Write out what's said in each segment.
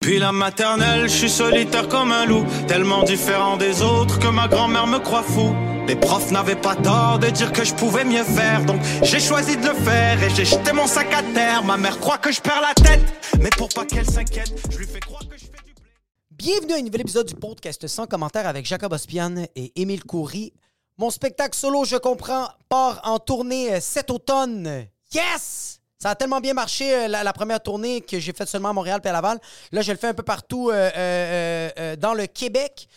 Puis la maternelle, je suis solitaire comme un loup, tellement différent des autres que ma grand-mère me croit fou. Les profs n'avaient pas tort de dire que je pouvais mieux faire, donc j'ai choisi de le faire et j'ai jeté mon sac à terre. Ma mère croit que je perds la tête, mais pour pas qu'elle s'inquiète, je lui fais croire que je fais du blé. Bienvenue à un nouvel épisode du podcast sans commentaires avec Jacob Ospian et Émile Coury. Mon spectacle solo, je comprends, part en tournée euh, cet automne. Yes! Ça a tellement bien marché euh, la, la première tournée que j'ai faite seulement à Montréal et à Laval. Là, je le fais un peu partout euh, euh, euh, dans le Québec.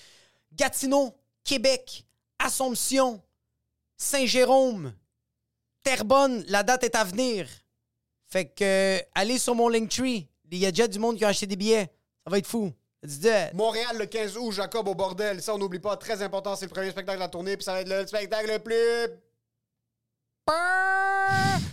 Gatineau, Québec, Assomption, Saint-Jérôme, Terrebonne, la date est à venir. Fait que, euh, allez sur mon Linktree. Il y a déjà du monde qui a acheté des billets. Ça va être fou. Let's do it. Montréal le 15 août, Jacob au bordel. Ça, on n'oublie pas, très important, c'est le premier spectacle de la tournée, puis ça va être le spectacle le plus. Yo,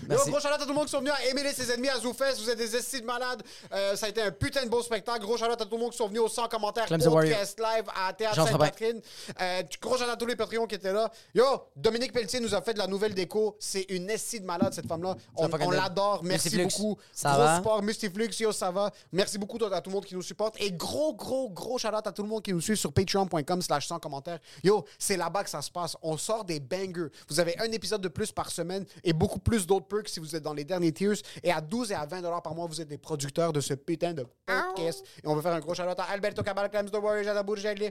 Merci. gros shout à tout le monde qui sont venus à Émile et ses ennemis à Zoufest. Vous êtes des estis de malades. Euh, ça a été un putain de beau spectacle. Gros shout à tout le monde qui sont venus au 100 commentaires Clem the Warrior. podcast live à Théâtre Jean Sainte-Catherine. Euh, gros shout à tous les Patreons qui étaient là. Yo, Dominique Pelletier nous a fait de la nouvelle déco. C'est une estie de malade, cette femme-là. On, fucking on dead. l'adore. Merci Multiflux. beaucoup. Ça Gros va? support. Mustiflux, yo, ça va. Merci beaucoup à tout le monde qui nous supporte. Et gros, gros, gros shout à tout le monde qui nous suit sur patreon.com slash sans commentaire. Yo, c'est là-bas que ça se passe. On sort des bangers. Vous avez un épisode de plus par semaine et beaucoup plus d'autres perks si vous êtes dans les derniers tiers. Et à 12 et à 20 dollars par mois, vous êtes des producteurs de ce putain de podcast. Et on veut faire un gros shout à Alberto Cabal, Clams The Warrior, Jada Bourgelli,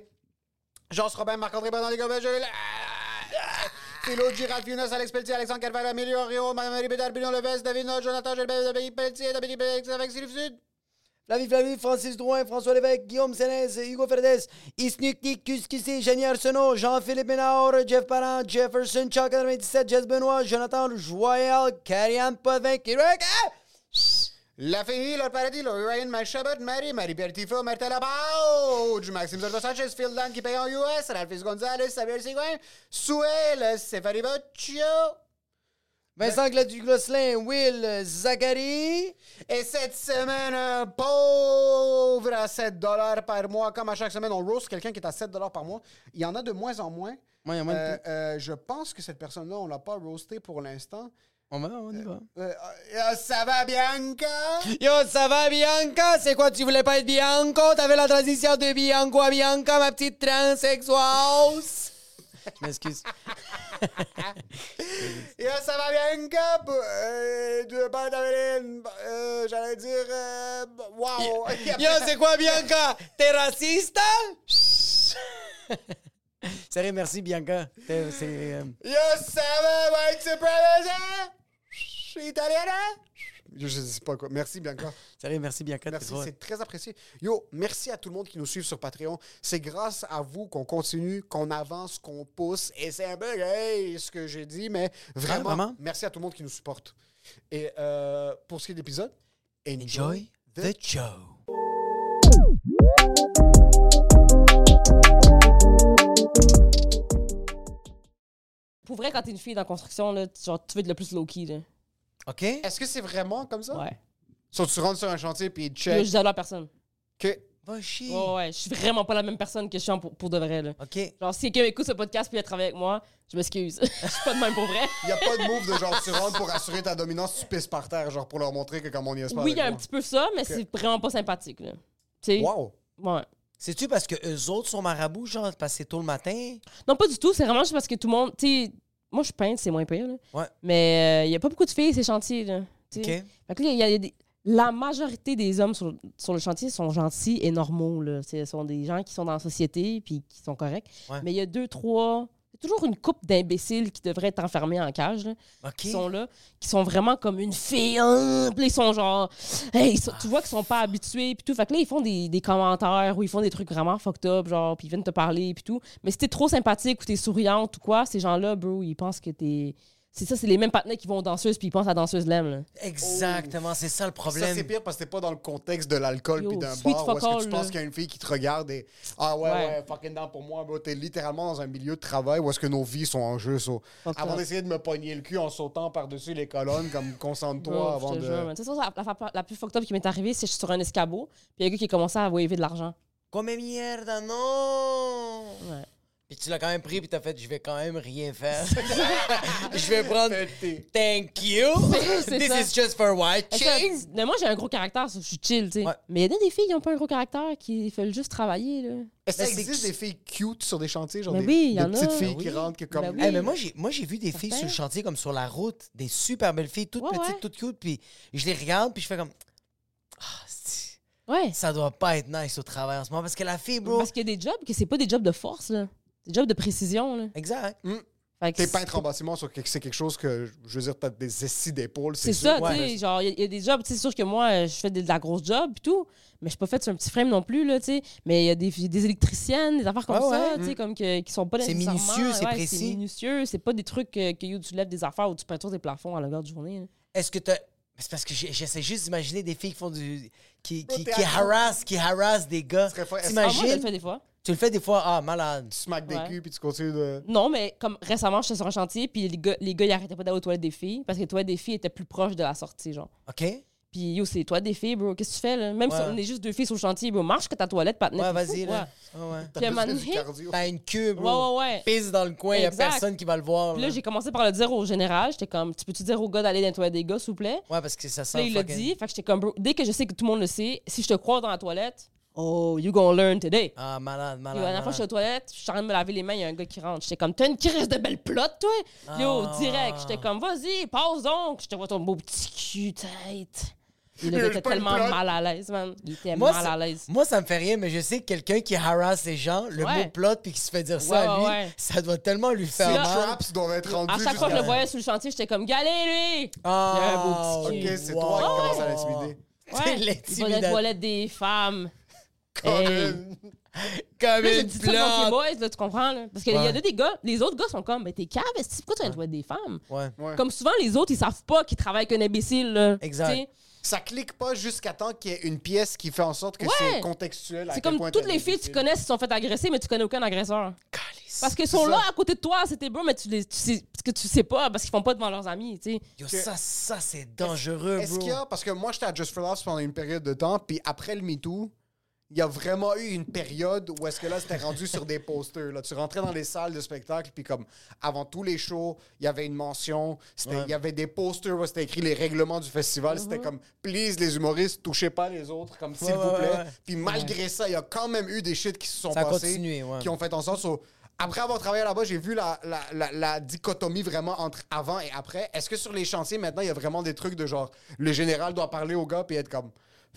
Jean Robin, Marc-André Bonan, les gars, Jules- Ah! Philo, Girard, Funes, Alex Pelletier, Alexandre Carvalho, Emilio Rio, Marie Bédard, Bruno Leves, David Nod, Jonathan Gilbert, Dominique Pelletier, Dominique Pelletier, avec Sylvie Sud. Flavie Flavie, Francis Drouin, François Lévesque, Guillaume Sénès, Hugo Ferdès, Isnuknik, QSQC, Jenny Arsenault, Jean-Philippe Ménard, Jeff Parent, Jefferson, Chuck 97, Jess Benoît, Jonathan Joyal, Karianne Potvin, Kirek, ah! La Fille, Lord Paradis, Lord Ryan, Mike Chabot, Marie, Marie Bertifo, Martha Labauge, Maxime Zorba Sanchez, Phil Dan qui paye en US, Ralphis Gonzalez, Samuel Seguin, Souel, Stéphanie Boccio. Vincent Gladu Gosselin, Will, Zachary. Et cette semaine, un pauvre à 7 par mois. Comme à chaque semaine, on roast quelqu'un qui est à 7 par mois. Il y en a de moins en moins. Ouais, il y en a moins de Euh, plus. euh, je pense que cette personne-là, on l'a pas roasté pour l'instant. On va, on y va. Euh, euh, ça va, Bianca? Yo, ça va, Bianca? C'est quoi, tu voulais pas être Bianco? T'avais la transition de Bianco à Bianca, ma petite transsexuelle. Je m'excuse. Yo, ça va bien, Cap? Euh, tu veux pas t'appeler, euh, J'allais dire. Euh, wow! Yo, c'est quoi, Bianca? T'es raciste? Sérieux, merci, Bianca. T'es- c'est, euh, Yo, ça va, white supremacy? Italiana? Je sais pas quoi. Merci, Bianca. Sérieux, merci, Bianca. t'es Merci, trop- c'est très apprécié. Yo, merci à tout le monde qui nous suit sur Patreon. C'est grâce à vous qu'on continue, qu'on avance, qu'on pousse. Et c'est un peu hey, ce que j'ai dit, mais vraiment, Ah, vraiment? merci à tout le monde qui nous supporte. Et euh, pour ce qui est de l'épisode, enjoy, Enjoy the show. Pour vrai, quand t'es une fille dans la construction, là, tu- genre, tu veux être le plus low-key. Là. OK? Est-ce que c'est vraiment comme ça? Ouais. Sauf que tu rentres sur un chantier puis Là, check. je dis à la personne. que- Va chier. Ouais, ouais, je suis vraiment pas la même personne que je suis en- pour, pour de vrai. Là. OK. Genre, si quelqu'un écoute ce podcast puis il travaille avec moi, je m'excuse. je suis pas de même pour vrai. Il n'y a pas de move de genre tu rentres pour assurer ta dominance, tu pisses par terre, genre pour leur montrer que comme on y est pas. Oui, avec il y a un moi. petit peu ça, mais c'est vraiment pas sympathique. Là. Tu sais? Wow! Ouais. C'est-tu parce que eux autres sont marabouts, genre, parce que c'est tôt le matin? Non, pas du tout. C'est vraiment juste parce que tout le monde. Tu sais, moi, je peins, c'est moins pire. Là. euh, Ouais. Mais il y a pas beaucoup de filles, ces chantiers. Là, tu sais. OK. Fait que là, il y a des- la majorité des hommes sur, sur le chantier sont gentils et normaux. Là. Ce sont des gens qui sont dans la société puis qui sont corrects. Ouais. Mais il y a deux, trois. il y a toujours une coupe d'imbéciles qui devraient être enfermés en cage, là, qui sont là, qui sont vraiment comme une fille. hein, puis là, ils sont genre. Hey, ils sont- tu vois qu'ils sont pas habitués. Puis tout. Fait que là, ils font des, des commentaires ou ils font des trucs vraiment fucked up, genre, puis ils viennent te parler. Puis tout. Mais si t'es trop sympathique ou t'es souriante ou quoi, ces gens-là, bro, ils pensent que t'es. C'est ça, c'est les mêmes partenaires qui vont aux danseuses puis ils pensent à la danseuse l'aime. là. Exactement, c'est ça le Ça, problème. c'est pire parce que t'es pas dans le contexte de l'alcool Yo, puis d'un bar sweet où est-ce fuck que tu all, penses là. qu'il y a une fille qui te regarde et Ah ouais, ouais, Ouais. fucking down pour moi, bro. T'es littéralement dans un milieu de travail où est-ce que nos vies sont en jeu. so. Fuck Avant off. d'essayer de me pogner le cul en sautant par-dessus les colonnes, comme Bro, concentre-toi avant je te de. jure, man. Tu sais, ça, la, la- la plus fucked up qui m'est arrivée, c'est que je suis sur un escabeau, puis il y a un gars qui a commencé à waver de l'argent. Comme merde, non! Ouais. Puis tu l'as quand même pris, puis t'as fait, je vais quand même rien faire. je vais prendre, Pété. thank you. C'est This ça. is just for Est-ce watching. que- Mais moi, j'ai un gros caractère, ça, je suis chill, tu sais. Ouais. Mais il y en a des filles qui n'ont pas un gros caractère, qui veulent juste travailler, là. Est-ce que ça Mais c'est- existe des Ah filles cute sur des chantiers, genre Mais des, oui, y des en petites a. filles qui Oui. rentrent que comme. Ben oui. Hey, Eh, mais moi, j'ai, moi, j'ai vu des filles sur le Certain. chantier, comme sur la route, des super belles filles, toutes Ouais, petites, ouais. toutes cute, puis je les regarde, puis je fais comme, ah, c'ti, Ouais. ça doit pas être nice au travail en ce moment, parce que la fille, bro, Parce qu'il y a des jobs que c'est pas des jobs de force, là. Des jobs de précision, là. exact. hein. Mm. Fait que T'es c'est- peintre en bâtiment, sur que- c'est quelque chose que, je veux dire, t'as des essais d'épaule. C'est ça, Ouais, tu mais- sais. Genre, il y, a- il y a des jobs, tu sais, c'est sûr que moi, euh, je fais de, de la grosse job et tout, mais je suis pas faite sur un petit frame non plus, là, tu sais. Mais il y a des, des électriciennes, des affaires comme Ouais, ça, ouais. tu sais, comme que, qui sont pas C'est nécessairement- minutieux, c'est ouais, précis. C'est minutieux, c'est pas des trucs euh, que, yo, tu lèves des affaires ou tu peintures des plafonds à longueur de journée. là. Est-ce que t'as. C'est parce que j'ai- j'essaie juste d'imaginer des filles qui font du. qui, Bro, qui, t'es qui à- harassent, qui harassent des gars. serait fort. Ah, moi, je le T'imagines? fais des fois. Tu le fais des fois, ah, malade. Tu smack des Ouais. culs puis tu continues de. Non, mais comme récemment, j'étais sur un chantier, puis les gars, les gars, ils arrêtaient pas d'aller aux toilettes des filles, parce que les toilettes des filles étaient plus proches de la sortie, genre. OK? Ouais, Puis yo, c'est toi des filles, bro. Qu'est-ce que tu fais, là? Même si Ouais. on est juste deux filles sur le chantier, bro, marche que ta toilette, pas vas-y, là. Ouais, ouais. Puis à un moment Fais du donné- cardio. T'as une queue, Ouais, bro. ouais, ouais. Pisse dans le coin, il y a Exact. personne qui va le voir. Puis là, là. j'ai commencé par le dire au général. J'étais comme, tu peux-tu dire au gars d'aller dans les toilettes des gars, s'il vous plaît? Ouais, parce que ça Puis là, sent il l'a Ah, fucking- dit. Fait que j'étais comme, bro, dès que je sais que tout le monde le sait, si je te crois dans la toilette, oh, you gonna learn today. Ah, malade, Puis malade. la dernière malade. fois, je suis aux toilettes, je suis en train de me laver les mains, il y a un gars qui rentre. J'étais comme, t'as une crise de belle plotte, toi? Yo, Ah. direct. J'étais comme, vas-y, passe donc. Je te vois ton beau petit cul, tête. Il J'ai était pas une tellement plotte. mal à l'aise, man. Il était Moi, mal ça- à l'aise. Moi, ça me fait rien, mais je sais que quelqu'un qui harasse les gens, le Ouais. mot plot, puis qui se fait dire Ouais, ça à lui, ouais, ouais. ça doit tellement lui faire C'est Les là- mal. traps doivent être rendus. À chaque fois que je le voyais sur le chantier, j'étais comme, galé, lui! Il a un Ah, beau Oh, Ok, petit cul. c'est toi qui commences à l'intimider. Ouais, C'est il va dans les l'intimidation. toilettes des femmes. Hey. Colin. Comme Là, j'ai une dit ça devant tes plot. boys, là, tu comprends? Là? Parce qu'il y Ouais. a des gars, les autres gars sont comme, ben t'es cave, esti, pourquoi tu viens de toi des femmes? Ouais. Ouais. Comme souvent, les autres, ils savent pas qu'ils travaillent avec un imbécile. Là, Exact. T'sais, Ça clique pas jusqu'à temps qu'il y ait une pièce qui fait en sorte que Ouais. c'est contextuel. à C'est quel comme point toutes t'as les filles que tu difficile. connais se sont faites agresser, mais tu connais aucun agresseur. Calice. Parce qu'ils sont ça. là à côté de toi, c'était beau, mais tu les, tu sais, parce que tu sais pas, parce qu'ils font pas devant leurs amis. tu sais. Yo, ça, ça, c'est dangereux, Est-ce bro. qu'il y a, parce que moi j'étais à Just for Laughs pendant une période de temps, puis après le MeToo, il y a vraiment eu une période où est-ce que là c'était rendu sur des posters. Là. Tu rentrais dans les salles de spectacle, puis comme avant tous les shows, il y avait une mention, c'était- il y avait des posters où c'était écrit les règlements du festival, c'était comme please les humoristes, touchez pas les autres, comme s'il Mhm. ouais, vous ouais, plaît. ouais. Puis malgré ça, il y a quand même eu des shit qui se sont Ça a passés, continué, ouais. qui ont fait en sorte. so, après avoir travaillé là-bas, j'ai vu la, la, la, la dichotomie vraiment entre avant et après. Est-ce que sur les chantiers, maintenant, il y a vraiment des trucs de genre, le général doit parler au gars puis être comme,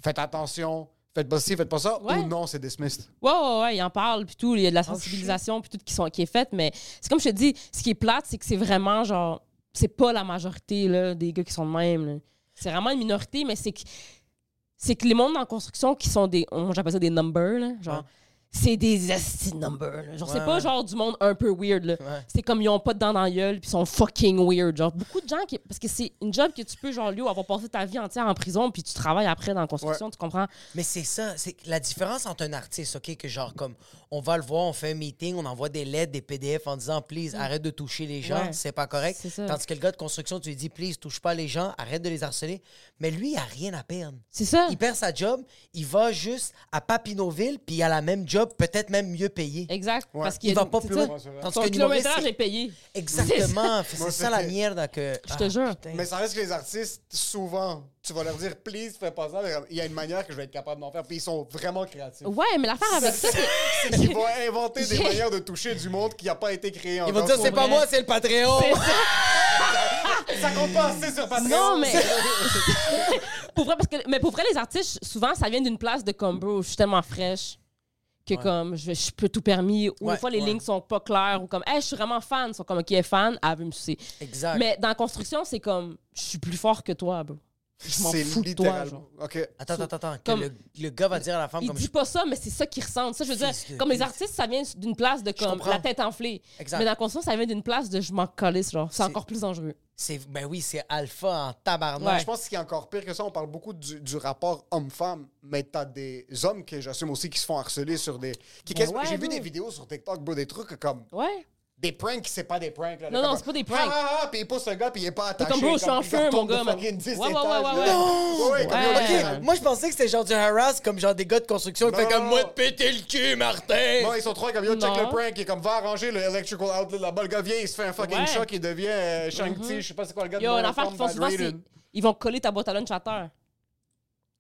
faites attention, faites pas ci, faites pas ça, Ouais. ou non, c'est dismissed. Ouais, ouais, ouais, ils en parlent, puis tout, il y a de la sensibilisation, puis tout qui, sont, qui est faite, mais c'est comme je te dis, ce qui est plate, c'est que c'est vraiment genre, c'est pas la majorité là, des gars qui sont de même. là. C'est vraiment une minorité, mais c'est que, c'est que les mondes en construction qui sont des, on- j'appelle ça des numbers, là, genre, c'est des esti de numbers. là. Genre, c'est pas genre du monde un peu weird, là. C'est comme ils ont pas de dents dans la gueule, puis ils sont fucking weird. Genre, beaucoup de gens qui, parce que c'est une job que tu peux, genre, lui, avoir passé ta vie entière en prison, puis tu travailles après dans la construction, tu comprends? Mais c'est ça, c'est que la différence entre un artiste, OK, que genre comme on va le voir, on fait un meeting, on envoie des lettres, des PDF en disant please, arrête de toucher les gens, Mm. Ouais. c'est pas correct. C'est ça. Tandis que le gars de construction, tu lui dis please, touche pas les gens, arrête de les harceler. Mais lui, il a rien à perdre. C'est ça. Il perd sa job, il va juste à Papineauville, puis il a la même job, peut-être même mieux payé. Exact. Parce qu'il Il y a- va pas c'est plus ça. loin. Tandis Son que l'humoriste, kilométrage c'est- est payé. Exactement, c'est Moi, ça la c'était- merde que ah. Je te jure. Mais ça reste que les artistes, souvent, tu vas leur dire, please, fais pas ça, mais il y a une manière que je vais être capable d'en faire, puis ils sont vraiment créatifs. Ouais, mais l'affaire avec ça, c'est. C'est qu'ils vont inventer des J'ai- manières de toucher du monde qui n'a pas été créé Ils encore. vont dire c'est pas vrai. moi, c'est le Patreon. Ça compte pas, c'est sur Patreon. Non, mais. pour vrai, parce que, mais pour vrai, les artistes, souvent, ça vient d'une place de comme, bro, je suis tellement fraîche que comme, je, je peux tout permis. Ou Ouais, des fois, les ouais. lignes sont pas claires. Ou comme, hey, je suis vraiment fan. Ils sont comme, OK, elle est fan, elle veut me sucer. Exact. Mais dans la construction, c'est comme, je suis plus fort que toi, bro. Je m'en C'est fous de toi, genre. littéralement. OK. Attends, attends, attends. que Comme- le, le gars va dire à la femme Il comme dit je- pas ça, mais c'est ça qu'ils ressentent. Ça, je veux dire, Fils de comme les pute. artistes, ça vient d'une place de comme comprends. la tête enflée. Exact. Mais dans la construction, ça vient d'une place de je m'en calisse, genre. C'est C'est- encore plus dangereux. c'est Ben oui, c'est alpha en tabarnak. Ouais. Je pense qu'il y a encore pire que ça. On parle beaucoup du, du rapport homme-femme, mais t'as des hommes que j'assume aussi qui se font harceler sur des. qui Mais quasi- ouais, J'ai vu bro. des vidéos sur TikTok, bro, des trucs comme. Ouais. Des pranks, c'est pas des pranks. Là, Là, Non, non, comme, c'est pas des Ah, pranks. Ah, ah, puis il pousse un gars, puis il est pas attaché. comme, bro, je suis comme, en il feu, retombe mon de gars, fucking mais- 10 Ouais, ouais, étages, ouais, là. ouais, ouais. Ouais, ouais, comme, Ouais. yo, Ok, ok, moi je pensais que c'était genre du harass, comme genre des gars de construction. Il fait Non. comme moi de péter le cul, Martin. Non, ils sont trois comme yo, check Non. le prank. Il est comme va arranger le electrical outlet là-bas. Le gars vient, il se fait un fucking Ouais. choc, il devient euh, Shang-Chi, je sais pas c'est quoi le gars. de Il y a une euh, Mortal affaire qu'ils font Kombat souvent, c'est Raiden. ils vont coller ta boîte à lunch à terre.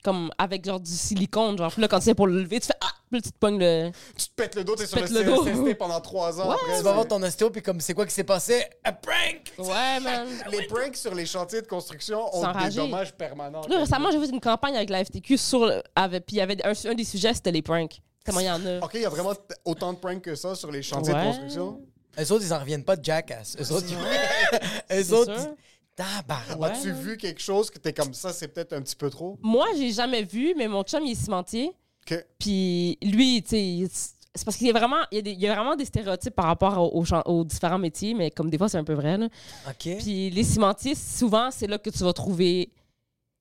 Comme avec genre du silicone, genre. Puis là, quand tu sais pour le lever, tu fais Ah! Puis là, tu te pognes le. Tu te pètes le dos, t'es sur le pètes le dos. CSST pendant trois ans. après, Tu vas voir c'est- ton ostéo, puis comme c'est quoi qui s'est passé? Un prank! Ouais, man. Les pranks sur les chantiers de construction ont des S'enrager. dommages permanents. Là, récemment, j'ai vu une campagne avec la FTQ sur. le- avec- Puis il y avait un, un des sujets, c'était les pranks. Comment il y en a. OK, il y a vraiment t- autant de pranks que ça sur les chantiers Ouais. de construction. Eux autres, ils en reviennent pas de jackass. Eux autres, ils... Eux C'est autres, sûr. ils- tabarnak. As-tu vu quelque chose que t'es comme ça, c'est peut-être un petit peu trop? Moi, j'ai jamais vu, mais mon chum, il est cimentier. OK. Puis lui, tu sais, il- c'est parce qu'il y a vraiment, il y a, des, il y a vraiment des stéréotypes par rapport aux, aux chan- aux différents métiers, mais comme des fois, c'est un peu vrai. Là. Ok. Puis les cimentiers, souvent, c'est là que tu vas trouver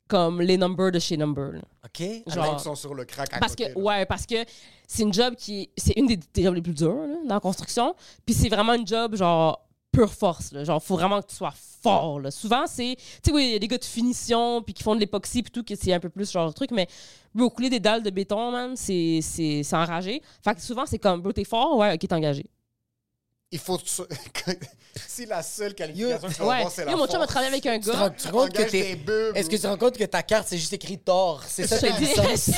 comme les numbers de chez Number. là. Ok. Genre- Genre... qui sont sur le crack à Parce côté, que, là. ouais, parce que c'est une job qui est- c'est une des, des jobs les plus dures là, dans la construction. Puis c'est vraiment une job, genre, pure force. Là. Genre, faut vraiment que tu sois fort. là. Souvent, c'est. Tu sais, oui, il y a des gars de finition, puis qui font de l'époxy, puis tout, que c'est un peu plus genre truc. Mais, bro, couler des dalles de béton, man, c'est c'est- c'est enragé. Fait que souvent, c'est comme, bro, t'es fort, ouais, ok, t'es engagé. Il faut... tu- si la seule qualification que tu vas Ouais. avoir, c'est la Yo, mon force. chum a travaillé avec Euh, un Tu te gars. rends tu te rends compte que Engage t'es. des bulles, Est-ce que bro. tu te rends compte que ta carte, c'est juste écrit tort? C'est ça Je ta te dis. licence. C'est-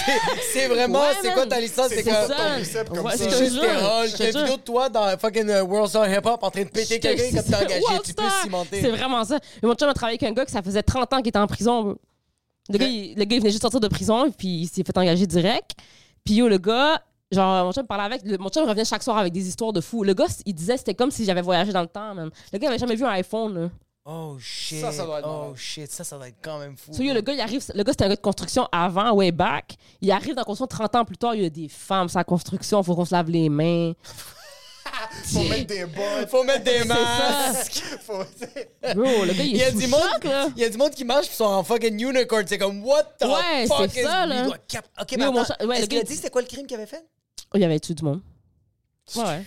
C'est vraiment, Ouais, c'est man. quoi ta licence? C'est C'est comme. ça. Ton bicep comme Ouais, ça. je C'est te juste jure, tes rolls. je te T'as une jure. vidéo de toi dans fucking euh, World Star Hip Hop en train de péter quelqu'un comme t'es engagé. Tu peux cimenter. C'est vraiment ça. Mais mon chum a travaillé avec un gars que ça faisait 30 ans qu'il était en prison. Le, gars, il, le gars, il venait juste sortir de prison, et puis il s'est fait engager direct. Puis yo, le gars, genre, mon chum parlait avec. le- mon chum revenait chaque soir avec des histoires de fous. Le gars, il disait c'était comme si j'avais voyagé dans le temps, man. Le gars, il avait jamais vu un iPhone, là. Oh shit. Ça, ça doit être Oh malade. shit. Ça, ça doit être quand même fou. So, yo, le gars, il arrive. Le gars, c'était un gars de construction avant, way back. Il arrive dans la construction 30 ans plus tard, il y a des femmes, sa construction, faut qu'on se lave les mains. Faut mettre des bottes. Faut mettre des ça. masques. Faut... Bro, le gars, il, Il y, a est sous du le monde, choc, là. il y a du monde qui marche qui sont en fucking unicorn. C'est comme, what the Ouais, fuck c'est is- ça, il là. doit cap- Ok, Oui, mais mon attends, cher- ouais, est-ce le qu'il a gars- dit c'était quoi le crime qu'il avait fait? Oh, Il y avait tué du monde. Ouais, ouais.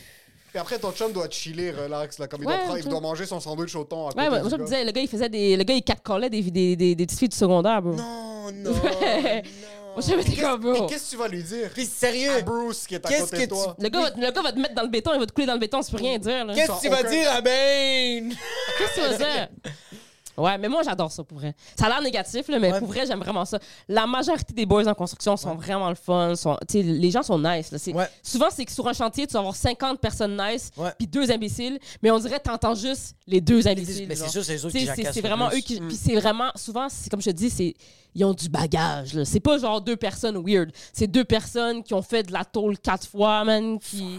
Puis après, ton chum doit chiller, relax. Là, comme il, Ouais, doit prendre- il tu- doit manger son sandwich au thon à côté Ouais, ouais, du moi, je me gars. disais, le gars, il faisait des. Le gars, il catcallait des, des, des, des petites filles du secondaire, bro. Non, Oh, non, Ouais. non. Moi, je me disais, comme, Et bro. qu'est-ce que tu vas lui dire? Puis sérieux, À Bruce qui est à Qu'est-ce côté de que tu- toi. Le gars, va, le gars va te mettre dans le béton, il va te couler dans le béton, tu peux rien dire, là. qu'est-ce que tu vas aucun- dire à Ben? Qu'est-ce que tu vas dire? Ouais, mais moi, j'adore ça, pour vrai. Ça a l'air négatif, là, mais Ouais. pour vrai, j'aime vraiment ça. La majorité des boys en construction sont vraiment le fun. Sont, tu sais, les gens sont nice. Là. C'est- Ouais. Souvent, c'est que sur un chantier, tu vas avoir 50 personnes nice, Ouais. puis deux imbéciles, mais on dirait que t'entends juste les deux imbéciles. Mais c'est genre. sûr, c'est eux qui Tu sais, c'est- jacassent c'est le vraiment plus. eux qui. Puis c'est vraiment. Souvent, c'est comme je te dis, c'est. Ils ont du bagage, là. C'est pas genre deux personnes weird. C'est deux personnes qui ont fait de la tôle quatre fois, man. Qui.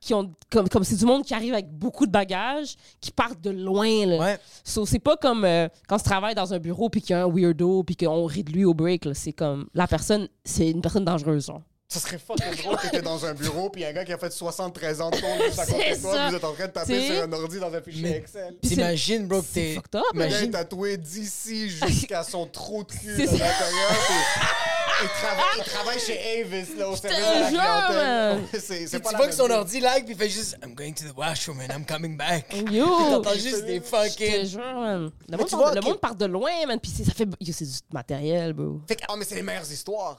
Qui ont, comme comme c'est du monde qui arrive avec beaucoup de bagages, qui partent de loin. Là. Ouais. So, c'est pas comme euh, quand tu travailles dans un bureau puis qu'il y a un weirdo puis qu'on rit de lui au break. là. C'est comme la personne, c'est une personne dangereuse. genre. Ça serait fucking drôle que t'es dans un bureau puis y a un gars qui a fait 73 ans de compte juste à côté de C'est toi, ça. puis vous êtes en train de taper T'sais? sur un ordi dans un fichier Excel. Puis c'est- T'imagines, bro, que c'est t'es. fucked up, Le gars est imagine- tatoué d'ici jusqu'à son trou de cul C'est là, à ça. l'intérieur. puis Il travaille, il travaille chez Avis, là, au service de la jure, clientèle. man. C'est, c'est Puis pas tu la vois même que son chose. ordi lag, puis il fait juste I'm going to the washroom and I'm coming back. Yo! T'entends juste des Je te fucking. jure, man. Le, monde tu part, vois, le ok. monde part de loin, man. Puis c'est- ça fait. yo, C'est du matériel, bro. Fait que, ah, mais c'est les meilleures histoires.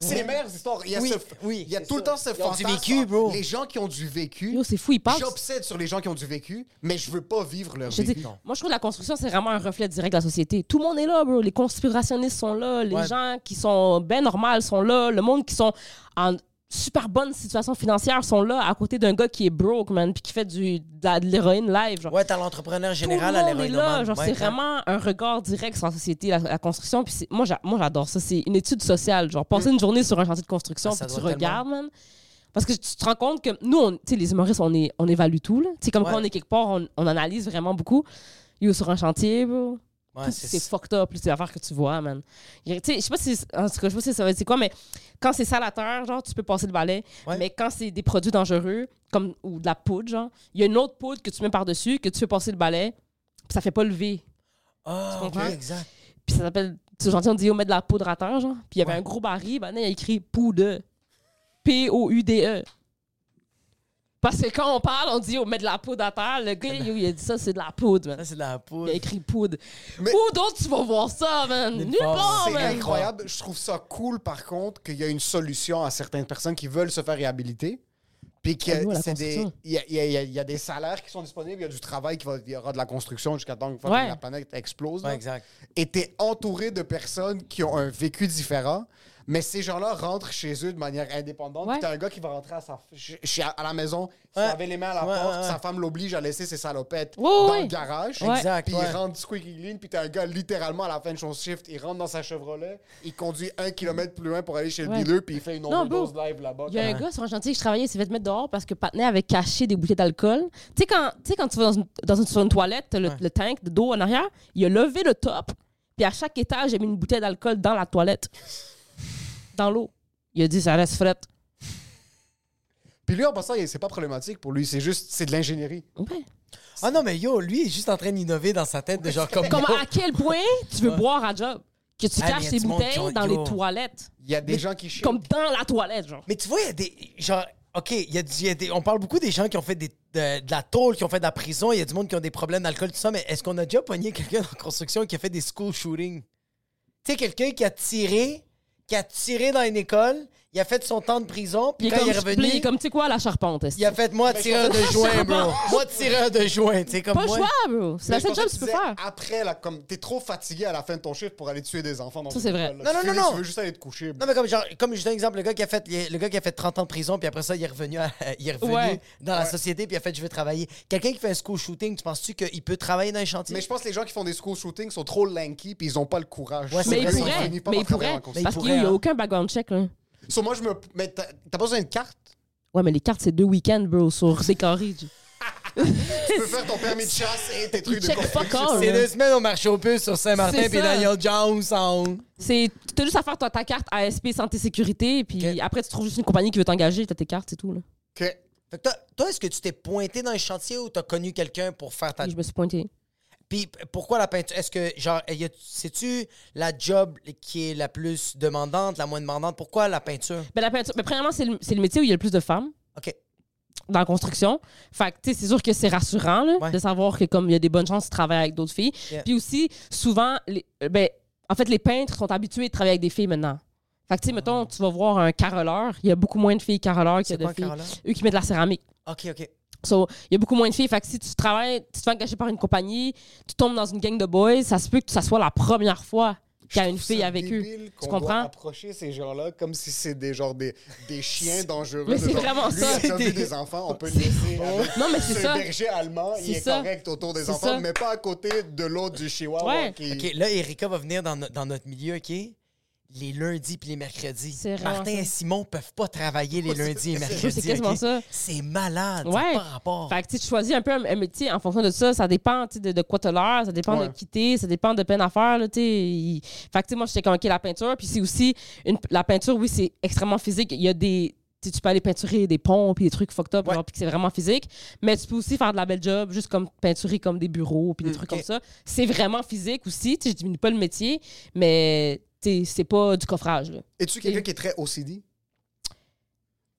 C'est les meilleures histoires. Il y a, Oui, ce- oui, il y a c'est tout le ça. temps ce Ils ont du fantasme. vécu, bro. Les gens qui ont du vécu. Yo, c'est fou, ils partent. J'obsède sur les gens qui ont du vécu, mais je veux pas vivre leur Je te vécu. dis, moi, je trouve que la construction, c'est vraiment un reflet direct de la société. Tout le monde est là, bro. Les conspirationnistes sont là. Les Ouais. gens qui sont ben normales sont là. Le monde qui sont en super bonne situation financière sont là à côté d'un gars qui est broke, man, puis qui fait du, de, la- de l'héroïne live. Genre. Ouais, t'as l'entrepreneur Tout le général à monde est l'héroïne. là. nomade. Genre, Ouais, c'est grave. vraiment un regard direct sur la société, la, la construction. Puis c'est- moi, j'a- moi, j'adore ça. C'est une étude sociale. Genre, passer une journée sur un chantier de construction, Mm. Ah, ça puis tu doit tellement. regardes, man. Parce que tu te rends compte que nous, on- tu sais, les humoristes, on, est, on évalue tout. Là. Tu sais, comme Ouais. quand on est quelque part, on, on analyse vraiment beaucoup. Yo, sur un chantier, bro, Ouais, tout, c'est c'est fort. fucked up, les affaires que tu vois, man. Il y a- Tu sais, je sais pas si, en tout cas, je sais pas si ça va être c'est quoi, mais quand c'est sale à terre, genre, tu peux passer le balai. Ouais. Mais quand c'est des produits dangereux, comme, ou de la poudre, genre, il y a une autre poudre que tu mets par-dessus, que tu peux passer le balai, puis ça fait pas lever. Ah, Tu ok, comprends? exact. Puis ça s'appelle, tu sais, gentil, on dit, on met de la poudre à terre, genre. Puis il y avait Ouais. un gros baril, ben, là, il y a écrit poudre. P-O-U-D-E. E. Parce que quand on parle, on dit, on met de la poudre à terre. Le gars, il a dit ça, c'est de la poudre, man. Ça, c'est de la Il poudre. a écrit poudre. Mais- Où d'autre tu vas voir ça, man? Nulle Nulle part. part, C'est man. incroyable. Je trouve ça cool, par contre, qu'il y a une solution à certaines personnes qui veulent se faire réhabiliter. Puis qu'il y Nous, à a, la c'est des- construction. il y a- il y a- il y a- il y a des salaires qui sont disponibles, il y a du travail, qui va- il y aura de la construction jusqu'à temps que Ouais. la planète explose. Ouais, là. exact. et t'es entouré de personnes qui ont un vécu différent, mais ces gens-là rentrent chez eux de manière indépendante. Ouais. Puis T'as un gars qui va rentrer à, sa, chez- chez- à la maison, il Ouais. avait les mains à la Ouais, porte, ouais, ouais. sa femme l'oblige à laisser ses salopettes Ouais, dans ouais. le garage. Ouais. Exact, Puis ouais. il rentre squeaky clean, puis t'as un gars littéralement à la fin de son shift, il rentre dans sa Chevrolet, il conduit un kilomètre plus loin pour aller chez le Ouais. dealer, puis il fait une Non, bro. overdose live là-bas. Il y a un gars sur un chantier que je travaillais, il s'est fait mettre dehors parce que Patnay avait caché des bouteilles d'alcool. Tu sais, quand, tu sais, quand tu vas dans une, dans une, sur une toilette, t'as le, le tank de dos en arrière, il a levé le top, puis à chaque étage, il a mis une bouteille d'alcool dans la toilette. Dans l'eau. Il a dit, ça reste frette. Puis lui, en passant, il- c'est pas problématique pour lui, c'est juste, c'est de l'ingénierie. Ouais. Ah non, mais yo, lui, il est juste en train d'innover dans sa tête de genre comme. Comme yo, à quel point tu veux boire à job? Que tu Ah, mais y caches a tes du monde qui ont- bouteilles dans yo. les toilettes. Il y a des gens qui chient. Comme dans la toilette, genre. Mais tu vois, il y a des. Genre, OK, il y a, du- il y a des, on parle beaucoup des gens qui ont fait des, de, de la tôle, qui ont fait de la prison, il y a du monde qui ont des problèmes d'alcool, tout ça, mais est-ce qu'on a déjà pogné quelqu'un en construction qui a fait des school shootings? Tu sais, quelqu'un qui a tiré, qui a tiré dans une école, il a fait son temps de prison, puis Il est quand comme, il est revenu, il est comme, tu sais quoi, la charpente. est-ce il a fait Ben, moi tireur de joint, bro. Moi tireur de joint, tu sais, comme Pas le moi. choix, bro. C'est Mais la je seule pensais job que que tu peux disais faire. Après, là, comme t'es trop fatigué à la fin de ton shift pour aller tuer des enfants dans Ça, une c'est vrai. école, là. Non, non, Tu non, finis, non. Tu veux juste aller te coucher. Non, mais comme, genre, comme juste un exemple, le gars, qui a fait, le gars qui a fait 30 ans de prison, puis après ça, il est revenu, à- il est revenu Ouais. dans la société, puis il a fait, je veux travailler. Quelqu'un qui fait un school shooting, tu penses-tu qu'il peut travailler dans un chantier? Mais je pense que les gens qui font des school shootings sont trop lanky puis ils ont pas le courage. Ouais, c'est Mais vrai, ça, il on pourrait. finit pas Mais par il travailler en construction. pourrait. Parce Il qu'il n'y pourrait, a hein. aucun background check, là. So, moi je me mais t'as t'as pas besoin d'une carte Ouais, mais les cartes, c'est deux week-ends, bro, sur des carrés. du- Tu peux faire ton permis de chasse et tes trucs de Check fuck construction. all. C'est Oh, là. deux semaines au marché aux puces sur Saint-Martin, C'est puis ça. Daniel Jones en... C'est. T'as juste à faire ta, ta carte ASP Santé Sécurité, puis Ok. après, tu trouves juste une compagnie qui veut t'engager, t'as tes cartes, c'est tout, là. Ok. Fait que toi, toi, est-ce que tu t'es pointé dans un chantier ou t'as connu quelqu'un pour faire ta... Et je me suis pointé. Puis p- pourquoi la peinture? Est-ce que, genre, y a- sais-tu la job qui est la plus demandante, la moins demandante? Pourquoi la peinture? Ben, la peinture- ben, premièrement, c'est le, c'est le métier où il y a le plus de femmes OK. dans la construction. Fait que, tu sais, c'est sûr que c'est rassurant, là, Ouais. de savoir que, comme il y a des bonnes chances de travailler avec d'autres filles. Yeah. Puis aussi, souvent, les, euh, ben, en fait, les peintres sont habitués de travailler avec des filles maintenant. Fait que, tu sais, mettons, tu vas voir un caroleur, il y a beaucoup moins de filles caroleurs qu'il y Ah. C'est a de quoi, filles. Carola? Eux qui mettent de la céramique. OK, OK. So, il y a beaucoup moins de filles. Fait que si tu travailles, tu te fais engager par une compagnie, tu tombes dans une gang de boys, ça se peut que ça soit la première fois qu'il y a une fille avec eux. Tu comprends? approcher ces gens-là comme si c'est des genre des, des chiens dangereux. Mais de c'est genre, vraiment lui, Il ça. a déjà vu C'est des enfants, on peut le laisser. avec- Non, mais c'est un ça. berger allemand, il C'est est ça. correct autour des C'est enfants, ça. mais pas à côté de l'autre du chihuahua Ouais. qui OK, là, Erika va venir dans, no- dans notre milieu, OK? Les lundis puis les mercredis. C'est vraiment Martin ça. et Simon peuvent pas travailler les lundis et mercredis. c'est quasiment OK? ça. C'est malade. ça Ouais. a pas Oh. rapport. Fait que tu sais, tu choisis un peu un, un métier en fonction de ça. Ça dépend tu sais, de, de quoi t'as l'air, ça dépend Ouais. de qui t'es, ça dépend de peine à faire. Là, tu sais. Il- Fait que tu sais, moi, j'étais comme, OK, la peinture. Puis c'est aussi, une- la peinture, oui, c'est extrêmement physique. Il y a des. Tu sais, tu peux aller peinturer des ponts puis des trucs fucked up, Ouais. genre, puis que c'est vraiment physique. Mais tu peux aussi faire de la belle job, juste comme peinturer comme des bureaux Mm, puis des trucs ok. comme ça. C'est vraiment physique aussi. Tu sais, je diminue pas le métier, mais tu sais, c'est pas du coffrage. Là. Es-tu quelqu'un qui est très OCD?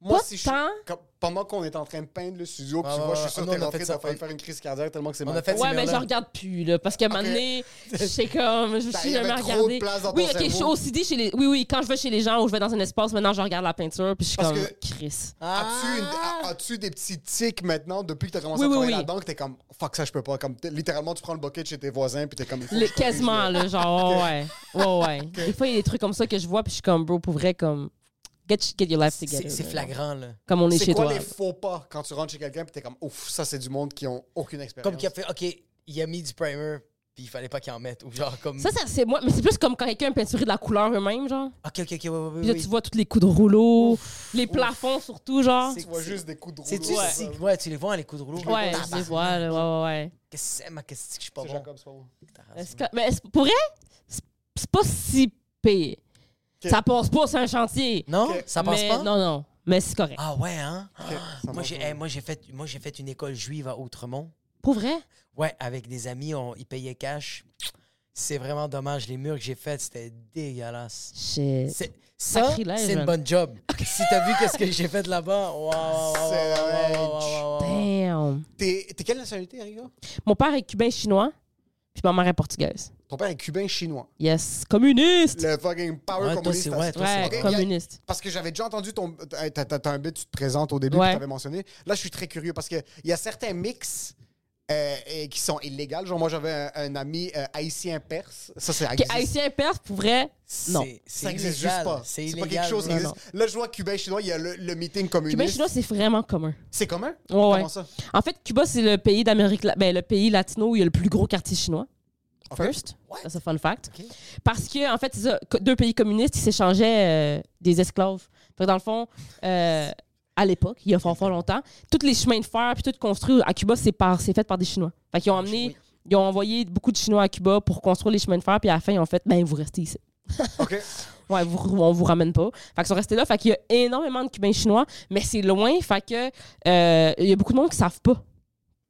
Pas tant. comme- pendant qu'on est en train de peindre le studio, puis Ah, tu vois, ouais, je ouais. suis sûr Nous, que t'es on a rentré, fait ça. t'as failli faire une crise cardiaque tellement que c'est On mal a fait Ouais, ces mais je murs-là. regarde plus, là, parce qu'à un moment donné, j'étais comme, je T'as- suis Ben, il y avait jamais trop de regardée. place dans Oui, ton ok, je suis cerveau. aussi dit chez les. Oui, oui, quand je vais chez les gens ou je vais dans un espace, maintenant je regarde la peinture, puis je suis Parce comme, que- Chris. As-tu, une- Ah! a- as-tu des petits tics maintenant depuis que t'as commencé Oui, à oui, travailler oui. là-dedans que t'es comme fuck ça je peux pas comme t'es- littéralement tu prends le bucket chez tes voisins puis t'es comme il faut que Les- je corrige, là. quasiment, là, genre, ouais, ouais. Ouais, ouais. Des fois, il y a des trucs comme ça que je vois, puis je suis comme, bro, pour vrai, comme, Get, get your life C'est together. c'est Ah, là. flagrant, là. Comme on est, C'est chez quoi toi. les faux pas quand tu rentres chez quelqu'un et t'es comme, ouf, ça, c'est du monde qui ont aucune expérience. Comme qu'il a fait, OK, il a mis du primer, puis il fallait pas qu'il en mette. Ou genre comme... Ça, ça c'est moi. Mais c'est plus comme quand quelqu'un a peinturé de la couleur eux-mêmes, genre. OK, OK, OK, ouais, ouais, Puis ouais, là, ouais. tu vois tous les coups de rouleau, les plafonds surtout, genre. Tu vois juste des coups de rouleau. euh, C'est-tu Ouais. si... Ouais, tu les vois, les coups de rouleau. Ouais, je les Tabarnak. vois, là, ouais, ouais, Qu'est-ce que c'est, ma qu'est-ce que je suis pas C'est bon? Jacob, c'est pas moi. ouais. Est-ce que- mais est-ce- pour vrai, c'est c'est pas si pire. Ça passe pas sur un chantier. Non? Ça passe Mais- pas? Non, non. Mais c'est correct. Ah ouais, hein? ça Moi, passe j'ai pas. eh, moi, j'ai fait, moi, j'ai fait une école juive à Outremont. Pour vrai? Ouais, avec des amis, on, ils payaient cash. C'est vraiment dommage. Les murs que j'ai faits, c'était dégueulasse. Shit. C'est- Ça, Sacrilège, c'est une man. bonne job. si t'as vu qu'est-ce que j'ai fait là-bas, wow, wow, wow, C'est wow, vrai. wow, wow, wow, wow, wow. Damn. T'es t'es quelle nationalité, Riga? Mon père est cubain-chinois, puis ma mère est portugaise. Ton père est cubain chinois. Yes. Communiste! Le fucking power Ouais, toi, communiste. c'est- ouais, toi, Ouais, c'est- Ok, communiste. Parce que j'avais déjà entendu ton. hey, T'as t'as- t'as un bit, tu te présentes au début, Ouais. tu avais mentionné. Là, je suis très curieux parce qu'il y a certains mix euh, et qui sont illégaux. Genre, moi, j'avais un, un ami euh, haïtien perse. Ça, c'est Que Haïtien perse, pour vrai, non. C'est- c'est Ça existe illégal. juste pas. C'est C'est pas illégal, quelque chose qui bro. existe. Là, je vois cubain chinois, il y a le, le meeting communiste. Cubain chinois, c'est vraiment commun. C'est commun? Ouais, ouais. Comment ça? En fait, Cuba, c'est le pays d'Amérique, la- ben, le pays latino où il y a le plus gros quartier chinois. First. Ça, c'est un fun fact. Parce que, en fait, c'est ça, co- deux pays communistes, ils s'échangeaient euh, des esclaves. Fait que dans le fond, euh, à l'époque, il y a fort, fort longtemps, tous les chemins de fer, puis tout construit à Cuba, c'est par- c'est fait par des Chinois. Fait qu'ils ont amené, ils ont envoyé beaucoup de Chinois à Cuba pour construire les chemins de fer, puis à la fin, ils ont fait, ben, vous restez ici. OK. Ouais, vous, on vous ramène pas. Fait qu'ils sont restés là. Fait qu'il y a énormément de Cubains chinois, mais c'est loin. Fait que euh, il y a beaucoup de monde qui savent pas.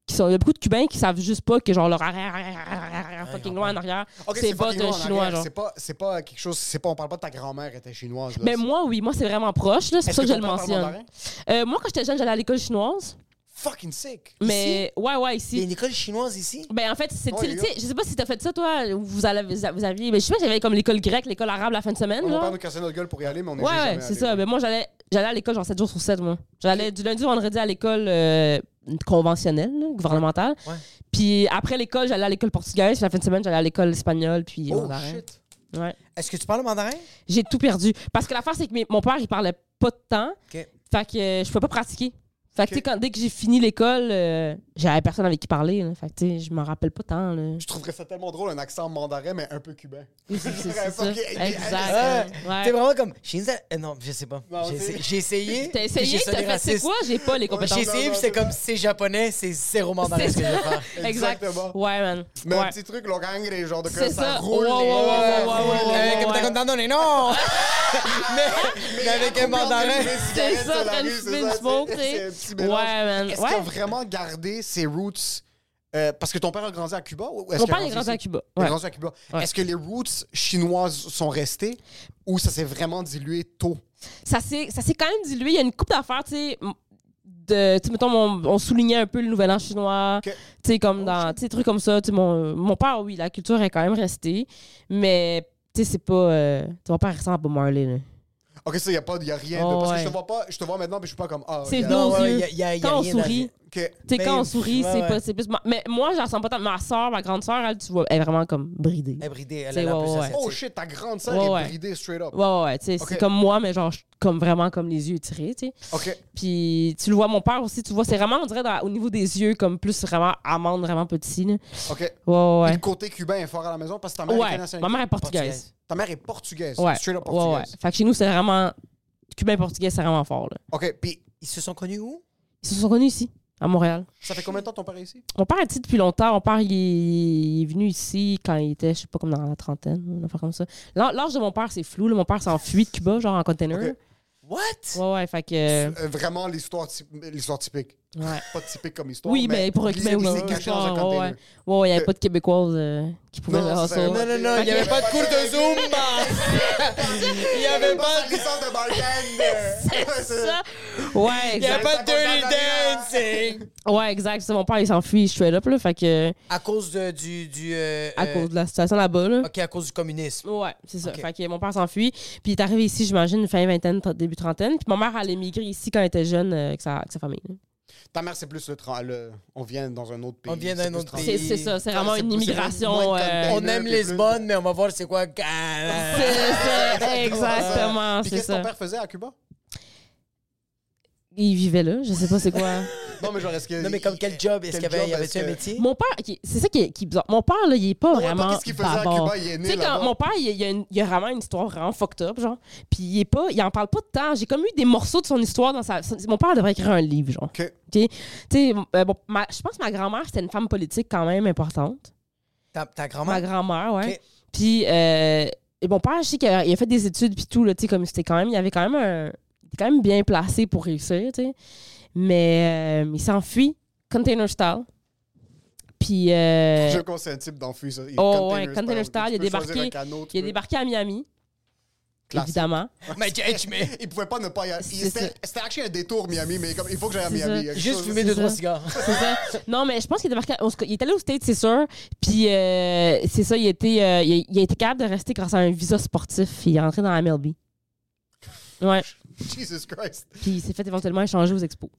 Qui sont, il y a beaucoup de Cubains qui savent juste pas que genre leur arrière, arrière, arrière, arrière, fucking loin en arrière, Ok, c'est pas fucking de loin en chinois. arrière. Genre. C'est pas, c'est pas quelque chose. C'est pas, on parle pas de ta grand-mère était chinoise. là. Mais moi, oui, moi c'est vraiment proche. là. C'est pour Est-ce ça que, je ton le père parle mentionne. mandarin? Euh, moi, quand j'étais jeune, j'allais à l'école chinoise. Fucking sick. Mais ouais, ouais, Il ici. y a une école chinoise ici? Ben en fait, c'est Ouais, tu sais, Oh, les tu sais, je sais pas si t'as fait ça toi, ou vous allez vous aviez mais je sais pas, j'avais comme l'école grecque, l'école arabe la fin de semaine Mon père genre. nous cassait notre gueule pour y aller, mais on est Ouais, ouais, c'est ça. Ben moi j'allais j'allais à l'école genre 7 jours sur 7 moi. J'allais du lundi au vendredi à l'école euh, conventionnelle, là, gouvernementale. Ouais. Puis après l'école, j'allais à l'école portugaise, puis la fin de semaine, j'allais à l'école espagnole puis Oh mandarin. shit. Ouais. Est-ce que tu parles mandarin? J'ai tout perdu parce que l'affaire c'est que mes- mon père il parlait pas de temps. OK. Fait que euh, je peux pas pratiquer. Fait que tu sais, quand dès que j'ai fini l'école, euh, j'avais personne avec qui parler. là. Fait que tu sais, je m'en rappelle pas tant. Là. Je trouverais ça tellement drôle, un accent mandarin, mais un peu cubain. C'est c'est ça. Ok, Ah, ok. Exact. T'es Ouais. vraiment comme... Shinza- euh, non, je sais pas. Non, J'ai c'est- essayé- J'ai essayé. puis T'as j'ai essayé, sonné t'as fait c'est raciste. quoi? J'ai pas les J'ai compétences. essayé, puis c'est comme c'est japonais, c'est zéro mandarin C'est ce que je vais faire. Exact. Exactement. Ouais, man. Mais Ouais. un petit truc, Laurent Gré, genre de que C'est ça. ça roule. Euh, Ouais, ouais, les- ouais, ouais, ouais, roule les- ouais, Avec un ouais. Danone, non! mais, mais avec un mandarin. C'est ça, t'as t'as une spin smoke, tu sais. Ouais, man. Est-ce qu'il a Ouais. vraiment gardé ses roots euh, parce que ton père a grandi à Cuba ou est-ce Mon qu'il a père, il est grandi ici? à Cuba. Il a Ouais. grandi à Cuba. Ouais. Est-ce que les roots chinoises sont restées ou ça s'est vraiment dilué tôt? ça s'est ça s'est quand même dilué. Il y a une coupe d'affaires, tu sais. m- De, tu sais, mettons, on, on soulignait un peu le Nouvel An chinois, Ok. tu sais, comme Oh, dans, tu sais, trucs comme ça. Tu sais, mon, mon père, oui, la culture est quand même restée, mais, tu sais, c'est pas, euh, tu sais, mon père ressemble à Bob Marley, là. Ok, ça, il n'y a, pas- y a rien. Oh, de, parce que ouais. je te vois pas, je te vois maintenant, mais je suis pas comme. Ah, C'est regarde. nos Non, Oh, ouais, yeux. y a- y a- y a quand on rien dans- sourit, Ok. tu sais, Ben, quand on sourit, ouais, c'est ouais. pas, c'est plus, ma- mais moi, je ressemble pas tant, ma soeur, ma grande soeur, elle, tu vois, elle est vraiment comme bridée. Elle est bridée, elle C'est- a l'air ouais, plus ouais. asiatique. Oh shit, ta grande sœur Ouais, est ouais. bridée straight up. Ouais, ouais, ouais, tu sais, Ok. c'est comme moi, mais genre, je- comme vraiment comme les yeux tirés, tu sais. Ok. Puis tu le vois, mon père aussi, tu vois, c'est vraiment, on dirait, dans- au niveau des yeux, comme plus vraiment amande, vraiment petit. Là. OK. Ouais, Ouais, Puis ouais. Le côté cubain est fort à la maison parce que ta mère est Ouais, nationale. ma mère est portugaise. Portugaise. Ta mère est portugaise. Ouais. Straight up ouais, ouais. portugaise. Fait que chez nous, c'est vraiment. Cubain et portugais, c'est vraiment fort. Là. OK. Puis Oh, Ils se sont connus où? Ils se sont connus ici, à Montréal. ça fait combien de temps ton père est ici? Mon père est ici depuis longtemps. Mon père, il est, il est venu ici quand il était, je sais pas, comme dans la trentaine, une affaire comme ça. L'â- L'âge de mon père, c'est flou. Là. Mon père s'est enfui de Cuba, genre en container. Ok. What? Ouais, ouais, fait que. Euh, vraiment l'histoire ty- l'histoire typique. Ouais. Pas typique comme histoire. Oui, mais pour un il s'est- Cubain, oui. il s'est caché dans un Ouais, ouais. container. Ouais, ouais, il n'y avait pas de Québécoises euh, qui pouvaient Non, le c'est ça. hustle. Non, non, non, il n'y avait pas de cours de Zumba! Il n'y avait pas de... licence de bartender. C'est ça. Ouais, Il y avait exact. pas de dirty dancing! Ouais, exact. C'est mon père, il s'enfuit straight up, là. Fait que, À cause de- du... du euh, à euh, cause de la situation là-bas, là. OK, à cause du communisme. Ouais, c'est ça. Ok. Fait que mon père s'enfuit. Puis il est arrivé ici, j'imagine, fin vingtaine, tr- début trentaine. Puis ma mère, elle a émigré ici quand elle était jeune euh, avec, sa, avec sa famille. là. Ta mère, c'est plus le, tra- le- On vient dans un autre pays. On vient d'un c'est plus autre tranquille. pays. C'est c'est ça, c'est vraiment c'est- une c'est immigration. moins de euh, contact. On aime puis Lisbonne, plus. mais on va voir c'est quoi... C'est ça, exactement, Puis c'est Ah, qu'est-ce que ça. ton père faisait à Cuba? il vivait là, je sais pas c'est quoi. Non, mais genre, est-ce que. Non, mais comme quel job? Est-ce Quel qu'il y avait, job y avait est-ce un que- métier? Mon père, ok, c'est ça qui est, qui est bizarre. Mon père, là, il est pas Ah ouais, vraiment. parce qu'est-ce qu'il faisait à bavard. Cuba? Il est né Tu sais, quand là-bas. mon père, il y a, il y a une- il y a vraiment une histoire vraiment fucked up, genre. Puis il est pas, il en parle pas de temps. J'ai comme eu des morceaux de son histoire dans sa. son- Mon père devrait écrire un livre, genre. Ok. Tu sais, euh, bon, ma- je pense que ma grand-mère, c'était une femme politique quand même importante. Ta, ta Ma grand-mère? grand-mère, ouais. Ok. Puis euh, et mon père, je sais qu'il a, il a fait des études puis tout là, tu sais comme c'était quand même, il avait quand même un- il était quand même bien placé pour réussir, tu sais. Mais euh, il s'enfuit container style. Puis euh, Je conseille un type d'enfui, ça. Il- Oh, container ouais, container style. style, Tu il a peux choisir débarqué- un canot, tu il est peux- débarqué à Miami, Classique. évidemment. Mais, tu- hey, tu mets- Il pouvait pas ne pas y aller. C'est C'était ça. c'était actually un détour, Miami, mais comme il faut que j'aille à C'est Miami. ça. il y a quelque Juste chose- fumer deux, ça. trois cigares. C'est ça. Non, mais je pense qu'il est débarqué. en tout cas, Il est allé aux States, c'est sûr. Puis, euh, c'est ça, il a, été, euh, il, a, il a été capable de rester grâce à un visa sportif. Il est rentré dans la MLB. Ouais. Jesus Christ. Puis, il s'est fait évenventuellement échanger aux expos.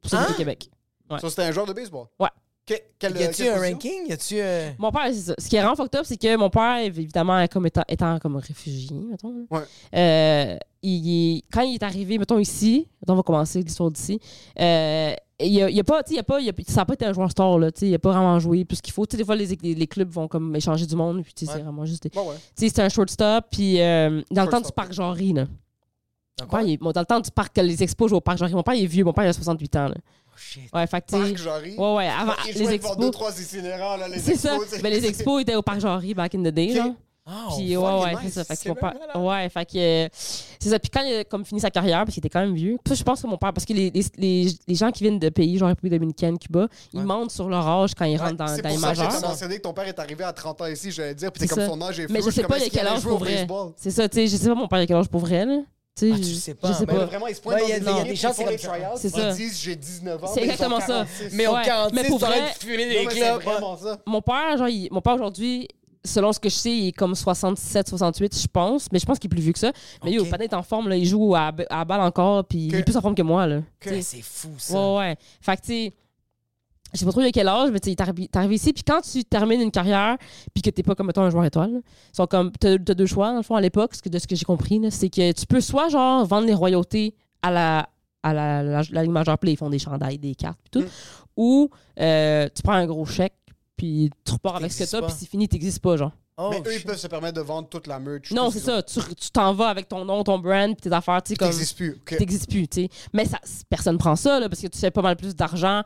Pour celui Hein? du Québec. Ouais. Ça, c'était un joueur de baseball. Ouais. Que- quel- Y a-tu quelle un position? ranking? Y a-tu. euh, Mon père, c'est ça. Ce qui est vraiment fucked up, c'est que mon père, évidemment, comme étant, étant comme réfugié, mettons, Ouais. euh, il, est- quand il est arrivé, mettons, ici, mettons, on va commencer l'histoire d'ici, euh, il a, il a pas, tu sais, il a pas, il a- ça n'a pas été un joueur star, là, tu sais, il a pas vraiment joué plus qu'il faut. Tu sais, des fois, les, les, les clubs vont comme échanger du monde, puis tu sais, c'est vraiment juste... des- Tu Ouais, ouais. sais, c'était un shortstop, puis euh, dans le temps du Shortstop. parc Jarry, là. Mon Encore? père, il est- bon, dans le temps du parc, les expos jouent au parc Jarry, mon père, il est vieux, mon père, il a 68 ans, là. Oh shit. Ouais, fait que, tu sais- Parc Jarry. Ouais, ouais, avant, Il les jouait devant deux, expos... trois itinérants, là, les C'est ça. expos, tu sais. Mais les expos étaient au parc Jarry back in the day, là. Ah, Puis on ouais, voit les ouais, mains, c'est ça. Fait que mon bien père- malade. ouais, fait que euh, c'est ça. Puis quand il a comme fini sa carrière, parce qu'il était quand même vieux, ça, je pense que mon père, parce que les, les, les, les gens qui viennent de pays genre République dominicaine, Cuba, ils mentent sur leur âge quand ils rentrent dans, C'est pour dans les ça que j'ai majeurs. mentionné que ton père est arrivé à 30 ans ici, j'allais dire. Puis c'est C'est comme ça. son âge est fou. Mais je sais suis pas comme, il y a est-ce qu'il quel allait âge jouer pour au vrai. baseball? C'est ça, tu sais, je sais pas mon père il a quel âge pour vrai, là. Ah, je- tu sais pas, Je sais mais Mais là, pas. vraiment, ils se Ouais, il pointent y a dans des- des des ligues, gens, ils font c'est les comme ça. tryouts, C'est ça. ils disent j'ai 19 ans. C'est mais ils ont exactement ça. 46. Mais au Ouais, 46, mais pour t'aurais vrai- dû fumer Non, les mais c'est clubs. vraiment ça. Mon père, genre, il- mon père aujourd'hui, selon ce que je sais, il est comme 67, 68, je pense. Mais je pense qu'il est plus vieux que ça. Mais lui, Ok. au patin est en forme, là. Il joue à, à la balle encore, puis il est plus en forme que moi, là. Que- C'est fou, ça. Ouais, ouais. Fait que, tu sais, je sais pas trop il y a quel âge, mais tu sais, t'es arri- t'es arrivé ici. Puis quand tu termines une carrière, puis que t'es pas comme, mettons, un joueur étoile, là, ils sont comme, t'as t'as deux choix, dans le fond, à l'époque, ce que- de ce que j'ai compris, là, c'est que tu peux soit, genre, vendre les royautés à la, à la, la, la Ligue majeure, puis là, ils font des chandails, des cartes, puis Mm. tout, ou euh, tu prends un gros chèque, puis tu repars avec ce que T'existes t'as, pas. puis c'est fini, t'existes pas, genre. Oh, Mais eux, ils shit. peuvent se permettre de vendre toute la merch. Non, tout c'est ce qu'ils ont. ça. Tu tu t'en vas avec ton nom, ton brand, puis tes affaires, tu sais, comme. T'existes plus. ok. t'existes plus, tu sais. Mais ça, personne prend ça, là, parce que tu fais pas mal plus d'argent.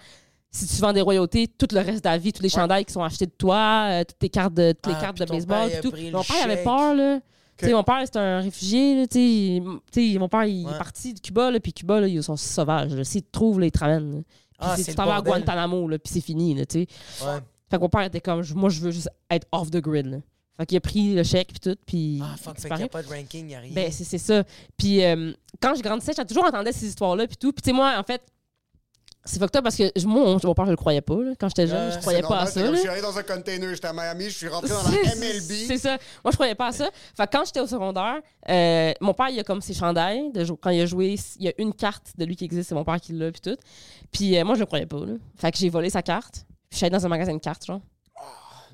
Si tu vends des royautés, tout le reste de la vie, tous les chandails qui sont achetés de toi, euh, toutes tes cartes de, toutes Ah, les cartes puis de ton baseball, père, il a tout. pris le Mon père, il avait chèque. peur, là. Tu sais, mon père, c'est un réfugié, là, tu sais. Il- tu sais, Mon père, il Ouais. est parti de Cuba, là, puis Cuba, là, ils sont sauvages. là. S'ils te trouvent, là, ils te ramènent. là. Puis Ah, c'est- c'est tu le t'en vas à bordel. Guantanamo, là, puis c'est fini, là, tu sais. Ouais. Fait que mon père était comme, je- moi, je veux juste être off the grid, là. Fait qu'il a pris le chèque, puis tout, puis Ah, il est fuck, fait qu'il disparu. n'y a pas de ranking, il a rien. Ben, c'est c'est ça. Puis euh, quand je grandissais, j'ai toujours entendu ces histoires-là, puis tout. Puis tu sais, moi, en fait, c'est fucked up parce que je- moi, mon, mon père, je le croyais pas. là. Quand j'étais jeune, Ouais, je c'est croyais C'est normal, pas à c'est ça. comme, là. Je suis allé dans un container, j'étais à Miami, je suis rentré dans la C'est- C'est MLB. ça. Moi, je croyais pas à ça. Fait que quand j'étais au secondaire, euh, mon père, il a comme ses chandails. de jou- quand il a joué, il y a une carte de lui qui existe, c'est mon père qui l'a, puis tout. Puis euh, moi, je le croyais pas. Là. Fait que j'ai volé sa carte. Puis je suis allée dans un magasin de cartes, genre.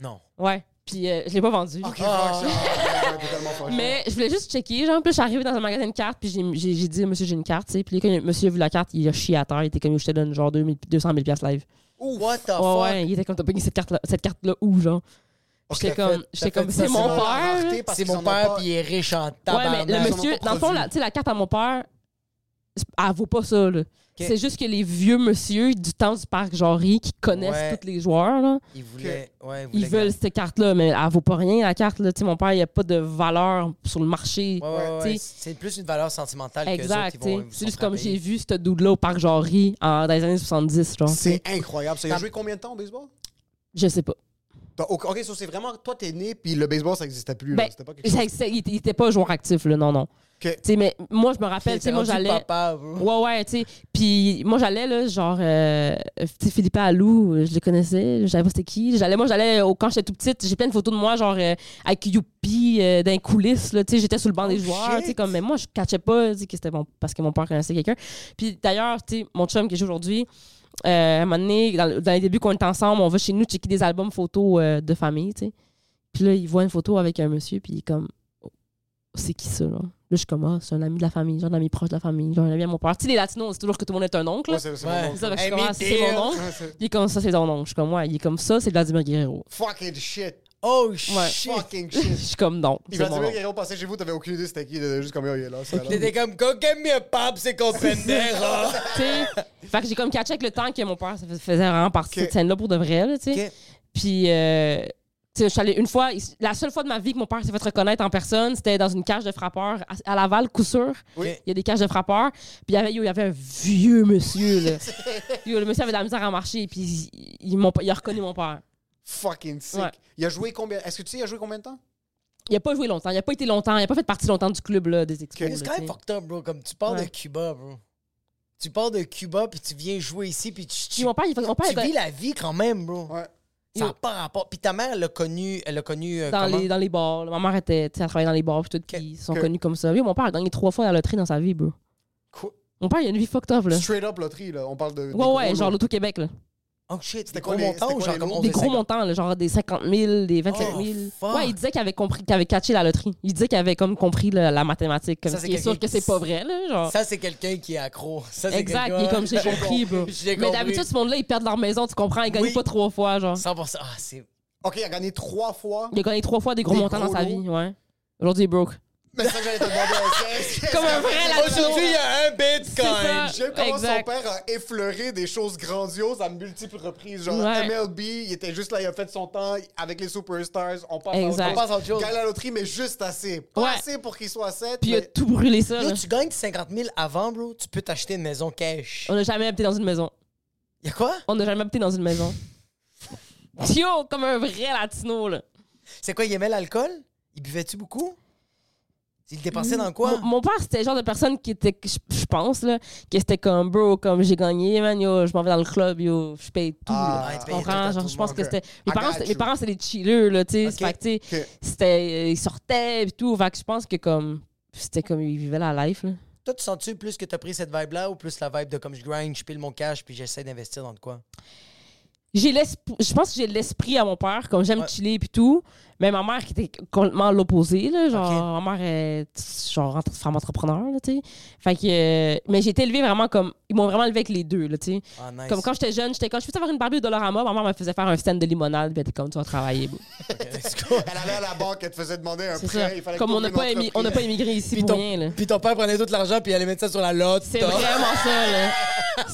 Non. Ouais. Puis euh, je l'ai pas vendu. Ok, fuck ça. Ah, t'es tellement fâché. Mais je voulais juste checker. Genre, plus, je suis arrivée dans un magasin de cartes, puis j'ai- j'ai j'ai dit, monsieur, j'ai une carte, tu sais. Puis quand le monsieur a vu la carte, il a chié à terre. Il était comme, je te donne genre 2000 200 000 piastres live. What the ouais, Oh, fuck? ouais, il était comme, t'as pogné cette carte-là, cette carte-là où, genre? Puis J'étais t'as comme, fait- j'étais t'as comme, fait c'est ça, mon c'est Ils l'ont père. racheté parce C'est qu'ils en mon ont père, pas- puis il est riche en Ouais, tabarnak. mais le ils en ont monsieur, pas dans le fond, produit. la, tu sais, la carte à mon père, c'est- elle vaut pas ça, là. C'est juste que les vieux monsieur du temps du parc Jory qui connaissent Ouais. tous les joueurs, là, Il voulait... Ouais, il voulait ils veulent garder. cette carte-là, mais elle vaut pas rien, la carte, là. Tu sais, mon père, il a pas de valeur sur le marché. Ouais, ouais, ouais. tu sais. C'est plus une valeur sentimentale que les autres, Exact. ils vont- t'sais. ils C'est sont juste comme frappés. j'ai vu ce dude-là au parc Jarry en- dans les années 70. Genre. C'est incroyable. Ça, il a joué combien de temps au baseball? Je sais pas. T'as- Ok, ok, so c'est vraiment. Toi, t'es né, puis le baseball, ça n'existait plus. là. Ben, C'était pas quelque chose. ça- ça- il, était- il était pas joueur actif, là, non, non. Ok. T'sais, mais moi, je me Il rappelle, était t'sais, moi, rendu j'allais. papa, bro. Ouais, ouais, tu sais. Puis moi, j'allais, là, genre, euh, petit Philippe Allou, euh, je le connaissais, je savais pas c'était qui. J'allais, moi, j'allais, au- quand j'étais tout petite, j'ai plein de photos de moi, genre, euh, avec Youpi, euh, dans les coulisses, là, tu sais, j'étais sur le banc des Oh, joueurs, tu sais, shit. comme, mais moi, je catchais pas, tu sais, que c'était mon- parce que mon père connaissait quelqu'un. Puis d'ailleurs, tu sais, mon chum que j'ai aujourd'hui, euh, à un moment donné, dans, le- dans les débuts qu'on était ensemble, on va chez nous checker des albums photos euh, de famille, tu sais. Puis là, il voit une photo avec un monsieur, puis il est comme, c'est qui ça, là? Là, je suis comme, ah, c'est un ami de la famille, genre un ami proche de la famille, genre un ami à mon père. Tu sais, les latinos, c'est toujours que tout le monde est un oncle. là. Ouais, c'est c'est Ouais. bon. C'est ça, fait que je Hey, suis comme, ah, ça, c'est Mitterrand. mon oncle. Ouais, c'est- Il est comme ça, c'est ton oncle. Je suis comme, ouais, il est comme ça, c'est Vladimir Guerrero. Fucking shit. Oh, shit. Fucking Je shit. suis comme, non, Il c'est va mon dire oncle. qu'il est passé chez vous, t'avais aucune idée c'était qui, t'étais juste comme yo, il est là. c'est là. T'étais comme, go give me a pop, c'est qu'on Pendera. Tu sais, fait que j'ai comme catché avec le temps que mon père ça fais- faisait vraiment partie de Ok. cette scène-là pour de vrai, là, tu sais. Ok. Puis, euh, tu sais, je suis allée une fois, il- la seule fois de ma vie que mon père s'est fait reconnaître en personne, c'était dans une cage de frappeurs à- à Laval, coup sûr. Oui. Il y a des cages de frappeurs. Puis il y avait, yo, il y avait un vieux monsieur, là. Yo, le monsieur avait de la misère à marcher, puis il, il- mon pa- il a reconnu mon père. Fucking sick. Ouais. Il a joué combien Est-ce que tu sais, il a joué combien de temps Il a pas joué longtemps, il a pas été longtemps, il a pas fait partie longtemps du club, là, des C'est expos. là, quand tu même sais. fucked up, bro. Comme tu pars de Ouais. Cuba, bro. Tu pars de Cuba, puis tu viens jouer ici, puis tu, tu, Puis mon père, il fait- mon père tu était- vis la vie quand même, bro. Ouais. Ça n'a Yo. pas rapport. Puis ta mère, elle l'a connu, elle l'a connu euh, dans comment? les, dans les bars. là. Ma mère était, tu sais, elle travaillait dans les bars, puis tout, puis ils sont Que- connus comme ça. Oui, mon père a gagné trois fois la loterie dans sa vie, bro. Quoi? Mon père, il a une vie fucked up, là. Straight up loterie, là. On parle de. des Ouais, gros ouais, genre lots. l'Auto-Québec, là. Oh shit, c'était C'était gros quoi les- montant c'était ou quoi genre les comme lots? on Des faisait gros ça? montants, là, genre des 50 000, des 27 Oh, 000. fuck. Ouais, il disait qu'il avait compris, qu'il avait catché la loterie. Il disait qu'il avait comme compris la, la mathématique. Comme Ça, ça, c'est il est sûr que quelqu'un qui- c'est pas vrai, là. Genre. Ça, c'est quelqu'un qui est accro. Ça, c'est exact, quelqu'un- il est comme j'ai compris, bro. J'ai Mais compris. d'habitude, ce monde-là, ils perdent leur maison, tu comprends, ils gagnent Oui. pas trois fois, genre. 100%. Ah, c'est. Ok, il a gagné trois fois. Il a gagné trois fois des gros Des montants gros dans sa lots. vie, ouais. Aujourd'hui, il est broke. Mais c'est ça que j'allais te demander. Comme un vrai latino. Aujourd'hui, il y a un C'est ça. bitcoin. J'aime comment Exact. son père a effleuré des choses grandioses à multiples reprises. Genre Ouais. MLB, il était juste là, il a fait son temps avec les superstars. On passe Exact. à On passe à autre chose. Gagne la loterie, mais juste assez. Pas Ouais. assez pour qu'il soit à 7. Puis il a mais... tout brûlé, ça. Yo, là. tu gagnes 50 000 avant, bro. Tu peux t'acheter une maison cash. On n'a jamais habité dans une maison. Y'a quoi? On n'a jamais habité dans une maison. Yo, comme un vrai latino, là. C'est quoi, il aimait l'alcool? Il buvait-tu beaucoup? Il le dépensait Mm, dans quoi? Mon, mon père, c'était le genre de personne qui était, que je je pense, là, qui était comme, bro, comme j'ai gagné, man, yo, je m'en vais dans le club, yo, je paye tout. Ah, là. tu tu payais comprends? tout à Genre, tout je le pense monde. que c'était. Mes I parents, got c'était- you. mes parents, c'est des chillers, là, tu sais. Ok, Fait que, tu sais, ok. c'était. euh, Ils sortaient, et tout. Fait que je pense que, comme, c'était comme, ils vivaient la life, là. Toi, tu sens-tu plus que t'as pris cette vibe-là ou plus la vibe de comme je grind, je pile mon cash puis j'essaie d'investir dans de quoi? j'ai l'esprit- je pense que j'ai l'esprit à mon père, comme j'aime Ouais. chiller et tout. Mais ma mère qui était complètement à l'opposé, là, genre, Ok. ma mère est genre entre- femme entrepreneur, là, tu sais. Fait que, euh, mais j'ai été élevée vraiment comme, ils m'ont vraiment élevée avec les deux, là, tu sais. Ah, nice. Comme quand j'étais jeune, j'étais comme, je peux avoir une Barbie au Dollarama, ma mère me faisait faire un stand de limonade, puis elle était comme, tu vas travailler. bro. Elle allait à la banque, elle te faisait demander un C'est prêt. ça. Il fallait Comme on couvrir n'a pas, émi- l'entreprise. on n'a pas immigré ici Puis ton, pour rien, là. puis ton père prenait tout l'argent puis il allait mettre ça sur la lotte. C'est vraiment ça, là.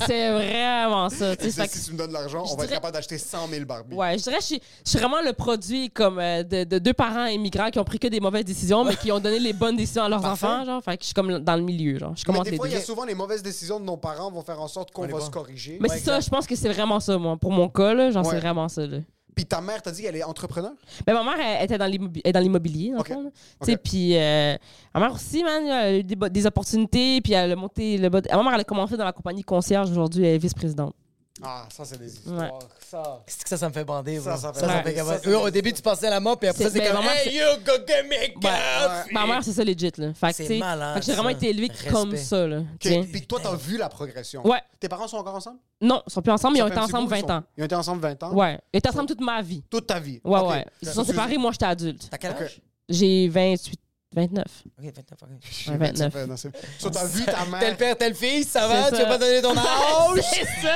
C'est vraiment ça, tu sais. Tu sais, Fait que- Si tu me donnes de l'argent, on va être dirais- capable d'acheter 100 000 Barbie. Ouais, je dirais que je suis, je suis vraiment le produit comme euh, de, de deux parents immigrants qui ont pris que des mauvaises décisions, mais qui ont donné les bonnes décisions à leurs Parfait. enfants. Genre, fait que je suis comme dans le milieu. Genre. Je Mais commence des les fois, il y deux. a souvent les mauvaises décisions de nos parents vont faire en sorte qu'on On les va voit. se corriger. Mais c'est ça, je pense que c'est vraiment ça, moi. Pour mon cas, là, genre, Ouais. c'est vraiment ça. Là. Puis ta mère t'a dit qu'elle est entrepreneur? Ben, ma mère elle était dans l'immobi- elle est dans l'immobilier, dans Ok. le fond. là. Ok. Tu sais, Puis euh, ma mère aussi, man, elle a eu des, bo- des opportunités, puis elle a monté le bas. Ma mère, elle a commencé dans la compagnie concierge, aujourd'hui, elle est vice-présidente. Ah, ça, c'est des Ouais. histoires. Ça. Qu'est-ce que ça, ça me fait bander, Ça, bro. ça fait me bander. capoter. Ça, ça fait- Au début, tu pensais à la mort, puis après ça, C'est- c'est mais comme maman, Hey, c'est- yo, go get me cash! Ma mère, c'est ça, legit. Là. Fait que, C'est tu sais, malade, fait que j'ai vraiment ça. été élevée comme Respect. ça. Là, tu sais. Puis toi, t'as vu la progression. Ouais. Tes parents sont encore ensemble? Non, ils sont plus ensemble, ils Ça ont fait été un petit ensemble bout, ils 20 ans. sont- Ils ont été ensemble 20 ans? Ouais. Ils étaient ensemble toute ma vie. Toute ta vie? Ouais, Ok. ouais. Ils se sont Tu- séparés, moi, j'étais adulte. T'as quel Ok. âge? J'ai 28, 29. Ok, 29. ok. Ouais, 29. Non, c'est- So, t'as vu ta Tel mère. père, telle fille, ça va? C'est Tu ça. vas pas donner ton âge? C'est ça!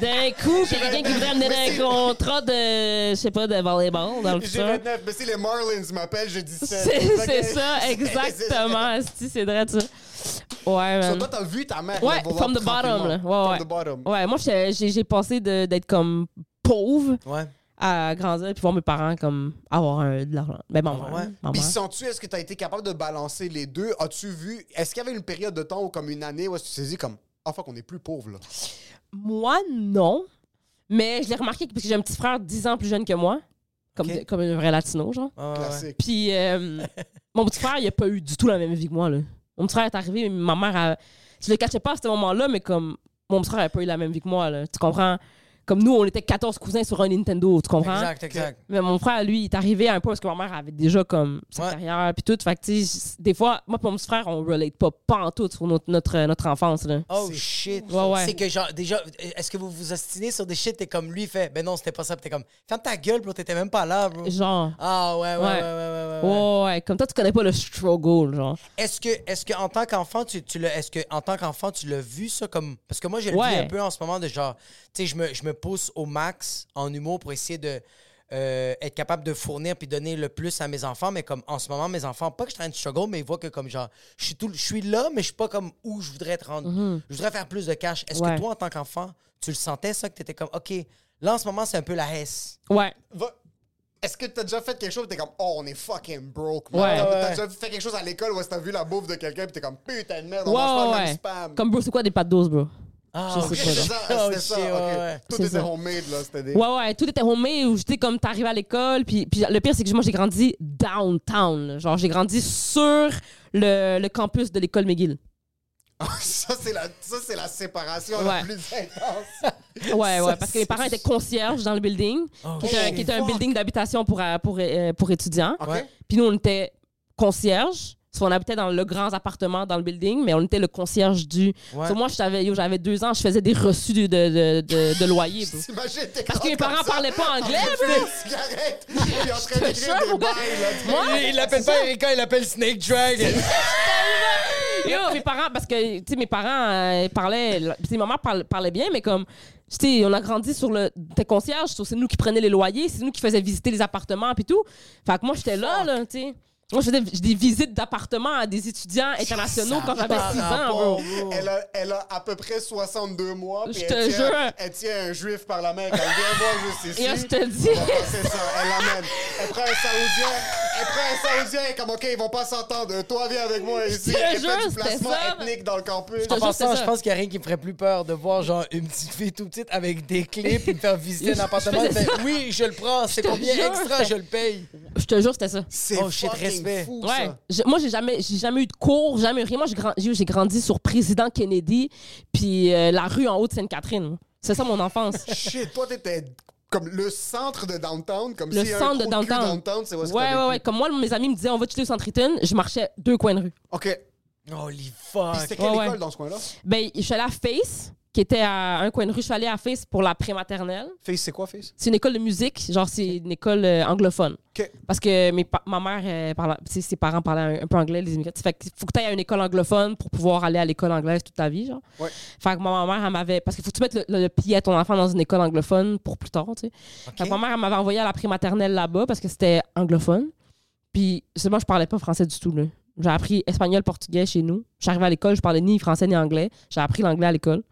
D'un coup, quelqu'un qui voudrait amener un contrat de, je sais pas, de volleyball dans le J'ai futur. 29, mais si les Marlins m'appellent, j'ai 17. C'est Ok. c'est ça, exactement. Asti, c'est vrai, ça. Ouais, So, man. toi, t'as vu ta mère. Ouais, là, vouloir from the tranquillement. bottom, là. From Ouais, the bottom. Ouais, moi, j'étais- j'ai j'ai passé de- d'être comme pauvre Ouais. à grandir puis voir mes parents comme avoir un- de l'argent. Ben, maman. Ouais. maman. Puis sens-tu, est-ce que t'as été capable de balancer les deux? As-tu vu, est-ce qu'il y avait une période de temps ou comme une année où est-ce que tu t'es dit comme, ah fuck, on est plus pauvre là? Moi, non. Mais je l'ai remarqué parce que j'ai un petit frère 10 ans plus jeune que moi. Comme, Ok. comme un vrai latino, genre. Ouais, ouais, ouais. Classique. Puis euh, mon petit frère, il a pas eu du tout la même vie que moi, là. Mon petit frère est arrivé, ma mère, elle- je le cachais pas à ce moment-là, mais comme mon petit frère, il a pas eu la même vie que moi, là. Tu comprends? Comme nous, on était 14 cousins sur un Nintendo, tu comprends? Exact, exact. Mais mon frère, lui, il est arrivé à un point parce que ma mère avait déjà comme sa Ouais. carrière puis tout. Fait que, tu sais, des fois, moi pour mon petit frère, on relate pas pantoute sur notre, notre, notre enfance, là. Oh shit. Ouais, ouais. C'est que genre, déjà, est-ce que vous vous ostinez sur des shit? T'es comme lui, il fait, ben non, c'était pas ça. Puis t'es comme, ferme ta gueule, bro, t'étais même pas là, bro. Genre. Ah ouais, ouais, ouais, Ouais. ouais, ouais. ouais, ouais. Ouais, ouais, comme toi, tu connais pas le struggle, genre. Est-ce que, est-ce que en tant qu'enfant, tu, tu l'as, est-ce que en tant qu'enfant, tu l'as vu ça comme, parce que moi, je le Ouais. vis un peu en ce moment de genre, tu sais, je me, je me pousse au max en humour pour essayer de euh, être capable de fournir puis donner le plus à mes enfants, mais comme en ce moment, mes enfants, pas que je suis en train de struggle, mais ils voient que comme genre, je suis tout, je suis là, mais je suis pas comme où je voudrais être rendu. Je voudrais faire plus de cash. Est-ce Mhm. Ouais. que toi, en tant qu'enfant, tu le sentais ça que t'étais comme, ok, là en ce moment, c'est un peu la hesse. Ouais. Va- Est-ce que t'as déjà fait quelque chose où t'es comme oh on est fucking broke man. Ouais. T'as- T'as Ouais. déjà fait quelque chose à l'école où est-ce que t'as vu la bouffe de quelqu'un puis t'es comme putain de merde on Ouais, mange pas ouais, le ouais. même spam. Comme, bro, c'est quoi des pâtes d'os, bro? Ah, Je Ok, sais c'est pas, ça, Oh, c'était ça. shit, ok. ouais, ouais. Tout C'est était ça. homemade là c'était des. Ouais, ouais, tout était homemade. Où j'étais comme, t'arrives à l'école. Puis, puis le pire, c'est que moi, j'ai grandi downtown. là. Genre, j'ai grandi sur le, le campus de l'école McGill. ça c'est la ça c'est la séparation la Ouais. plus intense. Ouais, ouais, Ça, parce que mes c'est- parents étaient concierges dans le building, qui était un, qui était un building d'habitation pour, euh, pour, euh, pour étudiants. Ouais. Puis nous, on était concierges. So, on habitait dans le grand appartement dans le building, mais on était le concierge du. Ouais. So, moi, je savais- yo, j'avais deux ans, je faisais des reçus de, de, de, de- de loyer. bro. T'imagines t'es Parce que comme mes parents ça, parlaient pas anglais, en train de fumer bro. une cigarette puis en train d'écrire jure, des mon gars. bails là. tu sais. Moi, Il l'appelle pas Erika, il l'appelle Snake Dragon. Yo, mes parents, parce que, tu sais, mes parents euh, parlaient, tu sais, maman parle- parlait bien, mais comme, tu sais, on a grandi sur le. T'es concierge, so c'est nous qui prenait les loyers, c'est nous qui faisaient visiter les appartements puis tout. Fait que moi, j'étais là, là, tu sais. Moi, je faisais des visites d'appartements à des étudiants internationaux quand j'avais 6 ans, bro. Elle a, elle a à peu près 62 mois. puis Oh. Je elle te tient- jure. Elle tient un juif par la main. Quand vient voir juste ici. Yo, je te le dis. on va passer ça. Elle l'amène. Elle prend un Saoudien. Elle prend un Saoudien. comme, OK, ils vont pas s'entendre. Toi, viens avec moi ici. te Elle fait jure, du c'était placement ça. ethnique dans le campus. te En jure, c'est passant, ça. je pense qu'il n'y a rien qui me ferait plus peur de voir genre une petite fille tout petite avec des clés puis me faire visiter un appartement. faisais et faire, oui, je le prends, c'est te combien jure, extra, c'était- je le paye. Je te jure, c'était ça. C'est Oh, shit, fucking respect. fou, Ouais. ça. Je- moi, j'ai jamais, j'ai jamais eu de cours, jamais rien. Moi, j'ai grand- j'ai j'ai grandi sur Président Kennedy, puis euh, la rue en haut de Sainte-Catherine. C'est ça mon enfance. Shit, toi, t'étais comme le centre de downtown. Comme le s'il y a un centre de trou cul downtown. downtown, c'est où est-ce que ouais, t'as ouais, vécu. ouais. Comme moi, mes amis me disaient, on va chiller au centre Eaton. Je marchais deux coins de rue. OK. Holy Puis fuck. c'était quelle Ouais, ouais. école dans ce coin-là? Ben, je suis allée à Face, qui était à un coin de rue. Je suis allée à Face pour la prématernelle. Face, c'est quoi, Face? C'est une école de musique, genre, c'est une école euh, anglophone. OK. Parce que mes pa- ma mère, euh, parlait- tu sais, ses parents parlaient un, un peu anglais, les immigrants. Fait qu'il faut que tu ailles à une école anglophone pour pouvoir aller à l'école anglaise toute ta vie, genre. Ouais. Fait que moi, ma mère, elle m'avait. Parce qu'il faut que tu mettes le, le- le pied à ton enfant dans une école anglophone pour plus tard, tu sais. Fait que ma mère, elle m'avait envoyé à la prématernelle là-bas parce que c'était anglophone. Puis, seulement, je parlais pas français du tout, là. J'ai appris espagnol, portugais chez nous. J'arrivais à l'école, je parlais ni français ni anglais. J'ai appris l'anglais à l'école.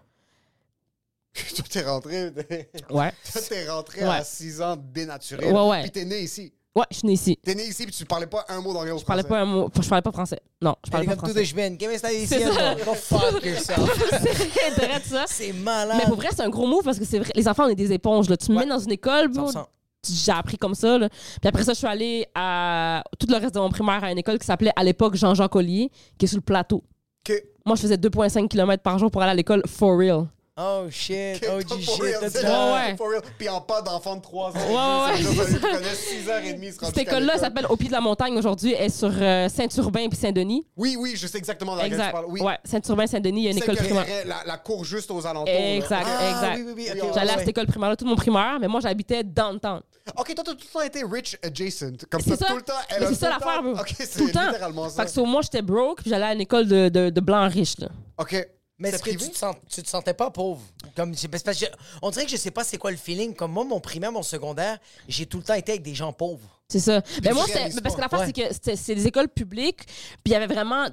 Toi, t'es rentré. Ouais. Toi, t'es rentré à Ouais. 6 ans dénaturé. Ouais, ouais. Puis t'es né ici. Ouais, je suis née ici. T'es né ici, puis tu parlais pas un mot d'anglais au Je parlais pas un mot. Je parlais pas français. Non, Elle je est parlais pas comme tout de français. chemin. Qu'est-ce que t'as ici? C'est ça. elle, Go fuck yourself. C'est vrai de ça. C'est malade. Mais pour vrai, c'est un gros move parce que c'est vrai, les enfants, on est des éponges. Là. Tu me Ouais. mets dans une école, bro, 100%. j'ai appris comme ça. là. Puis après ça, je suis allée à tout le reste de mon primaire à une école qui s'appelait à l'époque Jean-Jean Collier, qui est sur le plateau. Que... Moi, je faisais 2,5 km par jour pour aller à l'école for real. Oh shit, que- oh pas shit. for real, t'as c'est dit- Ouais, pas ouais. for real. Puis en pas d'enfant de 3 ans. Ouais, ouais, ouais. Tu connais 6 heures et demie. il se rend Cette jusqu'à école-là l'école. s'appelle Au pied de la montagne aujourd'hui, elle est sur euh, Saint-Urbain puis Saint-Denis. Oui, oui, je sais exactement de laquelle tu Exact. parles. Oui. Ouais, Saint-Urbain, Saint-Denis, il y a une Celle école que primaire. j'aurais la, la cour juste aux alentours. là. Exact, Ah, exact. oui, oui, oui, ok, J'allais ouais, à cette ouais. école primaire-là tout mon primaire, mais moi, j'habitais downtown. Ah, Ok, toi, t'as tout le temps été rich adjacent. Comme C'est ça, ça. tout le temps. elle Mais a c'est ça tout le temps- l'affaire, bro. Ok, c'est tout le temps. littéralement ça. Fait que sur moi, j'étais broke, puis j'allais à une école de, de, de blancs riches, là. Ok. Mais C'est est-ce que tu te, sens- tu te sentais pas pauvre? Comme, c'est- parce que je- on dirait que je sais pas c'est quoi le feeling. Comme moi, mon primaire, mon secondaire, j'ai tout le temps été avec des gens pauvres. C'est ça. Mais moi, tu c'est réalises parce que pas. l'affaire, Ouais. c'est que c'était- c'est des écoles publiques, puis il y avait vraiment.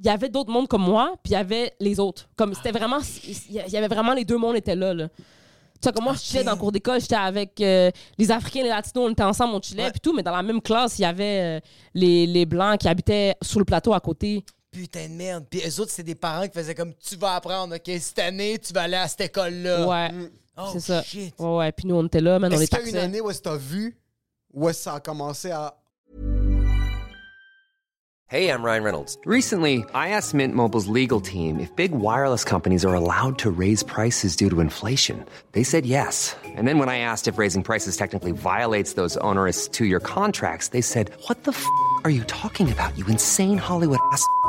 Il y avait d'autres mondes comme moi, puis il y avait les autres. Comme Ah. c'était vraiment. Il y avait vraiment les deux mondes étaient là, là. Tu sais, comme moi, je Ah, chillais dans le cours d'école, j'étais avec euh, les Africains, les Latinos, on était ensemble, on chillait, Ouais. puis tout, mais dans la même classe, il y avait euh, les, les Blancs qui habitaient sur le plateau à côté. Putain de merde. Puis eux autres, c'est des parents qui faisaient comme tu vas apprendre, OK, cette année, tu vas aller à cette école-là. Ouais. Oh, c'est ça. shit. Ouais, ouais. Puis nous, on était là, man, on les Mm. Est-ce qu'il y a une taxait. année où est-ce que t'as vu, où est-ce que ça a commencé à Hey, I'm Ryan Reynolds. Recently, I asked Mint Mobile's legal team if big wireless companies are allowed to raise prices due to inflation. They said yes. And then when I asked if raising prices technically violates those onerous two year contracts, they said, What the f are you talking about, you insane Hollywood ass? f-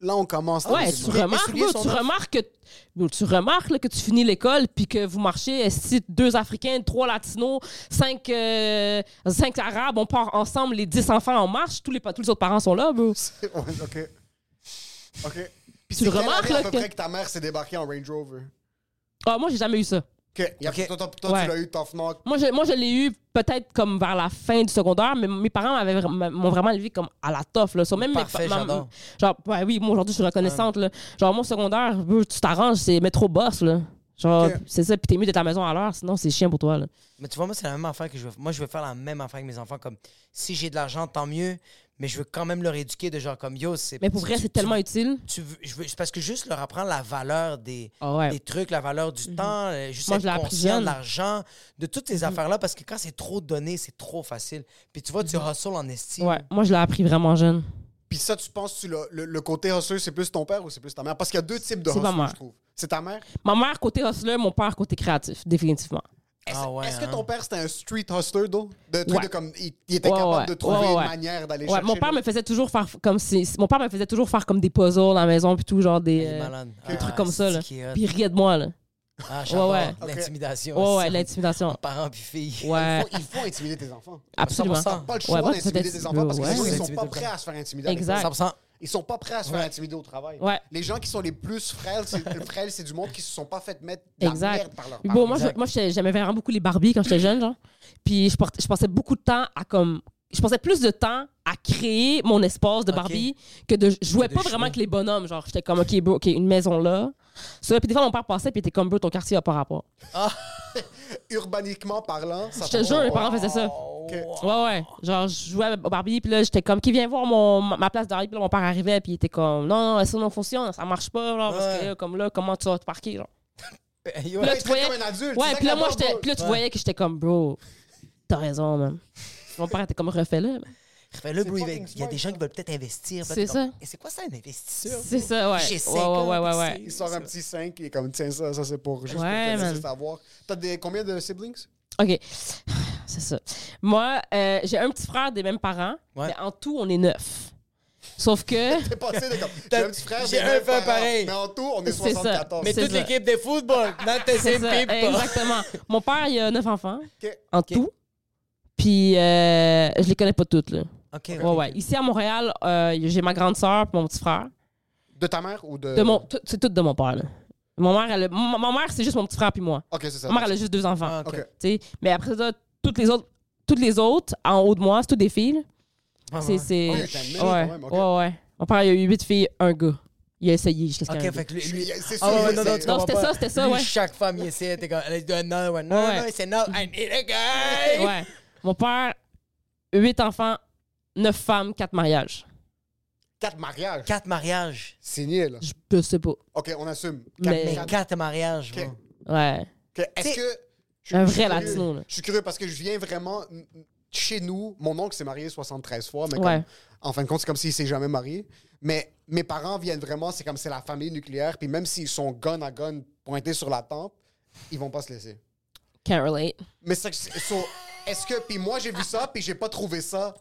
là, on commence. Ah Ouais, tu remarques, bro, tu remarques que bro, tu remarques là, que tu finis l'école puis que vous marchez si deux Africains, trois Latinos, cinq, euh, cinq Arabes, on part ensemble, les dix enfants en marche, tous les pa- tous les autres parents sont là, bro. Ouais, OK. OK. Puis tu le remarques, là, là, à peu que- près que ta mère s'est débarquée en Range Rover. Ah, moi j'ai jamais eu ça. OK. Y a- Toi, toi- toi, Ouais. tu l'as eu, ton FNAC. Moi je, moi, je l'ai eu peut-être comme vers la fin du secondaire, mais mes parents m'avaient vra- m'a- m'ont vraiment élevé comme à la toffe. Là. So, même mes Parfait, pa- ma- j'adore. Genre, ouais, oui, moi aujourd'hui, je suis reconnaissante. Là. Genre, mon secondaire, bro, tu t'arranges, c'est métro boss. Là. Genre, Ok. c'est ça, puis t'es mieux d'être à la maison à l'heure, sinon c'est chiant pour toi. Là. Mais tu vois, moi, c'est la même affaire que je veux. Moi, je veux faire la même affaire avec mes enfants. Comme si j'ai de l'argent, tant mieux. Mais je veux quand même leur éduquer de genre comme yo, c'est. Mais pour vrai, tu- c'est tu- tellement utile. tu veux- je veux, c'est parce que juste leur apprendre la valeur des, Ah ouais. Mhm. des trucs, la valeur du temps, euh, juste Moi, je Mhm. l'ai être appris conscient jeune. de l'argent, de toutes ces affaires-là, parce que quand c'est trop donné, c'est trop facile. Puis tu vois, tu hustles en estime. Mhm. Ouais, moi je l'ai appris vraiment jeune. Puis ça, tu penses, tu l'as- le, le côté hustler, c'est plus ton père ou c'est plus ta mère? Parce qu'il y a deux types de C'est ma hustler, mère. je trouve. C'est ta mère? Ma mère côté hustler, mon père côté créatif, définitivement. Est-ce Ah ouais, est-ce hein? que ton père, c'était un street hustler, d'eau? De trucs Ouais. de comme, il, il était Ouais, capable ouais. de trouver Ouais, une ouais. manière d'aller Ouais, chercher. mon père là. me faisait toujours faire comme si mon père me faisait toujours faire comme des puzzles dans la maison puis tout genre des, Il est euh, malade. des Ah, trucs comme ça là. c'est qui est hot. Puis il riait de moi là. Ah, j'adore. Ouais, ouais. Ok. L'intimidation. Ouais ouais, aussi. l'intimidation. Parents puis filles. Ouais, Faut- Il faut intimider tes enfants. absolument. 100%. Pas le choix Ah, Ouais, moi, d'intimider c'était- tes enfants parce que Ouais. sinon, ils sont Intimider pas tes prêts à se faire intimider. à Exact. l'école. 100%. Ils sont pas prêts à se faire intimider au travail. Ouais. Les gens qui sont les plus frêles, c'est le frêle, c'est du monde qui se sont pas fait mettre de la Exact. merde par leur Puis parents. Bon, moi, je- Exact. moi j'étais- j'aimais vraiment beaucoup les Barbies quand j'étais jeune, genre. Puis je, portais- je passais beaucoup de temps à comme. Je passais plus de temps à créer mon espace de Ok. Barbie que de. Je jouais Que de pas vraiment jouer. avec les bonhommes, genre. J'étais comme, OK, bro, OK, une maison là. Ça, puis des fois, mon père passait, puis il était comme, bro, ton quartier a pas rapport. Urbaniquement parlant, ça Je te va- jure, mes parents faisaient ça. Ok. Ouais, ouais. Genre, je jouais à Barbie, puis là, j'étais comme, qui vient voir mon, ma ma place d'arrivée, puis là, mon père arrivait, puis il était comme, non, non, ça non fonctionne, ça marche pas, genre, parce que Ouais. là, comme là, comment tu vas te parquer, genre. Yo, Puis là, Ouais, tu c'est voyais. comme un adulte, Ouais, c'est ça puis là, que moi, la j'étais. barbe- Puis là, tu voyais que j'étais comme, bro, t'as raison, man. Mon père était comme refait là. Fais le bruit. fucking Il y a des gens qui veulent peut-être investir. C'est peut-être ça. comme, Et c'est quoi ça, un investisseur? C'est ça, ouais. J'ai cinq Ouais, ans, ouais, ouais, ouais, puis ouais. Il sort un petit 5 et comme tiens ça, ça c'est pour juste Ouais, pour te laisser man. savoir. T'as des combien de siblings? OK. C'est ça. Moi, euh, j'ai un petit frère des mêmes parents, Ouais. mais en tout, on est neuf. Sauf que. T'es passé de comme j'ai T'as- un petit frère, j'ai des un mêmes frère parents. pareil. Mais en tout, on est C'est ça. 74. Mais C'est toute ça. l'équipe de football, not the C'est same ça, people. exactement. Mon père, il a neuf enfants, Ok. en tout. Puis, euh, je les connais pas toutes, là. Ok, Ouais, ouais. Ici, à Montréal, euh, j'ai ma grande sœur puis mon petit frère. De ta mère ou de. De mon, tout- c'est tout de mon père, là. Mon mère, elle a- mon- ma mère, c'est juste mon petit frère puis moi. Ok, c'est ça. Ma mère, elle a juste deux enfants. Ah, Ok. Tu sais, Mais après ça, toutes les autres, toutes les autres en haut de moi, c'est toutes des filles. là. Ouais, C'est. ouais. c'est- Oh, Ouais. t'as mis quand Ouais, même, ok. ouais. Mon père, il a eu huit filles, un gars. Il a essayé jusqu'à ce qu'il y en ait Ok, deux. fait que lui. lui- C'est sûr. Ah ouais, je non, sais. non, tu Non, comprends c'était pas. ça, c'était ça, Lui, ouais. Chaque femme, il essaie, t'es comme, elle dit, non, ouais, non, Ouais. non, c'est non, I need a guy. Ouais. Mon père, huit enfants, neuf femmes, quatre mariages. Quatre mariages. Quatre mariages. C'est niais, là. Je peux sais pas. Ok, on assume. Quatre Mais- Mais mariages. quatre mariages, Ok. bro. Ouais. Que- Est-ce T'sais, que. je- un je vrai suis latino, curieux. là. Je suis curieux parce que je viens vraiment. mm, mm, Chez nous, mon oncle s'est marié 73 fois, mais Ouais. comme- en fin de compte, c'est comme s'il s'est jamais marié. Mais mes parents viennent vraiment, c'est comme c'est la famille nucléaire, puis même s'ils sont gun à gun pointés sur la tempe, ils vont pas se laisser. Can't relate. Mais ça, c'est- so, est-ce que puis moi j'ai vu ça puis j'ai pas trouvé ça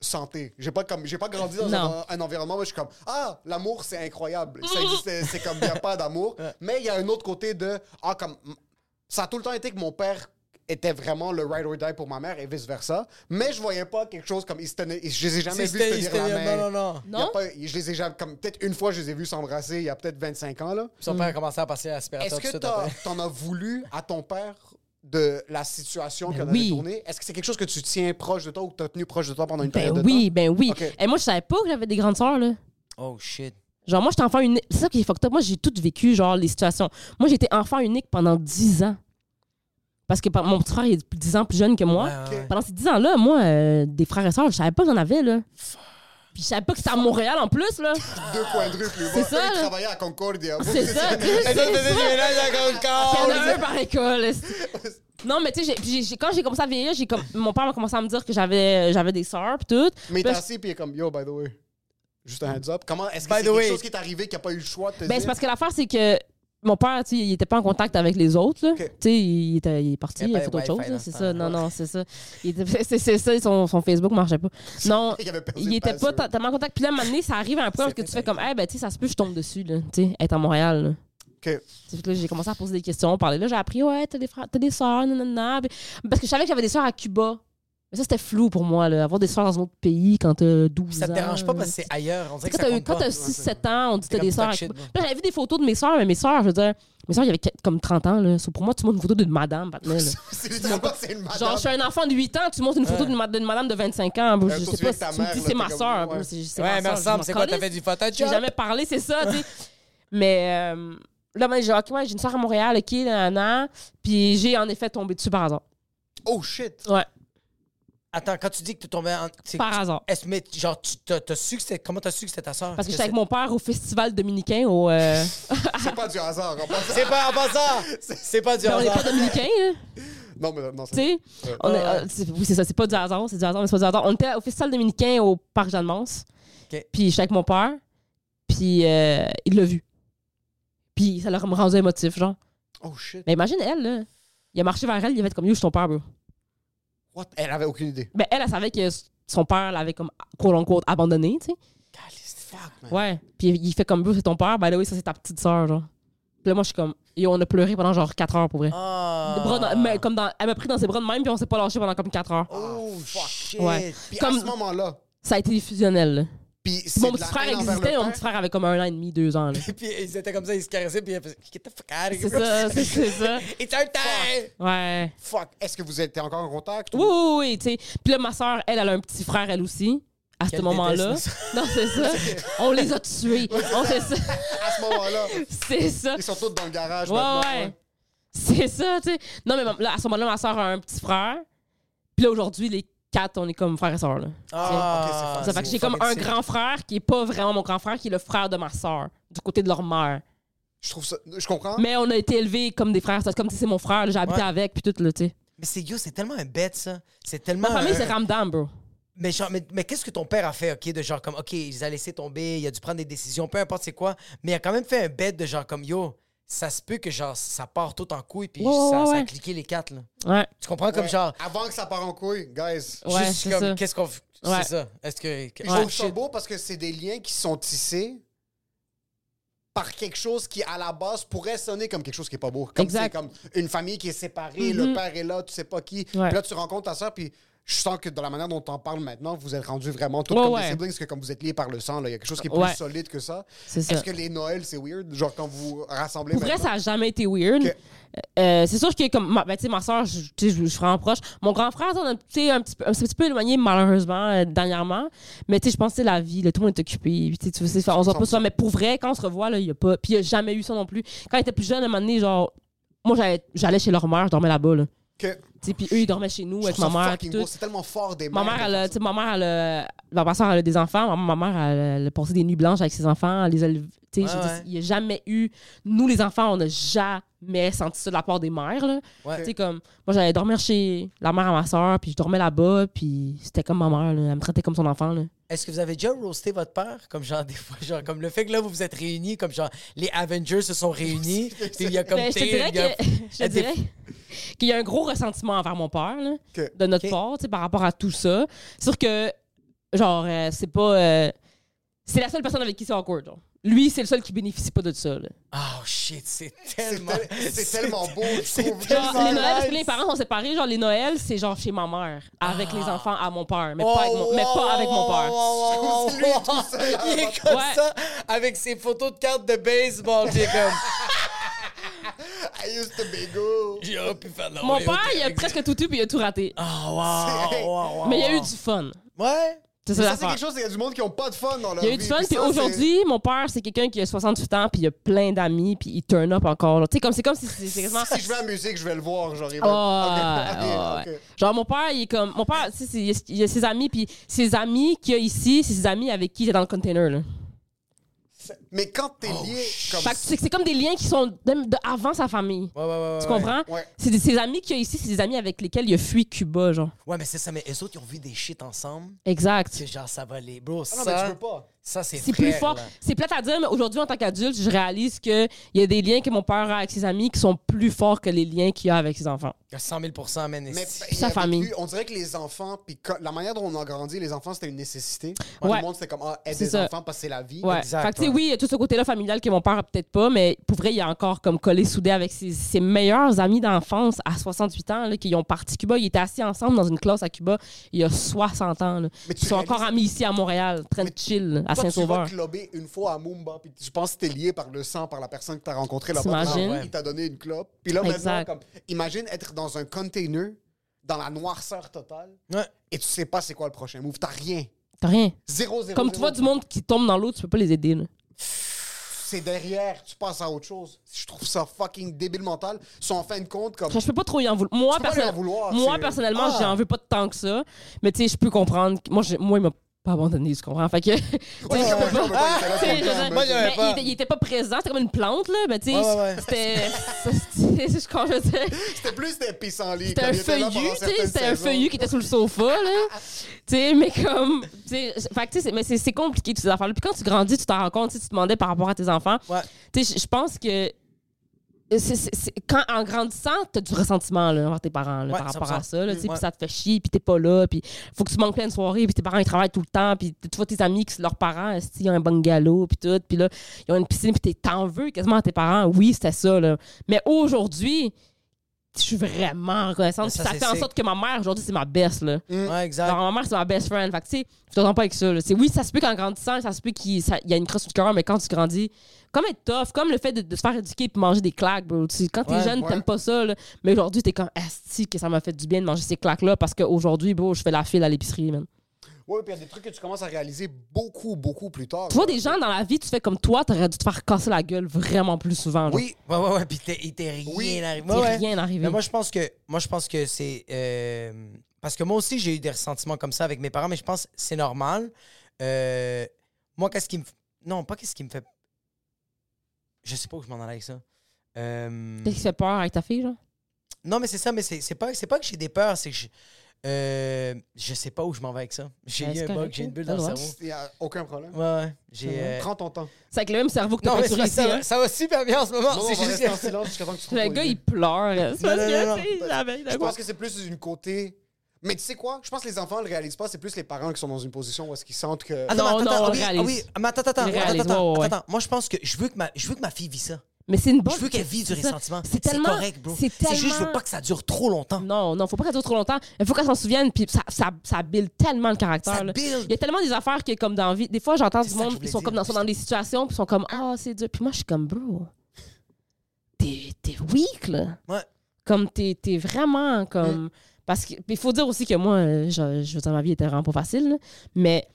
santé. J'ai pas comme j'ai pas grandi dans Non. un, un environnement où je suis comme ah l'amour c'est incroyable. Ça existe, c'est comme y a pas d'amour. Mais il y a un autre côté de ah comme ça a tout le temps été que mon père était vraiment le ride or die pour ma mère et vice versa. Mais je voyais pas quelque chose comme ils se tenaient. Je les ai jamais Si vus se c'était- tenir la c'était- Non, main. non, non. Y a Non? pas- je les ai jamais comme peut-être une fois je les ai vus s'embrasser il y a peut-être 25 ans là. Son père a commencé à passer à l'aspirateur Est-ce tout de que suite t'as- après. t'en as voulu à ton père de la situation qui en a Ben oui. détourné? Est-ce que c'est quelque chose que tu tiens proche de toi ou que t'as tenu proche de toi pendant une Ben période oui, de temps? ben oui. Ok. Et moi, je savais pas que j'avais des grandes sœurs, là. Oh shit. Genre, moi, j'étais enfant unique. C'est ça qui est fucked up. Moi, j'ai tout vécu, genre, les situations. Moi, j'étais enfant unique pendant 10 ans. Parce que par- mon petit frère, il est 10 ans plus jeune que moi. Pendant ces 10 ans-là, moi, euh, des frères et sœurs, je savais pas que j'en avais, là. Puis je savais pas que c'était à Montréal en plus, là. Deux points de plus. C'est ça, là. travaillait à Concordia. C'est ça, tu sais, c'est ça. Oh, Il y en a un par école. est-ce- Non, mais tu sais, j'ai- puis j'ai- j'ai- quand j'ai commencé à vieillir, j'ai comme, mon père m'a commencé à me dire que j'avais j'avais des sœurs, puis tout. Mais Puis t'as là, assis puis il est comme Yo, by the way. Juste un heads up. Comment est-ce que By c'est the quelque way. chose qui est arrivé qui a pas eu le choix de te Ben, dire? c'est parce que l'affaire, c'est que mon père, tu sais, il était pas en contact avec les autres, là. Tu sais, il, était- il est parti, Il y il a a pas fait de autre chose, Wi-Fi là, dans c'est ce ça. Non, temps-là. non, c'est ça. Il était- C'est c'est ça, son, son Facebook marchait pas. Non, Il avait perdu il le était pas password. ta- tellement en contact. Puis là, à un moment donné, ça arrive à un point où est-ce que tu fais comme, eh ben, tu sais, ça se peut, que je tombe dessus, là, tu sais, être à Montréal, là. Ok. Tu sais, puis là, j'ai commencé à poser des questions, parler. Là, j'ai appris, ouais, t'as des frères, t'as des sœurs, nanana. Puis- Parce que je savais que j'avais des sœurs à Cuba. Mais ça, c'était flou pour moi, là. Avoir des sœurs dans un autre pays quand t'as 12 ans. Ça te dérange pas là. parce que c'est ailleurs. On dirait que Quand ça t'as eu- compte quand pas. t'as 6-7 ans, on dit que C'est t'as des comme sœurs. fuck à shit, Cuba. moi. Là, j'avais vu des photos de mes sœurs, mais mes sœurs, je veux dire, mes sœurs, il y avait quatre- comme 30 ans, là. So, Pour moi, tu montes une photo d'une madame, maintenant, là. C'est littéralement, c'est une madame. Genre, je suis un enfant de 8 ans, tu montes une photo d'une ma- d'une madame de 25 ans. bon, Ouais, Je surtout sais pas avec si ta tu me mère, dis là, c'est t'es ma comme, sœur. ouais. Bon, c'est- c'est ma Ouais, mais sœur, je m'en ressemble, c'est quoi? T'as calisse. fait du J'ai Photoshop? jamais parlé, c'est ça, tu sais. Mais euh, là, moi, j'ai ok, ouais, j'ai une soeur à Montréal, ok, nanana. Puis j'ai en effet tombé dessus par hasard. Oh shit. Ouais, Attends, quand tu dis que tu tombais en. c'est- par hasard. Est-ce mais genre tu t'as, t'as su que c'était comment t'as su que c'était ta sœur Parce Est-ce que j'étais avec mon père au festival dominicain au. euh, C'est pas du hasard. en passant. c'est... c'est pas en passant c'est pas du ben, on n'est hasard pas dominicain, là. Non, mais non, c'est Tu sais, on Ah, est- euh, c'est- oui, c'est ça, c'est pas du hasard, c'est du hasard, mais c'est pas du hasard. On était au festival dominicain au Parc Jeanne-Mance. Ok. Puis j'étais avec mon père, puis euh, il l'a vu. Puis ça l'a me rendu émotif, genre. Oh shit. Mais imagine, elle, là. Il a marché vers elle, il avait fait comme You, je suis ton père, bro. What? Elle avait aucune idée. Ben, elle, elle savait que son père l'avait comme, quote unquote, abandonné, tu sais. Ouais. Puis il fait comme, bro, c'est ton père, ben oui, ça, c'est ta petite sœur, genre. Puis là, moi, je suis comme, yo, on a pleuré pendant genre 4 heures, pour vrai. Ah. Ah. Des bras dans- mais comme dans- elle m'a pris dans ses bras de même, puis on s'est pas lâché pendant comme 4 heures. Oh shit. Ouais. ah, Puis à Comme- ce moment-là. Ça a été fusionnel, là. Puis Puis c'est Mon de petit la frère haine envers existait, le mon père. petit frère avait comme un an et demi, deux ans. là. Et puis ils étaient comme ça ils se caressaient puis ils faisaient get the fuck out of here, C'est bro. ça, c'est- c'est ça. It's our time Ouais. Fuck. Est-ce que vous étiez encore en contact? Oui, oui, oui. tu sais. Puis là, ma soeur, elle, elle a un petit frère, elle aussi, à ce Qu'elle moment-là. déteste, Non, c'est ça. On les a tués. On c'est ça. À ce moment-là, C'est ça. ils sont tous dans le garage. Ouais, maintenant, ouais. C'est ça, tu sais. Non, mais là, à ce moment-là, ma soeur a un petit frère. Puis là, aujourd'hui, les quatre, on est comme frère et soeur. Là. ah, ça fait que j'ai comme un grand frère qui est pas vraiment mon grand frère, qui est le frère de ma soeur, du côté de leur mère. Je trouve ça. Je comprends. Mais on a été élevés comme des frères. C'est comme si c'est mon frère, là, j'ai habité Ouais. avec, puis tout, là, tu sais. mais c'est yo c'est tellement un bête ça c'est tellement Ma famille, un- c'est Ramdam, bro. mais genre mais, mais qu'est-ce que ton père a fait ok de genre comme ok il a laissé tomber il a dû prendre des décisions peu importe c'est quoi mais il a quand même fait un bête de genre comme yo ça se peut que genre ça part tout en couille puis Ouais, ouais, ça, ça a ouais. cliqué les quatre là Ouais. tu comprends comme Ouais. genre Avant que ça part en couille, guys. Ouais, juste c'est comme ça. qu'est-ce qu'on f- Ouais. c'est ça est-ce que Oh, Je trouve ça beau parce que c'est des liens qui sont tissés par quelque chose qui, à la base, pourrait sonner comme quelque chose qui est pas beau. Comme, c'est Exact. Mm-hmm. comme une famille qui est séparée, le père est là, tu sais pas qui. Ouais. Puis là, tu rencontres ta soeur, puis je sens que dans la manière dont t'en parles maintenant, vous êtes rendus vraiment tous Ouais, comme des ouais. siblings, parce que comme vous êtes liés par le sang, là, il y a quelque chose qui est Ouais. plus solide que ça. C'est ça. Est-ce que les Noëls, c'est weird? Genre quand vous rassemblez Pour vrai, maintenant? ça n'a jamais été weird. ben Ok. Euh, c'est sûr que, comme ma, ben, tu sais, ma soeur, je tu sais, je- je suis vraiment proche. Mon grand frère, on a, tu sais, un, petit peu, un petit peu éloigné, malheureusement, euh, dernièrement. Mais tu sais, je pense que c'est la vie, là, tout le monde est occupé. Puis, tu sais, tu sais, on se voit pas souvent. Mais pour vrai, quand on se revoit, là, il n'y a pas. Puis il n'y a jamais eu ça non plus. Quand il était plus jeune, à un moment donné, genre, moi, j'allais- j'allais chez leur mère, je dormais là-bas. Là. Que- Tu sais, Puis eux, ils dormaient chez nous Je avec trouve ma ça mère. fucking tout. beau. C'est tellement fort des Ma mères mère, de elle a, faire tu sais, ma mère, elle a- ma- ma soeur, elle a des enfants. Ma, ma mère, elle, a- elle a passé des nuits blanches avec ses enfants. Elle les a, élevés. Tu sais, Ouais, je veux dire, ouais. il n'y a jamais eu. Nous, les enfants, on n'a jamais senti ça de la part des mères. là. Ouais. Tu sais, comme, moi, j'allais dormir chez la mère à ma soeur, puis je dormais là-bas, puis c'était comme ma mère. là. Elle me traitait comme son enfant. là. Est-ce que vous avez déjà roasté votre père? Comme genre, des fois, genre, comme le fait que là, vous vous êtes réunis, comme genre, les Avengers se sont réunis, puis il y a comme Ben, je te Tyr, dirais il y a- que- je te des- dirais qu'il y a un gros ressentiment envers mon père, là, Ok. de notre Ok. part, tu sais, par rapport à tout ça. C'est sûr que, genre, euh, c'est pas. euh, c'est la seule personne avec qui c'est awkward. genre. Lui, c'est le seul qui bénéficie pas de ça. là. Oh shit, c'est C'est tellement. tel- c'est tellement beau, je trouve. Genre, les Noëls, parce que nice. les parents sont séparés. Genre, les Noëls, c'est genre chez ma mère, avec Ah. les enfants à mon père, mais, Oh, pas, avec mon, mais wow, pas avec mon wow, père. Oh, wow, wow, wow, C'est lui tout seul à la Il est porte. comme Ouais. ça, avec ses photos de cartes de baseball, puis il est comme. I used to be good. J'ai pas pu faire de la Mon Oreo père, il a avec- presque tout eu puis il a tout raté. Oh, wow, wow, wow, mais il y a eu wow. du fun. Ouais? C'est ça Ça, c'est l'affaire. quelque chose, il y a du monde qui ont pas de fun dans leur Il y a eu vie, du fun, puis ça, c'est- aujourd'hui, mon père, c'est quelqu'un qui a 68 ans, puis il a plein d'amis, puis il turn up encore. là. Tu sais, comme c'est comme si c'est c'est quasiment- Si je vais à la musique, je vais le voir, genre. il va- Ah, Ok, ouais, ok, ouais, ouais. ok. Genre, mon père, il est comme. Mon père, tu sais, c'est- il a- il a ses amis, puis ses amis qu'il a ici, c'est ses amis avec qui il est dans le container, là. Mais quand t'es lié comme Fait que c'est c'est comme des liens qui sont même de avant sa famille. Ouais, ouais, ouais, ouais, Tu ouais. comprends? Ouais. C'est des- ses amis qu'il a ici, c'est des amis avec lesquels il a fui Cuba, genre. Ouais, mais c'est ça. Mais eux autres, ils ont vu des shit ensemble. Exact. C'est genre, ça va les. Bro, Ah ça. non, mais tu peux pas. Ça, c'est C'est frère, plus fort. là. C'est plate à dire, mais aujourd'hui, en tant qu'adulte, je réalise qu'il y a des liens que mon père a avec ses amis qui sont plus forts que les liens qu'il a avec ses enfants. Il y a 100 000 man. Mais esti. il sa a vécu- famille. on dirait que les enfants, puis co- la manière dont on a grandi, les enfants, c'était une nécessité. Tout Ouais. le monde, c'était comme, ah, aide C'est les ça. enfants parce que c'est la vie. Ouais. Exact, fait que, tu sais, ouais. oui, il y a tout ce côté-là familial que mon père a peut-être pas, mais pour vrai, il a encore comme collé soudé avec ses, ses meilleurs amis d'enfance à 68 ans, là, qui ont parti Cuba. Ils étaient assis ensemble dans une classe à Cuba il y a 60 ans. là. Mais tu Ils sont réalises- encore amis ici à Montréal, en train de chill là, à Toi, tu vas Saint-Sauveur. clober une fois à Mumba, puis tu penses que t'es lié par le sang, par la personne que t'as rencontrée là-bas. T'imagines? Ah ouais, Il t'a donné une clope. Puis là, maintenant, Exact. comme, imagine être dans un container, dans la noirceur totale, Ouais. et tu sais pas c'est quoi le prochain move. T'as rien. T'as rien. Zéro, zéro. Comme tu zéro. vois du monde qui tombe dans l'eau, tu peux pas les aider. là. C'est derrière, tu passes à autre chose. Je trouve ça fucking débile mental. Si on fait une compte, comme. Je peux pas trop y en vouloir. Moi, Tu peux pas personnel- lui en vouloir, moi c'est- personnellement, Ah. j'en veux pas tant que ça. Mais tu sais, je peux comprendre. que- Moi, j'ai- moi il m'a pas abandonné, tu comprends? Fait que. tu sais, Ouais, je peux ouais, pas- je veux pas, il était là Tu sais, tout je le veux temps, dire, mais- moi, j'avais mais pas. il, était- il était pas présent, c'était comme une plante, là. Mais tu sais, Ouais, ouais, ouais. c'était. c'est- c'est- c'est- quand je veux dire, C'était plus des pissenlits. C'était comme un il était là pendant feuillu, tu sais. certaines C'était un saisons. feuillu qui était sous le sofa, là. tu sais, mais comme. tu sais, Fait que tu sais, c'est- mais c'est c'est compliqué, toutes ces affaires-là. Puis quand tu grandis, tu t'en rends compte, tu sais, tu te demandais par rapport à tes enfants. Ouais. Tu sais, je- je pense que. c'est- c'est- c'est- quand, en grandissant, t'as du ressentiment là, envers tes parents là, Ouais, par rapport à 100%. ça. Là, tu sais, Ouais. Puis ça te fait chier, puis t'es pas là, puis faut que tu manques plein de soirées, puis tes parents ils travaillent tout le temps, puis t- tu vois tes amis, que leurs parents, esti, ils ont un bungalow, puis tout, puis là, ils ont une piscine, puis t'es- t'en veux quasiment à tes parents. Oui, c'était ça. Là. Mais aujourd'hui, je suis vraiment reconnaissante. Mais puis ça, Ça, c'est fait en sick. sorte que ma mère, aujourd'hui, c'est ma baisse. Là. Mm. Ouais, exact. Genre, ma mère, c'est ma best friend. Fait que, tu sais, je t'entends pas avec ça. là. C'est, oui, ça se peut qu'en grandissant, ça se peut qu'il ça- il y a une crosse sur le cœur, mais quand tu grandis, comme être tough, comme le fait de, de se faire éduquer puis manger des claques, bro. Tu sais, quand t'es Ouais, jeune, ouais. t'aimes pas ça, là. Mais aujourd'hui, t'es comme, asti, que ça m'a fait du bien de manger ces claques-là parce qu'aujourd'hui, bro, je fais la file à l'épicerie, man. Ouais, puis il y a des trucs que tu commences à réaliser beaucoup, beaucoup plus tard. Tu vois là. des gens dans la vie, tu fais comme toi, t'aurais dû te faire casser la gueule vraiment plus souvent. Oui, Ouais, ouais, ouais. Puis t'es- il t'est rien Oui. arrivé. Genre. Ouais, T'es ouais. rien arrivé. Mais moi, je pense que, moi, je pense que c'est. euh, parce que moi aussi, j'ai eu des ressentiments comme ça avec mes parents, mais je pense que c'est normal. Euh, moi, qu'est-ce qui me. f- Non, pas qu'est-ce qui me fait. Je sais pas où je m'en allais avec ça. Euh, Qu'est-ce qui fait peur avec ta fille, genre? non, mais c'est ça, mais c'est c'est pas, c'est pas que j'ai des peurs, c'est que je. euh, je sais pas où je m'en vais avec ça. J'ai Ben, eu c'est un bug, correct, j'ai une hein. bulle dans le T'as le cerveau. il n'y a aucun problème. Ouais, ouais. J'ai. euh, Prends ton temps. C'est avec le même cerveau que t'as Non, mais c'est peinturé parce que ici. ça, hein. va- ça va super bien en ce moment. Non, on c'est va juste rester en que- silence jusqu'à temps que tu trouves Le ton gars, idée. il pleure. là. C'est Non, parce non, non, que, non. tu sais, il avait- Je pense que c'est plus une côté. Mais tu sais quoi? Je pense que les enfants ne le réalisent pas. C'est plus les parents qui sont dans une position où est-ce qu'ils sentent que. Ah non, Non, mais attends, non, on attends, le oui, réalise. ah oui, mais attends, attends, On le attends, réalise, attends, ouais, ouais. attends. Moi, je pense que je veux que ma, je veux que ma fille vit ça. Mais c'est une bonne. Je veux qu'elle vive du c'est ça. ressentiment. C'est C'est tellement- correct, bro. c'est C'est juste, je veux tellement- pas que ça dure trop longtemps. Non, non, faut pas qu'elle dure trop longtemps. Il faut qu'elle s'en souvienne, puis ça, ça, ça build tellement le caractère. Ça là. build. Il y a tellement des affaires qui est comme dans la vie. Des fois, j'entends C'est du ça que je monde, voulais ils sont comme dire. dans, sont dans des situations, puis ils sont comme Ah, c'est dur. Puis moi, je suis comme, bro, t'es t'es weak, là. Ouais. Mm. Comme, t'es t'es vraiment comme. Parce que. Il faut dire aussi que moi, euh, je, je veux dire, ma vie était vraiment pas facile, là. mais.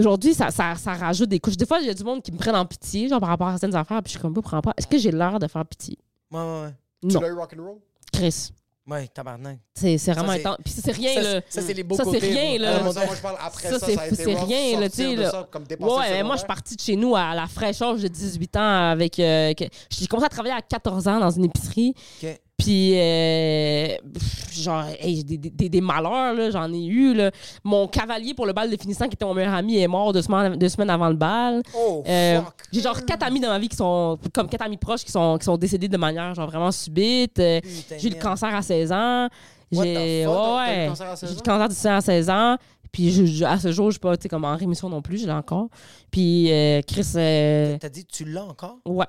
Aujourd'hui, ça, ça, ça rajoute des couches. Des fois, il y a du monde qui me prennent en pitié, genre par rapport à certaines affaires, puis je suis comme, bro, prends pas. Est-ce que j'ai l'air de faire pitié? Ouais, ouais, ouais. Tu Non. l'as eu rock'n'roll? Chris. Ouais, tabarnak. C'est c'est vraiment c'est- intense. Puis c'est rien, Ça, là. c'est- ça, c'est les beaux Ça, c'est côtés, rien, bro. là. Ah, Ah, mon moi, Dieu. je parle après Ça, ça. c'est Ça a été c'est rough, rien, là, tu sortir sais. de là. ça, Comme dépasser Ouais, le mais moi, je suis secondaire. partie de chez nous à la fraîcheur, j'ai 18 ans avec. euh, que- j'ai commencé à travailler à 14 ans dans une épicerie. Ok. Puis, euh, pff, genre, hey, des, des- des- des malheurs, là, j'en ai eu. Là. Mon cavalier pour le bal de finissant, qui était mon meilleur ami, est mort deux semaines, deux semaines avant le bal. Oh, Euh, fuck. j'ai genre quatre amis dans ma vie qui sont comme quatre amis proches qui sont qui sont décédés de manière genre vraiment subite. Euh, Putain, J'ai eu le merde. cancer à 16 ans. What J'ai the fuck, ouais, t'as eu le ouais. cancer à 16 J'ai eu le ans? cancer du sein à 16 ans. Puis je- je- à ce jour, je suis pas tu sais, comme en rémission non plus, je l'ai encore. Puis euh, Chris euh, T'as dit, tu l'as encore? ouais.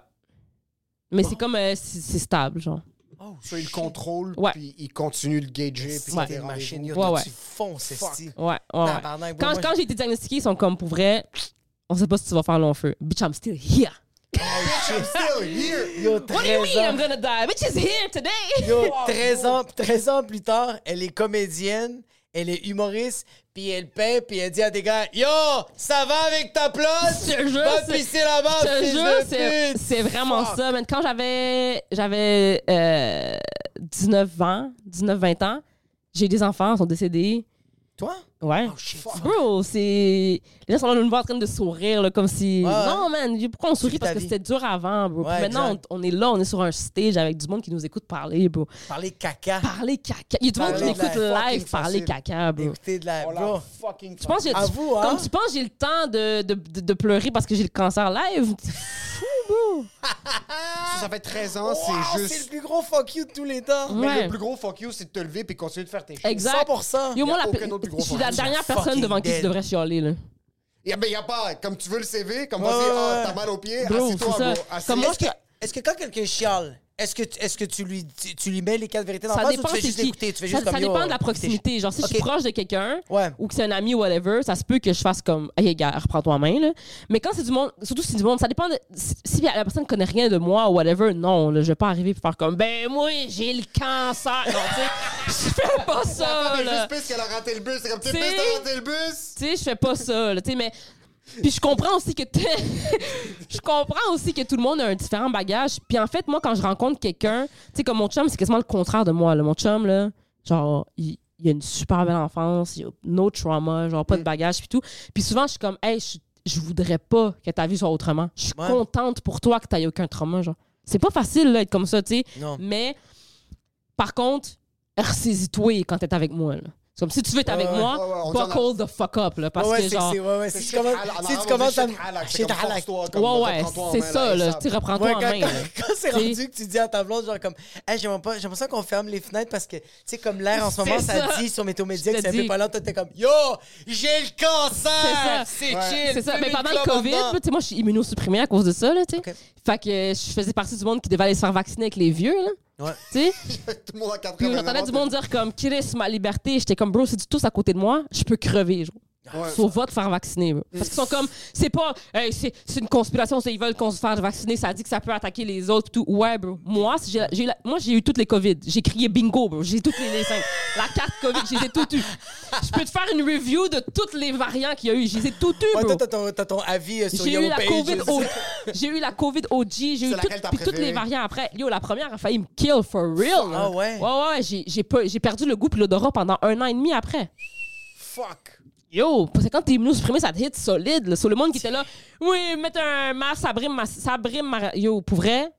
Mais c'est comme euh, c'est c'est stable genre. Oh, So, il contrôle, Ouais. puis il continue de gager, puis Ouais. t'es T'es une machine, yo, Ouais, toi, ouais. tu fonces, Fuck. Oh, esti. Ouais, ouais. ouais. Tabarnak, bro, Quand, moi, quand j'ai été diagnostiquée, ils sont comme pour vrai, on sait pas si tu vas faire long feu. Bitch, I'm still here. I'm still here! Yo, What do you 13 mean I'm ans, gonna die? Bitch is here today. yo, 13 ans, 13 ans plus tard, elle est comédienne, Elle est humoriste, puis elle peint, puis elle dit à des gars Yo, ça va avec ta place Je te jure, Va c'est- pisser là-bas, Je te fils jure, de c'est- pute. c'est vraiment Fuck. ça. man. Quand j'avais j'avais euh, 19 ans, 19-20 ans, j'ai eu des enfants, ils sont décédés. Toi Ouais. Oh, Bro, c'est. Les gens sont là nous voir en train de sourire, là, comme si. Ouais. Non, man, pourquoi on sourit? vis Parce ta que vie. c'était dur avant, bro. Puis Ouais, maintenant, exact. on, on est là, on est sur un stage avec du monde qui nous écoute parler, bro. Parler caca. Parler caca. Il y a du monde qui Parler de la m'écoute Ben fucking live parler facile. caca, Ah, bro. Écoutez de la. On l'a Bro. fucking Je pense que j'ai- À vous, hein? Comme tu penses, j'ai le temps de, de, de- de pleurer parce que j'ai le cancer live. C'est fou, bro. Ça, ça fait 13 ans, Wow, c'est C'est le juste. plus gros fuck you de tous les temps. Mais Ouais. le plus gros fuck you, c'est de te lever puis continuer de faire tes choses. Exact. 100%. Yo, moi, Y a la, aucun autre plus gros je suis la fan. dernière You're personne fucking devant qui dead. tu devrais chialer, là. Il n'y a pas, comme tu veux le CV, comme Ouais, vas-y, ah, ouais. t'as mal aux pieds, Bro, assis-toi, c'est ça. bro. assis- Comme moi, Ah, Est-ce que, est-ce que quand quelqu'un chiale, est-ce que, tu- est-ce que tu, lui, tu, tu lui mets les quatre vérités dans la Ça face ou dépend tu fais c'est juste qui. l'écouter? Tu fais Ça- juste ça, comme, yo, dépend de la écoute, t'es- proximité. Genre, si je suis Ok. proche de quelqu'un Ouais. ou que c'est un ami ou whatever, ça se peut que je fasse comme, hey, gars, reprends-toi en main, là. Mais quand c'est du monde, surtout si c'est du monde, ça dépend de. Si, si la personne connaît rien de moi ou whatever, non, là, je vais pas arriver et faire comme, ben, moi, j'ai le cancer. Non, tu sais, je fais pas Ah, ça, mais là. juste plus qu'elle a raté le bus. C'est comme, tu sais, C'est- plus t'as raté le bus. Tu sais, je fais pas ça, là, tu sais, mais... Puis je comprends aussi que t'es- je comprends aussi que tout le monde a un différent bagage. Puis en fait, moi, quand je rencontre quelqu'un, tu sais, comme mon chum, c'est quasiment le contraire de moi. Là. Mon chum, là, genre, il, il a une super belle enfance, il a no trauma, genre Mm. pas de bagage, puis tout. Puis souvent, je suis comme, hey, je, je voudrais pas que ta vie soit autrement. Je suis Ouais. contente pour toi que t'aies aucun trauma, genre. C'est pas facile, là, être comme ça, tu sais. Non. Mais par contre, ressaisis-toi quand t'es avec moi. là. C'est comme si tu veux être avec ouais, moi, ouais, ouais, on t'en a- buckle the fuck up. Là, parce Ouais, ouais, que c'est- genre. c'est- ouais, ouais, si tu commences- si tu commences à me- Shit, halak. Ouais, ouais, c'est ça, là. Tu sais, reprends-toi Ouais, en quand, main. quand- là. quand c'est T'sais. rendu que tu dis à ta blonde, genre comme, hey, j'aimerais pas- j'aimerais ça qu'on ferme les fenêtres parce que, tu sais, comme l'air en ce moment, C'est ça, ça. dit sur Météo Média que Je te c'est un peu dis. pas lent, toi, t'es comme, yo, j'ai le cancer! C'est Ah, C'est chill! C'est ça. fume Mais une pendant le clope en COVID, dedans. là, tu sais, moi, je suis immunosupprimée à cause de ça, là, tu sais. Ok. Fait que euh, je faisais partie du monde qui devait aller se faire vacciner avec les vieux, là. Ouais. Tu sais, Tout le monde a 4 puis j'entendais du monde dire comme Chris, ma liberté. J'étais comme bro, si tu tousses à côté de moi, je peux crever. Genre. Faut va te faire vacciner. bro. Parce qu'ils sont comme, c'est pas, hey, c'est c'est une conspiration, c'est- ils veulent qu'on se fasse vacciner, ça dit que ça peut attaquer les autres, pis tout. Ouais, bro. Moi, si j'ai j'ai eu la- moi, j'ai eu toutes les COVID. J'ai crié bingo, bro. J'ai toutes les, les cinq. La carte COVID, je les ai toutes eues. Je peux te faire une review de toutes les variants qu'il y a eu. Je les ai toutes eues, Ouais, bro. toi, t'as ton, t'as ton avis euh, sur J'ai eu, Yellow la Pages. COVID O- j'ai eu la COVID OG, j'ai eu laquelle tout- t'as puis toutes préférée? les variants après. Yo, la première a failli me kill for real. là. Ah ouais? Ouais, ouais, ouais, j'ai- j'ai pas- j'ai perdu le goût puis l'odorat pendant un an et demi après. Fuck. Yo, parce que quand t'es immunosupprimé, ça te hit solide. Là, sur le monde qui était là, oui, mettre un masque, ça brime ma. Ça brime ma... Yo, pour vrai,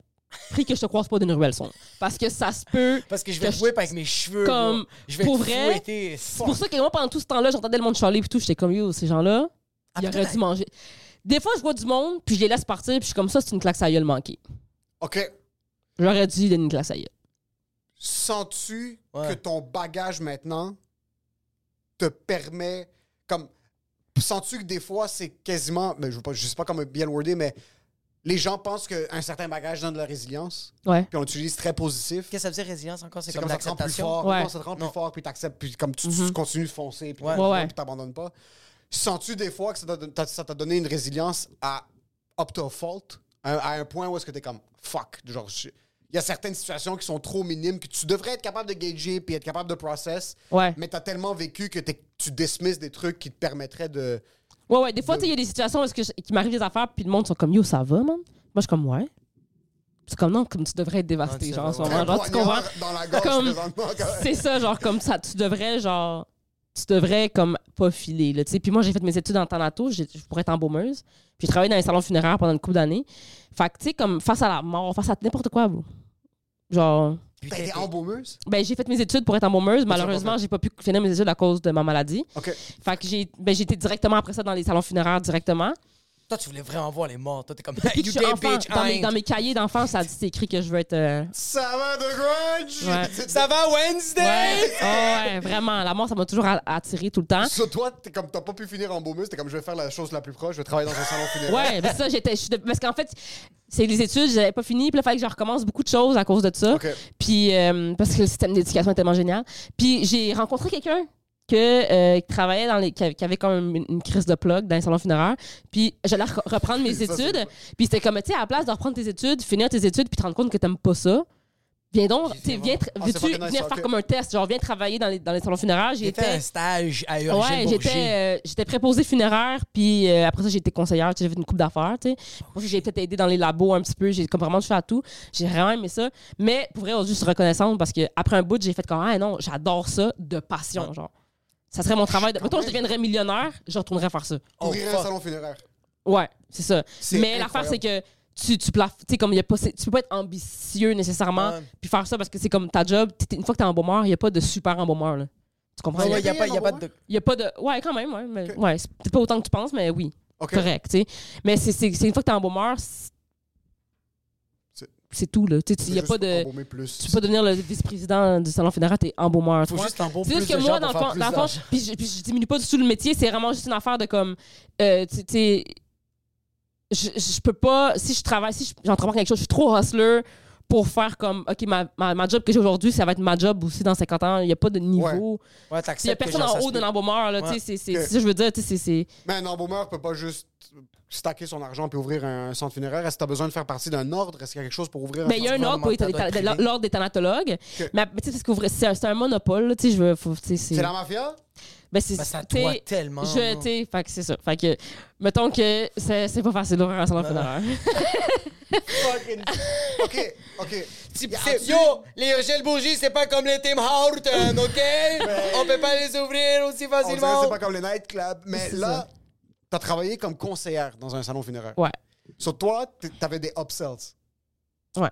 prie que je te croise pas d'une ruelle son. Parce que ça se peut. Parce que je vais que te whip avec mes cheveux. Comme, bro. je vais pour te vrai, fouetter. C'est pour ça que moi, pendant tout ce temps-là, j'entendais le monde chialer puis tout. J'étais comme, yo, ces gens-là, ils Ah, mais toi, auraient dû manger. Des fois, je vois du monde, puis je les laisse partir, puis je suis comme ça, c'est une claque à gueule manquée. OK. J'aurais dû donner une classe à gueule. Sens-tu Ouais. que ton bagage maintenant te permet. Comme. Sens-tu que des fois, c'est quasiment. Mais je, veux pas, je sais pas comment bien le worder, mais les gens pensent qu'un certain bagage donne de la résilience, Ouais. puis on l'utilise très positif. Qu'est-ce que ça veut dire résilience encore? C'est C'est comme comme ça te rend plus l'acceptation. fort. Ouais. Non, ça te rend plus Non. fort, puis t'acceptes, puis comme tu, tu continues de foncer, puis Ouais. tu Mhm. Ouais, ouais. t'abandonnes pas. Sens-tu des fois que ça t'a- t'a ça t'a donné une résilience à up to a fault, à, à un point où est-ce que t'es comme fuck, genre je- il y a certaines situations qui sont trop minimes que tu devrais être capable de gager puis être capable de process, Ouais. mais t'as tellement vécu que t'es- tu dismisses des trucs qui te permettraient de Ouais, ouais. Des fois, tu sais, il y a des situations où est-ce que je- qui m'arrivent des affaires, puis le monde sont comme, yo, ça va, man. Moi, je suis comme, ouais. C'est comme, non, comme tu devrais être dévasté, tu genre, en ce devrais- moment. Genre, tu comprends? Poignard dans la gorge Comme- présentement, comme- C'est ça, genre, comme ça, tu devrais, genre, tu devrais, comme, pas filer, là, tu sais. Puis moi, j'ai fait mes études en Thanato, j'ai- je pourrais être embaumeuse. Puis j'ai travaillé dans les salons funéraires pendant une couple d'années. Fait que, tu sais, comme, face à la mort, face à n'importe quoi, bro. Genre, T'as été embaumeuse? ben, j'ai fait mes études pour être embaumeuse. Malheureusement, j'ai pas pu finir mes études à cause de ma maladie. OK. Fait que j'ai ben, j'ai été directement après ça dans les salons funéraires directement. Toi, tu voulais vraiment voir les morts. Toi, t'es comme, Puis que you je suis dead enfant, bitch, dans, mes, hein. dans mes cahiers d'enfance, ça dit c'est écrit que je veux être. euh, Ça va de grunge! Ouais. Ça va, Wednesday? Ouais, oh, ouais, vraiment. La mort, ça m'a toujours a- attiré tout le temps. Sur toi, t'es comme t'as pas pu finir en baumeuse, t'es comme je vais faire la chose la plus proche, je vais travailler dans un salon funéraire. Ouais, mais ça, j'étais. je suis de- Parce qu'en fait, c'est les études, j'avais pas fini, puis là, fallait que je recommence beaucoup de choses à cause de ça. Ok. Puis, euh, parce que le système d'éducation est tellement génial. Puis, j'ai rencontré quelqu'un que, euh, qui travaillait dans les. qui avait, qui avait comme une, une crise de plug dans les salons funéraires. Puis, j'allais re- reprendre mes Ça, c'est études. Puis, c'était comme, tu sais, à la place de reprendre tes études, finir tes études, puis te rendre compte que t'aimes pas ça. Viens donc, tu sais, voir. viens, tra- Ah, c'est veux-tu fucking nice, venir ça, faire ok. comme un test? Genre, viens travailler dans les, dans les salons funéraires. J'ai fait J'étais. un stage à Urgine Ouais, j'étais euh, j'étais préposée funéraire, puis euh, après ça, j'ai été conseillère, tu sais, j'ai fait une coupe d'affaires, tu sais. Moi, j'ai peut-être aidé dans les labos un petit peu, j'ai comme vraiment touché à tout. J'ai vraiment aimé ça. Mais pour vrai, aujourd'hui, je suis reconnaissante parce que après un bout, j'ai fait comme, ah non, j'adore ça de passion, genre. Ça serait mon travail. De... Mettons, je deviendrais millionnaire, je retournerais faire ça. Oh, Courir un salon funéraire. Ouais, c'est ça. C'est Mais l'affaire, c'est incroyable. que tu, tu, plaf- tu sais, comme il y a pas, c'est- tu peux pas être ambitieux nécessairement, Ouais. puis faire ça parce que c'est comme ta job. t'es- une fois que t'es embaumeur, il n'y a pas de super embaumeur, là. Tu comprends? Il n'y a, pas- y a pas de. Il y a pas de. Ouais, quand même, ouais. mais- ouais c'est peut-être pas autant que tu penses, mais oui. Ok. Correct, tu sais. Mais c'est, c'est, c'est une fois que t'es embaumeur, c'est, C'est- c'est tout, là. Tu sais, C'est il y a juste pas de. embaumer plus. Tu peux pas devenir le vice-président du salon fédéral, t'es embaumeur. tu Faut vois. juste en C'est juste que moi, dans le fond, dans le fond, puis je, puis je diminue pas du tout le métier, c'est vraiment juste une affaire de comme. euh, tu tu sais. Je, je peux pas. Si je travaille, si je- j'entreprends quelque chose, je suis trop hustler pour faire comme. OK, ma, ma, ma job que j'ai aujourd'hui, ça va être ma job aussi dans 50 ans. Il n'y a pas de niveau. Ouais, Il n'y a t'acceptes. que personne genre, en ça haut se de peut. l'embaumeur, là. Ouais. tu sais, c'est- c'est Ok. c'est ça que je veux dire. tu sais, c'est- c'est- Mais un embaumeur peut pas juste stacker son argent puis ouvrir un centre funéraire. Est-ce que tu as besoin de faire partie d'un ordre? Est-ce qu'il y a quelque chose pour ouvrir Ben, il y a centre un ordre pour les ça doit than- être than- privé. l'ordre des thanatologues. Mais mais tu sais, parce que vous- c'est un- c'est un monopole, là, tu sais, je veux. faut- tu sais, C'est la mafia? Ben, c'est Ben, ça tu sais, doit tellement, Je, non? tu sais, fait que c'est ça. Fait que, mettons que c'est c'est pas facile d'ouvrir un salon funéraire. Ah, OK, OK. Type- c'est- Yo, les Urgell Bourgie, c'est pas comme les Tim Hortons, OK? On peut pas les ouvrir aussi On dirait que c'est facilement. pas comme les nightclubs, mais C'est Ben, là, ça. t'as travaillé comme conseillère dans un salon funéraire. Ouais. Sur toi, t- t'avais des upsells. Ouais.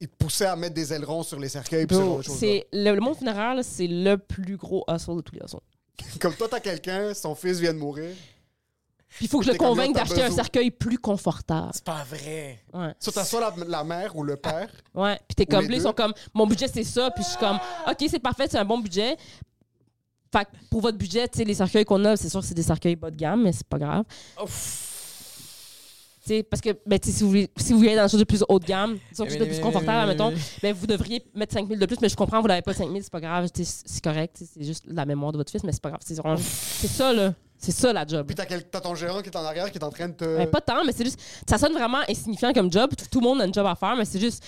Ils te poussaient à mettre des ailerons sur les cercueils puis ce genre Bro, de choses. c'est le, le monde funéraire, là, c'est le plus gros hustle de tous les hustles. Comme toi, t'as quelqu'un, son fils vient de mourir. Puis il faut que je le T'es comme, convainque yo, t'as d'acheter un besoin. cercueil plus confortable. C'est pas vrai. Ouais. Soit t'as soit la, la mère ou le père. Ouais. Puis t'es Ou comme, les là, ils deux. sont comme, mon budget, c'est ça. Puis je suis comme, OK, c'est parfait, c'est un bon budget. Fait que pour votre budget, tu sais, les cercueils qu'on a, c'est sûr que c'est des cercueils bas de gamme, mais c'est pas grave. Tu sais, parce que, ben, tu sais, si vous voulez, si vous voulez aller dans quelque chose de plus haut de gamme, disons quelque chose de plus confortable, mettons, ben, vous devriez mettre 5000 de plus, mais je comprends, vous n'avez pas 5000, c'est pas grave, tu sais, c'est correct, tu sais, c'est juste la mémoire de votre fils, mais c'est pas grave, c'est vraiment- c'est ça, là. C'est ça, la job. Puis t'as quel- t'as ton gérant qui est en arrière qui est en train de te. Ben, pas tant, mais c'est juste. Ça sonne vraiment insignifiant comme job. Tout, tout le monde a une job à faire, mais c'est juste.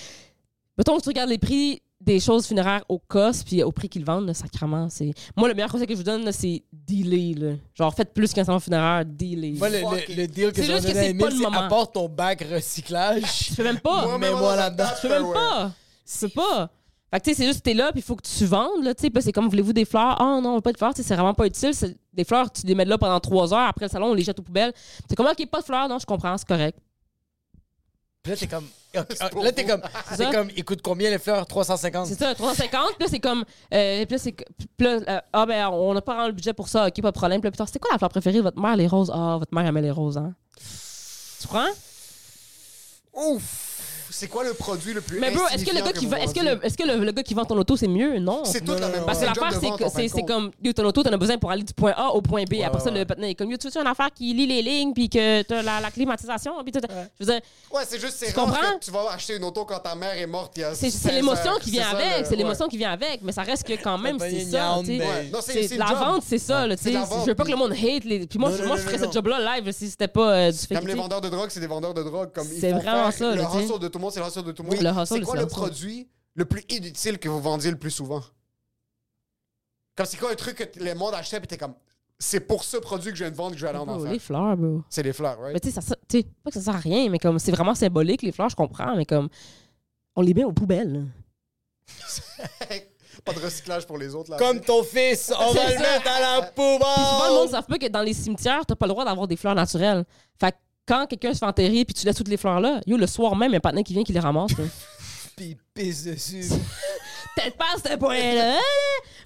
Mettons que tu regardes les prix des choses funéraires au cost puis au prix qu'ils vendent, le sacrement. c'est... Moi, le meilleur conseil que je vous donne, là, c'est dealer. là. Genre, faites plus qu'un salon funéraire, dealer. Moi, le, le- le deal que C'est j'ai juste que donné c'est à pas Emile, le c'est moment. apporte ton bac recyclage. Tu peux même pas. Moi, Mais même moi dans un là-dedans, Tu peux même Tupperware. pas. Tu peux pas. Fait que, tu sais, c'est juste, t'es là, puis il faut que tu vendes, là, tu sais. Puis là, c'est comme, voulez-vous des fleurs? Ah non, on veut pas de fleurs, tu sais, c'est vraiment pas utile. C'est- Des fleurs, tu les mets là pendant trois heures, après le salon, on les jette aux poubelles. C'est comme, OK, pas de fleurs, non, je comprends, c'est correct. Puis là, t'es comme. ok, ah, là, t'es comme. ça. C'est comme. Écoute, combien les fleurs 350. C'est ça, 350. Puis là, c'est comme. euh, puis là, c'est. que- puis là, euh, ah, ben, on n'a pas vraiment le budget pour ça. OK, pas de problème. Puis là, plus tard, c'était quoi la fleur préférée de votre mère, les roses? Ah, votre mère aimait les roses, hein? Tu prends? Ouf! C'est quoi le produit le plus Mais bro, est-ce que le insignifiant gars qui vous vend. Est-ce que, vendez? le, est-ce que le, le gars qui vend ton auto, c'est mieux? Non. C'est tout la même Parce que l'affaire, c'est que c'est- c'est comme. Yo, ton auto, t'en as besoin pour aller du point A au point B. Après ça, le patin est comme. Yo, tu veux une affaire qui lit les lignes, puis que t'as la, la climatisation, puis tout. Je veux dire, Ouais, c'est juste, c'est Tu rare comprends? que tu vas acheter une auto quand ta mère est morte. il y a c'est- c'est 16 l'émotion heures. qui vient ça, avec. le- C'est l'émotion ouais. qui vient avec. Mais ça reste que quand même, pas c'est une ça, yande, tu sais. mais- Ouais, non, c'est- C'est- c'est la le job. vente, c'est ça. là, tu c'est sais. la vente, je veux pas que puis- le monde hate. Les... Puis moi, Non, je- non, moi non, je ferais non, ce job-là live si c'était pas euh, du fait Comme que, les tu sais, vendeurs de drogue, c'est des vendeurs de drogue. comme il C'est faut vraiment faire- ça, Le là, tu sais. hustle de tout le monde, c'est le hustle de tout le monde. Oui, le hustle, c'est quoi le c'est le hustle. produit le plus inutile que vous vendiez le plus souvent? Comme c'est quoi un truc que t- le monde achetait et t'es comme, c'est pour ce produit que je viens de vendre que je vais aller en bro, enfer. Oh, les fleurs, bro. C'est les fleurs, right? Mais tu sais, ça sert- tu sais, pas que ça sert à rien, mais comme c'est vraiment symbolique, les fleurs, je comprends, mais comme on les met aux poubelles. là. Pas de recyclage pour les autres, là. Comme ton fils, on va le mettre à la Puis souvent, le monde ne poubelle. savent pas que dans les cimetières, t'as pas le droit d'avoir des fleurs naturelles. Fait que quand quelqu'un se fait enterrer puis tu laisses toutes les fleurs là, yo, le soir même, il y a un patin qui vient qui les ramasse. là. Puis il pisse dessus. Peut-être pas à ce point-là,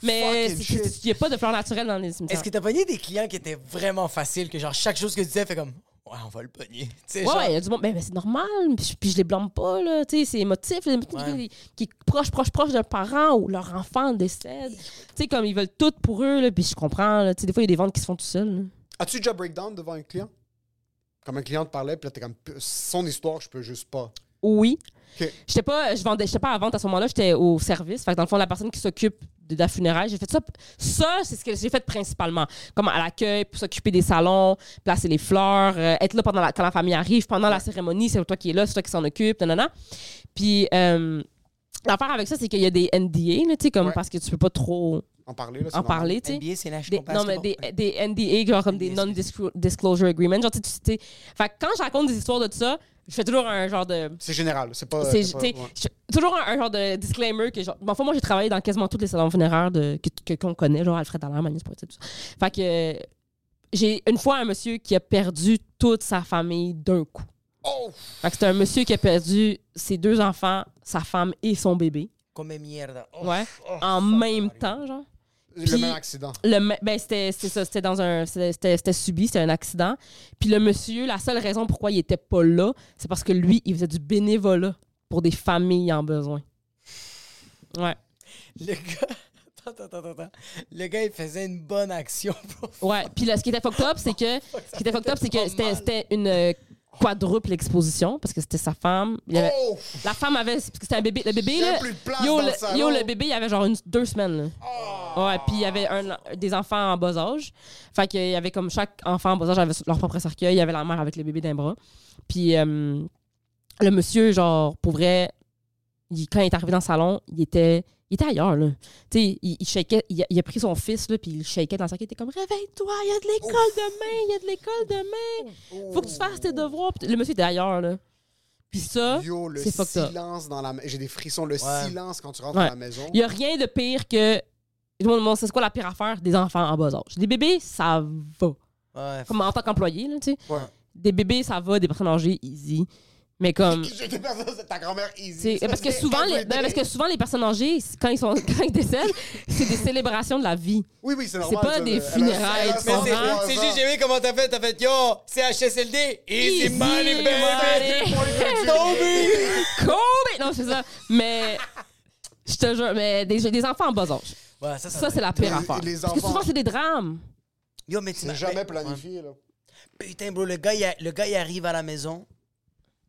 mais Fucking c'est- shit. il y a pas de fleurs naturelles dans les cimetières. Est-ce que t'as pogné des clients qui étaient vraiment faciles, que genre chaque chose que tu disais fait comme. Ouais, on va le pogner. Tu sais, Ouais, genre, ouais, il y a du monde. Mais, mais c'est normal. Puis, je- puis je les blâme pas, là. Tu sais, c'est émotif. les- qui, qui est proche, proche, proche d'un parent ou leur enfant décède. Tu sais, comme ils veulent tout pour eux, là. Puis je comprends, là. Tu sais, des fois, il y a des ventes qui se font tout seuls. là. As-tu déjà breakdown devant un client? Comme un client te parlait, puis là, t'es comme, son histoire, je peux juste pas. Oui. Ok. J'étais pas, je vendais, j'étais pas à vente à ce moment-là, j'étais au service. Fait que dans le fond, la personne qui s'occupe de la funéraille, j'ai fait ça. Ça, c'est ce que j'ai fait principalement. Comme à l'accueil, pour s'occuper des salons, placer les fleurs, euh, être là pendant la, quand la famille arrive, pendant la cérémonie, c'est toi qui es là, c'est toi qui s'en occupe, nanana. Puis, euh, L'affaire avec ça, c'est qu'il y a des NDA, là, tu sais, comme Ouais. parce que tu peux pas trop En parler, là, c'est en normal. parler, tu sais. NBA, c'est la je Des- comprends non, ce mais que- des, des NDA, genre comme des NDA, non-disclosure agreements. Genre, tu sais, tu sais, fait que quand je raconte des histoires de ça, je fais toujours un genre de. C'est général. C'est pas. c'est- c'est pas- tu sais, ouais. je fais toujours un, un genre de disclaimer que genre. bon, enfin, moi, j'ai travaillé dans quasiment tous les salons funéraires de, que, que- qu'on connaît, genre Alfred Allaire, Magnus Poitier, tout ça. Fait que euh, j'ai une fois un monsieur qui a perdu toute sa famille d'un coup. Oh! Fait que c'est un monsieur qui a perdu ses deux enfants, sa femme et son bébé. Comme merde. Oh, Ouais. oh, ça en m'arrive. même temps, genre. Le Puis- même accident. Le, ma- ben, c'était c'était ça, c'était dans un. C'était c'était subi, c'était un accident. Puis le monsieur, la seule raison pourquoi il était pas là, c'est parce que lui, il faisait du bénévolat pour des familles en besoin. Ouais. Le gars. Attends, attends, attends, attends. Le gars, il faisait une bonne action. bro. Ouais. Puis là, ce qui était fucked up, c'est que. Ce qui était fucked up, c'est que c'était- c'était une euh, quadruple exposition parce que c'était sa femme. Il y avait- Oh! La femme avait. Parce que c'était un bébé. Le bébé, Il y a là. plus de place yo, dans le le, salon. Oh! yo, le bébé, il avait genre une, deux semaines, là. Ouais, puis il y avait un, des enfants en bas âge. Fait qu'il y avait comme chaque enfant en bas âge avait leur propre cercueil. Il y avait la mère avec le bébé d'un bras. Puis euh, le monsieur, genre, pour vrai, il- quand il est arrivé dans le salon, il était, il était ailleurs, là. Tu sais, il, il shakeait- il, a- il a pris son fils, là, puis il le shakeait dans le cercueil. Il était comme, réveille-toi, il y a de l'école demain, il y a de l'école demain. Faut que tu fasses tes devoirs. Puis le monsieur était ailleurs, là. Puis ça, Yo, le c'est fucked up. silence dans la. ma- J'ai des frissons. Le Ouais. silence quand tu rentres Ouais. dans la maison. Il n'y a rien de pire que. Tout le monde sait c'est quoi la pire affaire des enfants en bas âge. Des bébés, ça va. Ouais. Comme en tant qu'employé, là, tu sais. Ouais. Des bébés, ça va, des personnes âgées, easy. Mais comme. tu J'étais perdu, c'est ta grand-mère easy. sais, um, Parce que, souvent, les, Everyday. non, parce que souvent, les personnes âgées, c'est- quand ils, sont, quand ils décèdent, c'est des célébrations de la vie. Oui, oui, c'est c'est normal. pas ça, des elle a- funérailles, elle a tu Mais 103 comprends? ans. Oh, c'est- c'est juste, j'ai vu comment t'as fait. T'as fait, yo, c'est HSLD. Easy, money, baby. Toby. Kobe! Non, c'est ça. Mais. Je te jure, mais des, des enfants en bas âge. Ouais, ça, ça Ça, doit c'est la pire affaire. les Parce que enfants- souvent, c'est des drames. être- Yo, mais tu m'as- C'est jamais mais- planifié, là. Putain, bro, le gars, il a- le gars, il arrive à la maison.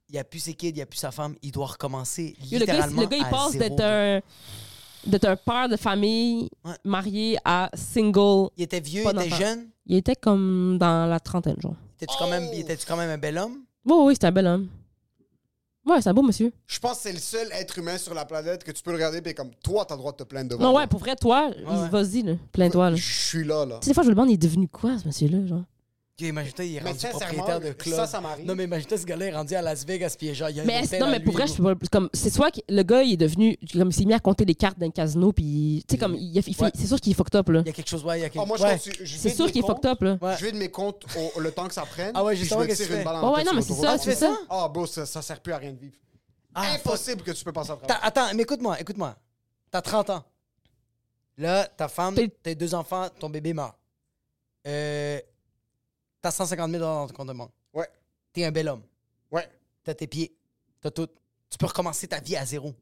Il a plus ses kids, il a plus sa femme. Il doit recommencer. Yo, le, gars, littéralement le gars, il à passe zéro, d'être bro. un, d'être un père de famille Ouais. marié à single. Il était vieux, Pas il était d'enfant. jeune. Il était comme dans la trentaine, genre. T'es-tu quand, Oh. même- il était-tu quand même un bel homme? Oui, oui, c'est un bel homme. Ouais, c'est un beau monsieur. Je pense que c'est le seul être humain sur la planète que tu peux le regarder et comme toi, t'as le droit de te plaindre devant. Non, moi. ouais, pour vrai, toi, ouais. vas-y, là, plains-toi. là. Je suis là, là. Tu sais, des fois, je me demande, il est devenu quoi, ce monsieur-là, genre? Yo, imagine-toi, il est Mais rendu sincèrement, propriétaire de ça, club. ça m'arrive. Non, mais imagine-toi, ce gars-là est rendu à Las Vegas, puis il est genre, il y a un Mais, est-ce- hôtel non, à mais lui, pour vrai, bro. je peux pas. comme- C'est soit que le gars, il est devenu. Comme il s'est mis à compter les cartes d'un casino, puis. Tu sais, comme. il- il fait- Ouais. C'est sûr qu'il est fucked up, là. Il y a quelque chose, ouais, il y a quelque Ah, moi, chose. je ouais. continue- je C'est vide sûr mes qu'il est fucked comptes, up, là. Ouais. Je vide mes comptes au- le temps que ça prenne. Ah ouais, puis je justement, me qu'est-ce tire que tu une fais? balle Ouais, en ouais, non, mais c'est ça, Ah, tu fais ça? Ah, bro, ça, ça sert plus à rien de vivre. Ah, Impossible que tu peux passer à T'as- travers. attends, mais écoute-moi, écoute-moi. T'as 30 ans. Là, ta femme, T'es- tes deux enfants, ton bébé meurt. Euh, t'as 150 000 dans ton compte de banque. Ouais. T'es un bel homme. Ouais. T'as tes pieds. T'as tout. Tu peux recommencer ta vie à zéro.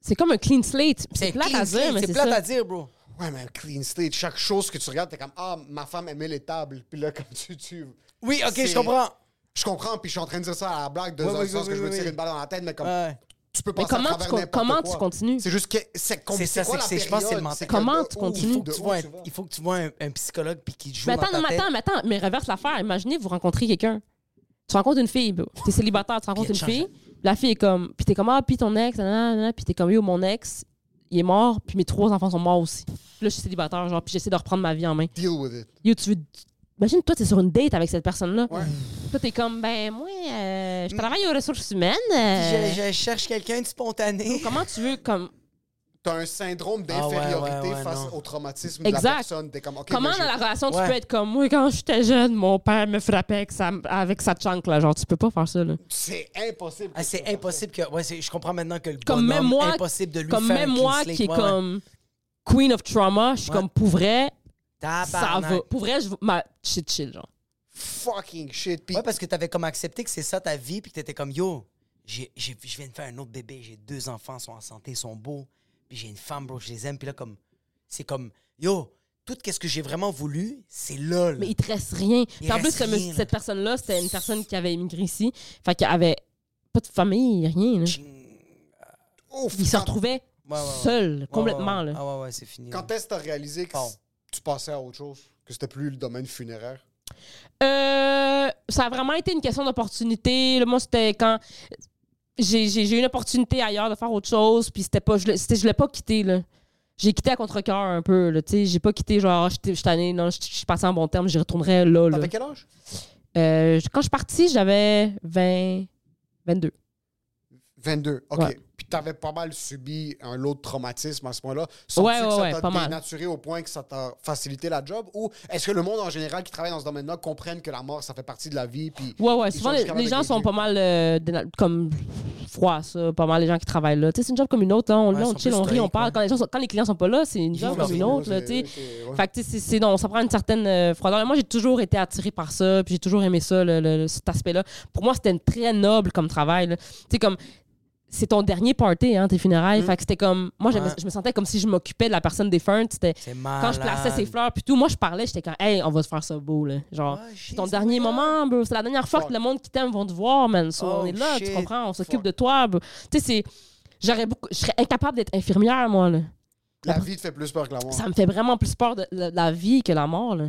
C'est comme un clean slate. C'est plat plate à dire, mais C'est c'est plate ça. à dire, bro. Ouais, mais un clean slate. Chaque chose que tu regardes, t'es comme, ah, ma femme aimait les tables. Puis là, comme tu. tu... Oui, ok, C'est- je comprends. Je comprends, puis je suis en train de dire ça à la blague, de Ouais, dans ouais, le sens ouais, que je me ouais, tire ouais. une balle dans la tête, mais comme. Ouais. Tu peux passer comment à travers tu con- n'importe comment quoi. tu continues? C'est juste que c'est compliqué. C'est ça, quoi c'est la que c'est- je pense que c'est le période? mental. C'est que Comment de tu où- continues? Faut que de où tu vois un- tu vas. il faut que tu vois un, un psychologue puis qui joue Mais dans ta attends, mais tête. attends, mais attends, mais reverse l'affaire. Imaginez, vous rencontrez quelqu'un. Tu rencontres une fille, bro. T'es célibataire, tu rencontres elle une change. fille. La fille est comme. Puis t'es comme, ah, puis ton ex, nanana, nanana. puis t'es comme, yo, mon ex, il est mort, puis mes trois enfants sont morts aussi. Puis là, je suis célibataire, genre, puis j'essaie de reprendre ma vie en main. Deal with it. Yo, tu veux. Imagine, toi, t'es sur une date avec cette personne-là. Toi, t'es comme, ben, moi, euh, Mm. je travaille aux ressources humaines. euh, Je, je cherche quelqu'un de spontané. comment tu veux, comme. T'as un syndrome Ah ouais, ouais, d'infériorité ouais, face non. au traumatisme de la Exact. personne. T'es comme, OK, Comment mais dans la j'ai- relation tu ben, Ouais. peux être comme moi quand j'étais jeune mon père me frappait avec sa avec sa chancre, là genre tu peux pas faire ça là. C'est impossible. Ah, c'est impossible que. Ouais, c'est- je comprends maintenant que le comme bonhomme, même moi impossible de lui comme faire même un clean moi slate. qui est Ouais, ouais. comme queen of trauma je suis Ouais. comme pour vrai ça Tabarnak. va pour vrai je ma shit chill genre Fucking shit. Puis Ouais, parce que t'avais comme accepté que c'est ça ta vie, puis que t'étais comme yo, j'ai- j'ai- je viens de faire un autre bébé, j'ai deux enfants, ils sont en santé, ils sont beaux, puis j'ai une femme, bro, je les aime, puis là, comme, c'est comme yo, tout ce que j'ai vraiment voulu, c'est là. là. mais il te reste rien Puis en reste plus ce rien, monsieur- là. cette personne là c'était une personne qui avait immigré ici fait qu'elle avait pas de famille rien là. ouf, il se quand- retrouvait Ouais, ouais, ouais. seul Ouais, ouais, complètement ouais. là Ah ouais, ouais, c'est fini. Quand est-ce que t'as réalisé que Bon. c- tu passais à autre chose? Que c'était plus le domaine funéraire? Euh, ça a vraiment été une question d'opportunité. Là, Moi, c'était quand. j'ai j'ai- j'ai eu une opportunité ailleurs de faire autre chose, puis c'était pas, je l'ai c'était- je l'ai pas quitté, là. J'ai quitté à contre-cœur un peu, là, tu sais. J'ai pas quitté, genre, ah, je suis tannée, non, je je suis passée en bon terme, j'y retournerai là, là. T'avais quel âge? Euh, quand je suis partie, j'avais 20, 22. 22. OK. Ouais. Puis t'avais pas mal subi un lot de traumatisme à ce point-là. Sauf Ouais, que ouais, ça ouais, t'a pas mal. dénaturé au point que ça t'a facilité la job? Ou est-ce que le monde en général qui travaille dans ce domaine-là comprenne que la mort, ça fait partie de la vie? Puis Ouais, ouais. ils Souvent, sont les, juste capables les de gens sont vivre? pas mal euh, déna- comme froids, ça. Pas mal les gens qui travaillent là. Tu sais, c'est une job comme une autre. Là. On, Ouais, là, on ils sont chill, plus on rit, on stoïques, parle. ouais. Quand, les gens sont- quand les clients sont pas là, c'est une vivent job comme leur une vie, autre. là, Là, c'est- tu sais. c'est- ouais. Fait que, tu sais, c'est- c'est non, ça prend une certaine euh, froideur. Et Moi, j'ai toujours été attirée par ça, puis j'ai toujours aimé ça, le- le- le- cet aspect-là. Pour moi, c'était une très noble comme travail. là. Tu sais, comme, c'est ton dernier party, hein, tes funérailles. Fait que c'était comme, moi, j'aimais- Mm. Ouais. je me sentais comme si je m'occupais de la personne défunte. C'était C'est quand je plaçais malade. ses fleurs, puis tout, moi, je parlais, j'étais comme, hey, on va se faire ça beau, là. Genre, Ah, c'est ton shit, dernier c'est moment, bro. C'est la dernière fois que le monde qui t'aime vont te voir, man. So, Oh, on est là, tu shit. comprends, on s'occupe Fuck. de toi. bro. Tu sais, c'est. J'aurais beaucoup. Je serais incapable d'être infirmière, moi, là. La vie te fait plus peur que la mort. Ça me fait vraiment plus peur de la, la vie que la mort, là.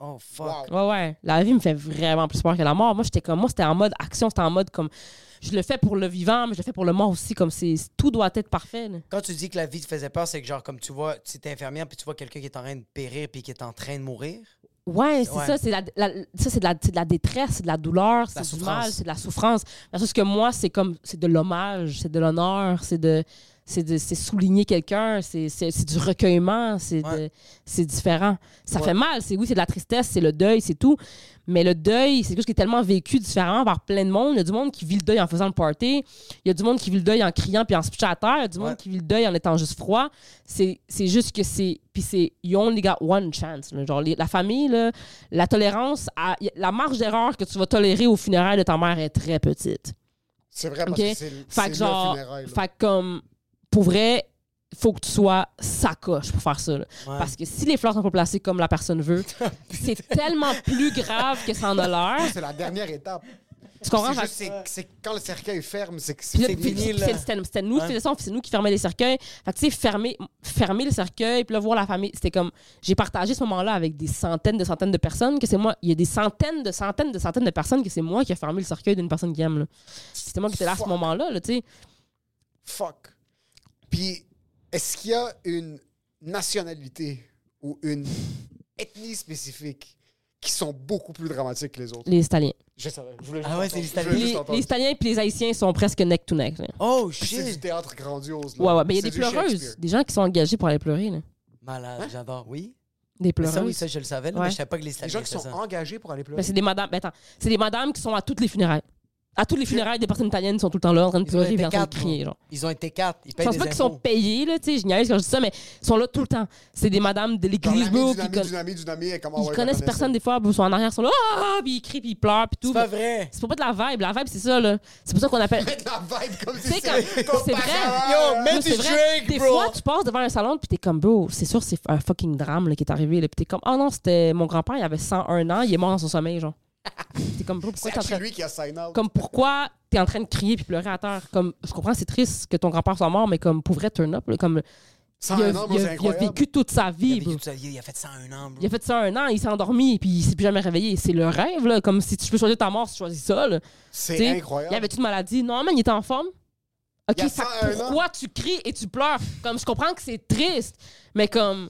Oh, fuck. Wow. Ouais, ouais. La vie me fait vraiment plus peur que la mort. Moi, j'étais comme. Moi, c'était en mode action, c'était en mode comme. Je le fais pour le vivant, mais je le fais pour le mort aussi. Comme c'est. Tout doit être parfait, là. Quand tu dis que la vie te faisait peur, c'est que genre, comme tu vois, tu es infirmière, puis tu vois quelqu'un qui est en train de périr, puis qui est en train de mourir. Ouais, c'est Ouais. ça, c'est la, la- ça, c'est de la, c'est de la détresse, c'est de la douleur, c'est La du souffrance. mal, c'est de la souffrance. Parce que moi, c'est comme, c'est de l'hommage, c'est de l'honneur, c'est de, c'est de, c'est souligner quelqu'un, c'est, c'est, c'est du recueillement, c'est, Ouais. de- c'est différent. Ça fait mal, c'est oui, c'est de la tristesse, c'est le deuil, c'est tout. Mais le deuil, c'est quelque chose qui est tellement vécu différemment par plein de monde. Il y a du monde qui vit le deuil en faisant le party. Il y a du monde qui vit le deuil en criant puis en se pitchant à terre. Il y a du Ouais. monde qui vit le deuil en étant juste froid. C'est c'est juste que c'est. Puis c'est. You only got one chance. là. Genre, les- la famille, là, la tolérance, à- y- la marge d'erreur que tu vas tolérer au funérail de ta mère est très petite. C'est vrai parce Ok. que c'est c'est Fait le que genre. funérail, là. Fait que comme. Pour vrai, faut que tu sois sacoche pour faire ça. là. Ouais. Parce que si les fleurs sont pas placées comme la personne veut, c'est tellement plus grave que ça en a l'air. C'est la dernière étape. Tu comprends? C'est Fait juste, c'est- c'est quand le cercueil ferme, c'est que Puis là, c'est puis- fini. puis c'est- C'était c'était nous, de toute façon, c'est nous qui fermait les cercueils. Fait que, tu sais, fermer, fermer le cercueil, puis là, voir la famille, c'était comme. J'ai partagé ce moment-là avec des centaines de centaines de personnes, que c'est moi. Il y a des centaines de centaines de centaines de personnes que c'est moi qui ai fermé le cercueil d'une personne qui aime. là. C'était moi qui étais là à ce Fuck. moment-là, là, tu sais. Fuck. Puis, est-ce qu'il y a une nationalité ou une ethnie spécifique qui sont beaucoup plus dramatiques que les autres? Les Italiens. Je savais. Je voulais juste Ah ouais, entendre- c'est les je voulais Italiens. juste Les, entendre. les Italiens puis les Haïtiens sont presque neck to neck. là. Oh, Puis C'est du shit. théâtre grandiose. là. Ouais, ouais. Mais il y a C'est du des pleureuses, Shakespeare. des gens qui sont engagés pour aller pleurer, là. Malade, Hein? j'adore. Oui. Mais Ça, Des oui, pleureuses. ça, je le savais, là, Ouais. mais je savais pas que les Des Italiens gens qui faisaient sont ça. engagés pour aller Ben, pleurer. c'est des madames. ben, attends, c'est des madames qui sont à toutes les funérailles. À toutes les funérailles des personnes italiennes sont tout le temps là en train de Ils ont pleurer, été puis en train de quatre, crier, genre. Ils ont été quatre. Ils Je payent pense des pas qu'ils sont impôts. payés, là, tu sais, je niaise quand je dis ça, mais ils sont là tout le temps. C'est des madames de Genre, l'église, Dunami, bro, qui Dunami, con- Dunami, Dunami, et comment, ouais, ils je connaissent la personne connaissais. des fois, ils sont en arrière, ils sont là, ah, puis ils crient, puis ils pleurent, puis tout. C'est pas vrai. C'est pas de la vibe, la vibe, c'est ça, là. C'est pour ça qu'on appelle. Mettre la vibe comme si Tu sais, quand- c'était ton c'est vrai. parent. Yo, mets Là, du c'est vrai, drink, Des bro. fois, tu passes devant un salon, puis t'es comme, bro, c'est sûr, c'est un fucking drame là, qui est arrivé, là, puis t'es comme, oh non, c'était mon grand-père, il avait 101 ans, il est mort dans son sommeil, genre. t'es comme, bro, pourquoi C'est t'es en train actually lui qui a sign out. comme pourquoi t'es en train de crier puis pleurer à terre comme je comprends c'est triste que ton grand-père soit mort mais comme pour vrai turn up là, comme Sans il a, un homme, il a- c'est il a incroyable. vécu toute sa Il a vie vécu bro. tout ça, il a fait ça en un an, bro. il a fait ça un an il s'est endormi puis il s'est plus jamais réveillé c'est le rêve là comme si tu peux choisir ta mort si tu choisis ça là. Tu C'est sais, incroyable. il avait une maladie non mais il était en forme ok Il y a fait que 101 ans. pourquoi tu cries et tu pleures comme je comprends que c'est triste mais comme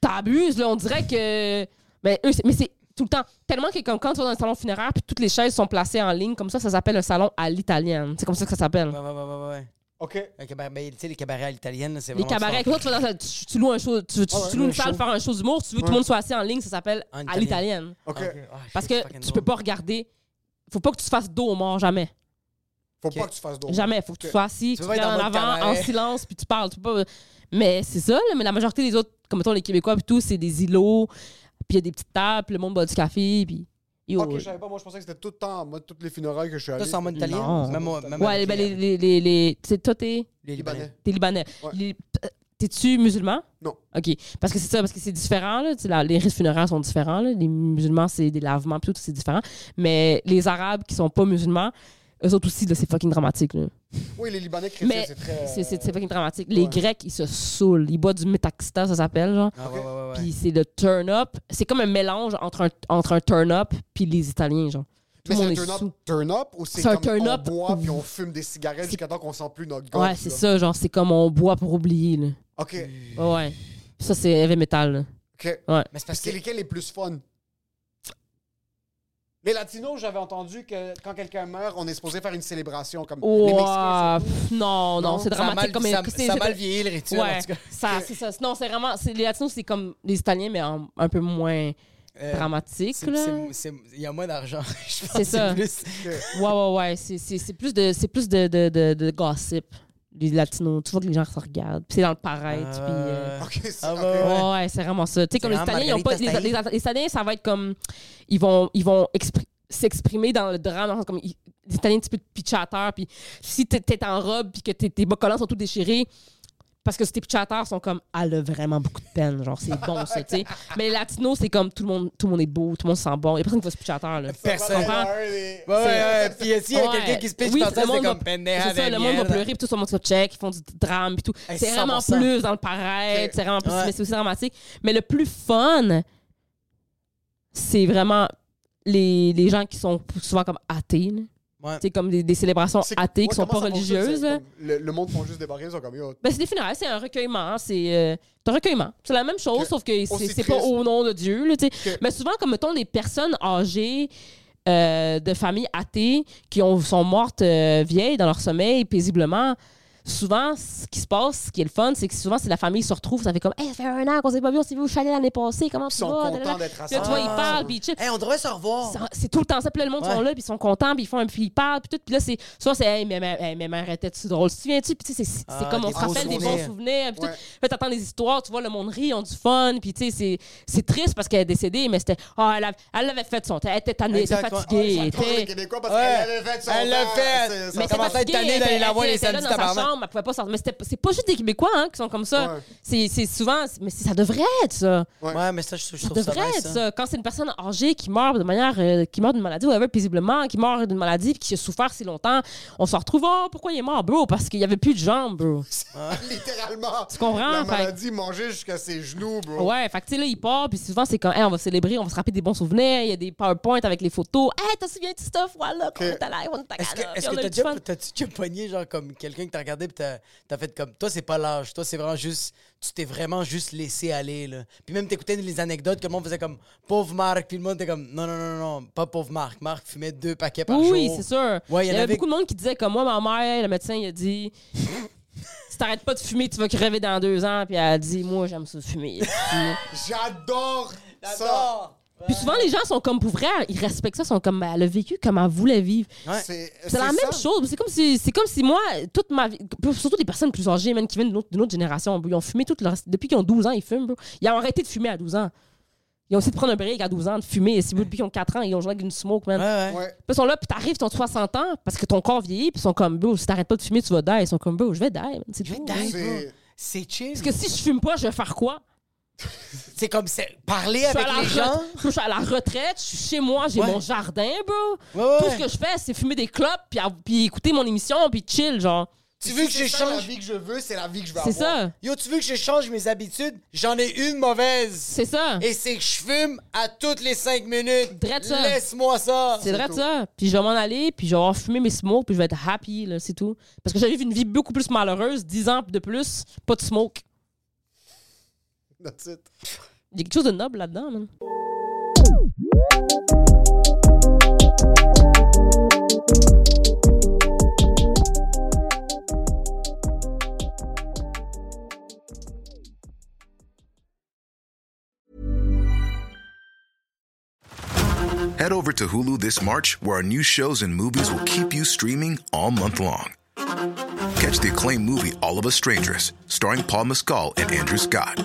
t'abuses là on dirait que mais eux c'est- mais c'est tout le temps tellement que comme quand tu vas dans un salon funéraire puis toutes les chaises sont placées en ligne comme ça ça s'appelle un salon à l'italienne c'est comme ça que ça s'appelle Ouais, ouais, ouais, ouais, ouais. OK. Un cabaret- ben, tu sais, les cabarets à l'italienne, c'est les vraiment. cabarets différent. quand tu, vas dans un- tu, tu loues un show tu, tu- tu loues une un salle show. pour faire un show d'humour tu veux que tout le monde soit assis en ligne ça s'appelle En à l'italienne OK. Ok. Ah, shit, parce c'est que fucking tu peux drôle. pas regarder faut pas que tu fasses dos au mort jamais Faut Ok. pas que tu fasses d'autres. Jamais. Faut que tu sois assis, Tu tu vas être regardes dans en votre avant, en cabaret. silence, puis tu parles. Tu peux pas- Mais c'est ça, là, mais la majorité des autres, comme mettons les Québécois, puis tout, c'est des îlots, puis il y a des petites tables, puis le monde boit du café, puis. Yo. Ok, je savais pas. Moi, je pensais que c'était tout le temps en mode toutes les funérailles que je suis allé. Toi, c'est en mode italien. Non. Même, au- même ouais, avec ben, les- les. les, les, les- tu sais, toi, t'es les Libanais. Libanais. t'es Libanais. Ouais. Les- T'es-tu musulman? Non. OK. Parce que c'est ça, parce que c'est différent. Là. Tu sais, la- les rites funéraires sont différents. là. Les musulmans, c'est des lavements, puis tout, c'est différent. Mais les Arabes qui sont pas musulmans, eux autres aussi, là, c'est fucking dramatique. Là. Oui, les Libanais chrétiens, Mais c'est très. c'est c'est- c'est euh, fucking dramatique. Les Grecs, ils se saoulent. Ils boivent du métaxita, ça s'appelle, genre. Ah, ouais, ouais, ouais, ouais. Puis c'est le turn-up. C'est comme un mélange entre un, entre un turn-up puis les Italiens, genre. Tout le c'est monde un est turn-up sous. turn up ou c'est C'est un comme on turn-up boit puis où- on fume des cigarettes jusqu'à temps qu'on sent plus notre gomme? Ouais, c'est ça, genre, c'est comme on boit pour oublier, là. OK. Ouais, Ouais. Ça, c'est heavy metal, là. OK. Ouais. Mais c'est Parce parce que que. lesquels les plus fun? Les latinos, j'avais entendu que quand quelqu'un meurt, on est supposé faire une célébration comme les Mexicains. Ouah, pff, non, non, Non, c'est Ça a dramatique. mal, comme ça, c'est- ça a c'est- mal vieilli le rituel, Ouais, en tout cas. ça, c'est ça. Non, c'est vraiment. c'est- Les Latinos, c'est comme les Italiens, mais en- un peu moins Euh, dramatique, c'est- là. c'est- c'est- Il y a moins d'argent. Je pense C'est ça. que c'est plus- Ouais, ouais, ouais. C'est- C'est c'est plus de, c'est plus de, de, de, de gossip, les Latinos. Tu vois que les gens se regardent. Puis c'est dans le paraître. Ah, Puis. euh, OK, c'est Ah, OK. ouais, ouais. Ouais, ouais, c'est vraiment ça. Tu sais, comme les vraiment Italiens, ils ont pas, les, Margarita les- les Italiens, ça va être comme. Ils vont, ils vont expri- s'exprimer dans le drame. dans le sens Comme, ils- les Italiens, un petit peu de pitch à terre. Puis si t'es t'es en robe, puis que tes, tes bas collants sont tous déchirés, parce que tes pitch à terre sont comme, elle a vraiment beaucoup de peine. Genre, c'est bon, ça, tu sais. Mais les Latinos, c'est comme, tout le, monde, tout le monde est beau, tout le monde se sent bon. Il n'y a personne qui va se pitch à terre, là. Personne. Tu comprends? Ouais, ouais, ouais. Puis s'il y a Ouais. quelqu'un qui se pitche, Oui, par terre, le c'est monde va- comme ben, pendeja C'est ça, de le monde va merde. pleurer, puis tout le monde se check, ils font du drame, puis tout. Hey, c'est vraiment 100%. plus dans le paraître, c'est vraiment plus, Ouais. mais c'est aussi dramatique. Mais le plus fun, c'est vraiment les, les gens qui sont souvent comme athées, là. Ouais. Tu sais, comme des, des célébrations C'est- athées ouais, qui sont comment pas ça fonctionne, religieuses. hein? c'est comme là. Le, le monde font juste débarquer, ils sont comme yo. Ben, c'est des funérailles, c'est un recueillement, hein, c'est euh, c'est un recueillement. C'est la même chose, Que- sauf que Oh, c'est c'est c'est pas triste. au nom de Dieu. là, tu sais. Que- Mais souvent, comme mettons des personnes âgées euh, de familles athées qui ont, sont mortes euh, vieilles dans leur sommeil paisiblement, souvent, ce qui se passe, ce qui est le fun, c'est que souvent, c'est la famille qui se retrouve, ça fait comme, hey, ça fait un an qu'on s'est pas vu, on s'est vu au chalet l'année passée, comment Ils tu sont vas? contents d'être Puis là, tu vois, ils ensemble. parlent, puis ils chillent. Hey, on devrait se revoir. Ça- C'est tout le temps ça. Puis là, le monde Ouais. sont là, puis ils sont contents, puis ils font un puis ils parlent, puis tout. Puis là, c'est soit c'est hey, mais mère, hey, mais mère, était-tu drôle? Tu te souviens-tu? Puis tu sais, c'est c'est Ah, comme on des se rappelle bons des bons souvenirs. souvenirs, puis Ouais. tout. Puis t'entends des histoires, tu vois, le monde rit, ils ont du fun, puis tu sais, c'est- c'est triste parce qu'elle est décédée, mais c'était, ah, elle, avait- elle avait fait son temps, elle était tannée, elle était Exactement. fatiguée, Ah, elle ouais, Contre les était. Québécois parce Ouais. qu'elle avait fait son Elle l'a temps, fait. c'est- ça Mais elle ça était commence- commence à être fatiguée, tanné elle d'aller était- la voir elle les était là samedis, dans sa tabarnak. chambre, elle pouvait pas sortir. Mais c'était- c'est pas juste des Québécois hein, qui sont comme ça. Ouais. C'est c'est souvent, mais c'est- ça devrait être ça. Ouais. Ouais, mais ça, je, je Ça trouve ça devrait nice, hein. être ça. ça. Quand c'est une personne âgée qui meurt de manière, euh, qui meurt d'une maladie, whatever, paisiblement, qui meurt d'une maladie, puis qui a souffert si longtemps, on se retrouve, oh, pourquoi il est mort, bro? Parce qu'il y avait plus de jambes, bro. Littéralement. Tu Ah. comprends, La fait- maladie mangeait jusqu'à ses genoux, bro. Ouais, fait que tu sais, là, il part, puis souvent, c'est quand, hey, on va célébrer, on va se rappeler des bons souvenirs, il y a des PowerPoint avec les photos. Hey, t'as souviens-tu de cette fois-là, qu'on Ok. était là, on était Est-ce que là, est-ce puis que on a t'as eu du fun. déjà, t'as-tu déjà pogné, genre, comme quelqu'un que t'as regardé pis t'as t'as fait comme. Toi, c'est pas l'âge. Toi, c'est vraiment juste. Tu t'es vraiment juste laissé aller, là. Puis même, t'écoutais les anecdotes que le monde faisait comme pauvre Marc, puis le monde était comme non, non, non, non, pas pauvre Marc. Marc fumait deux paquets par jour. Oui, c'est sûr. Ouais, il y, avait beaucoup de monde qui disait, comme moi, ma mère, le médecin, il a dit. Si t'arrêtes pas de fumer, tu vas crever dans deux ans. Puis elle a dit, moi, j'aime ça fumer. J'adore ça. J'adore! Puis souvent, les gens sont comme pour vrai, ils respectent ça, sont comme, ben, elle a vécu comme elle voulait vivre. Ouais. C'est C'est la même chose. C'est comme, si, c'est comme si moi, toute ma vie, surtout les personnes plus âgées, même qui viennent d'une autre, d'une autre génération, bro, ils ont fumé toute leur. Depuis qu'ils ont 12 ans, ils fument, bro. Ils ont arrêté de fumer à 12 ans. Ils ont essayé de prendre un break à 12 ans, de fumer. Et si, bro, depuis qu'ils ont 4 ans, ils ont joué avec une smoke, man. Ouais, ouais. Ouais. Puis ils sont là, puis t'arrives, ils ont 60 ans, parce que ton corps vieillit, puis ils sont comme, bro, si t'arrêtes pas de fumer, tu vas die. Ils sont comme, bro, je vais die, man. C'est Je vais tout. hein. die, C'est- bro. C'est chill. Parce que si je fume pas, je vais faire quoi? C'est comme c'est- parler Je suis, avec à la les re- gens. je suis à la retraite, je suis chez moi, j'ai Ouais. mon jardin, bro. Ouais, ouais. Tout ce que je fais, c'est fumer des clopes, puis, à- puis écouter mon émission, puis chill, genre. Tu veux que C'est je ça, la change? vie que je veux, c'est la vie que je veux C'est avoir. ça, Yo, tu veux que je change mes habitudes? J'en ai une mauvaise. c'est ça. Et c'est que je fume à toutes les cinq minutes. Drette ça. Laisse-moi ça. C'est vrai de ça. Puis je vais m'en aller, puis je vais avoir fumé mes smokes, puis je vais être happy, là, c'est tout. Parce que j'ai vu une vie beaucoup plus malheureuse, 10 ans de plus, pas de smoke. That's it. Il y a quelque chose de noble là-dedans, man. Head over to Hulu this March, where our new shows and movies will keep you streaming all month long. Catch the acclaimed movie All of Us Strangers, starring Paul Mescal and Andrew Scott.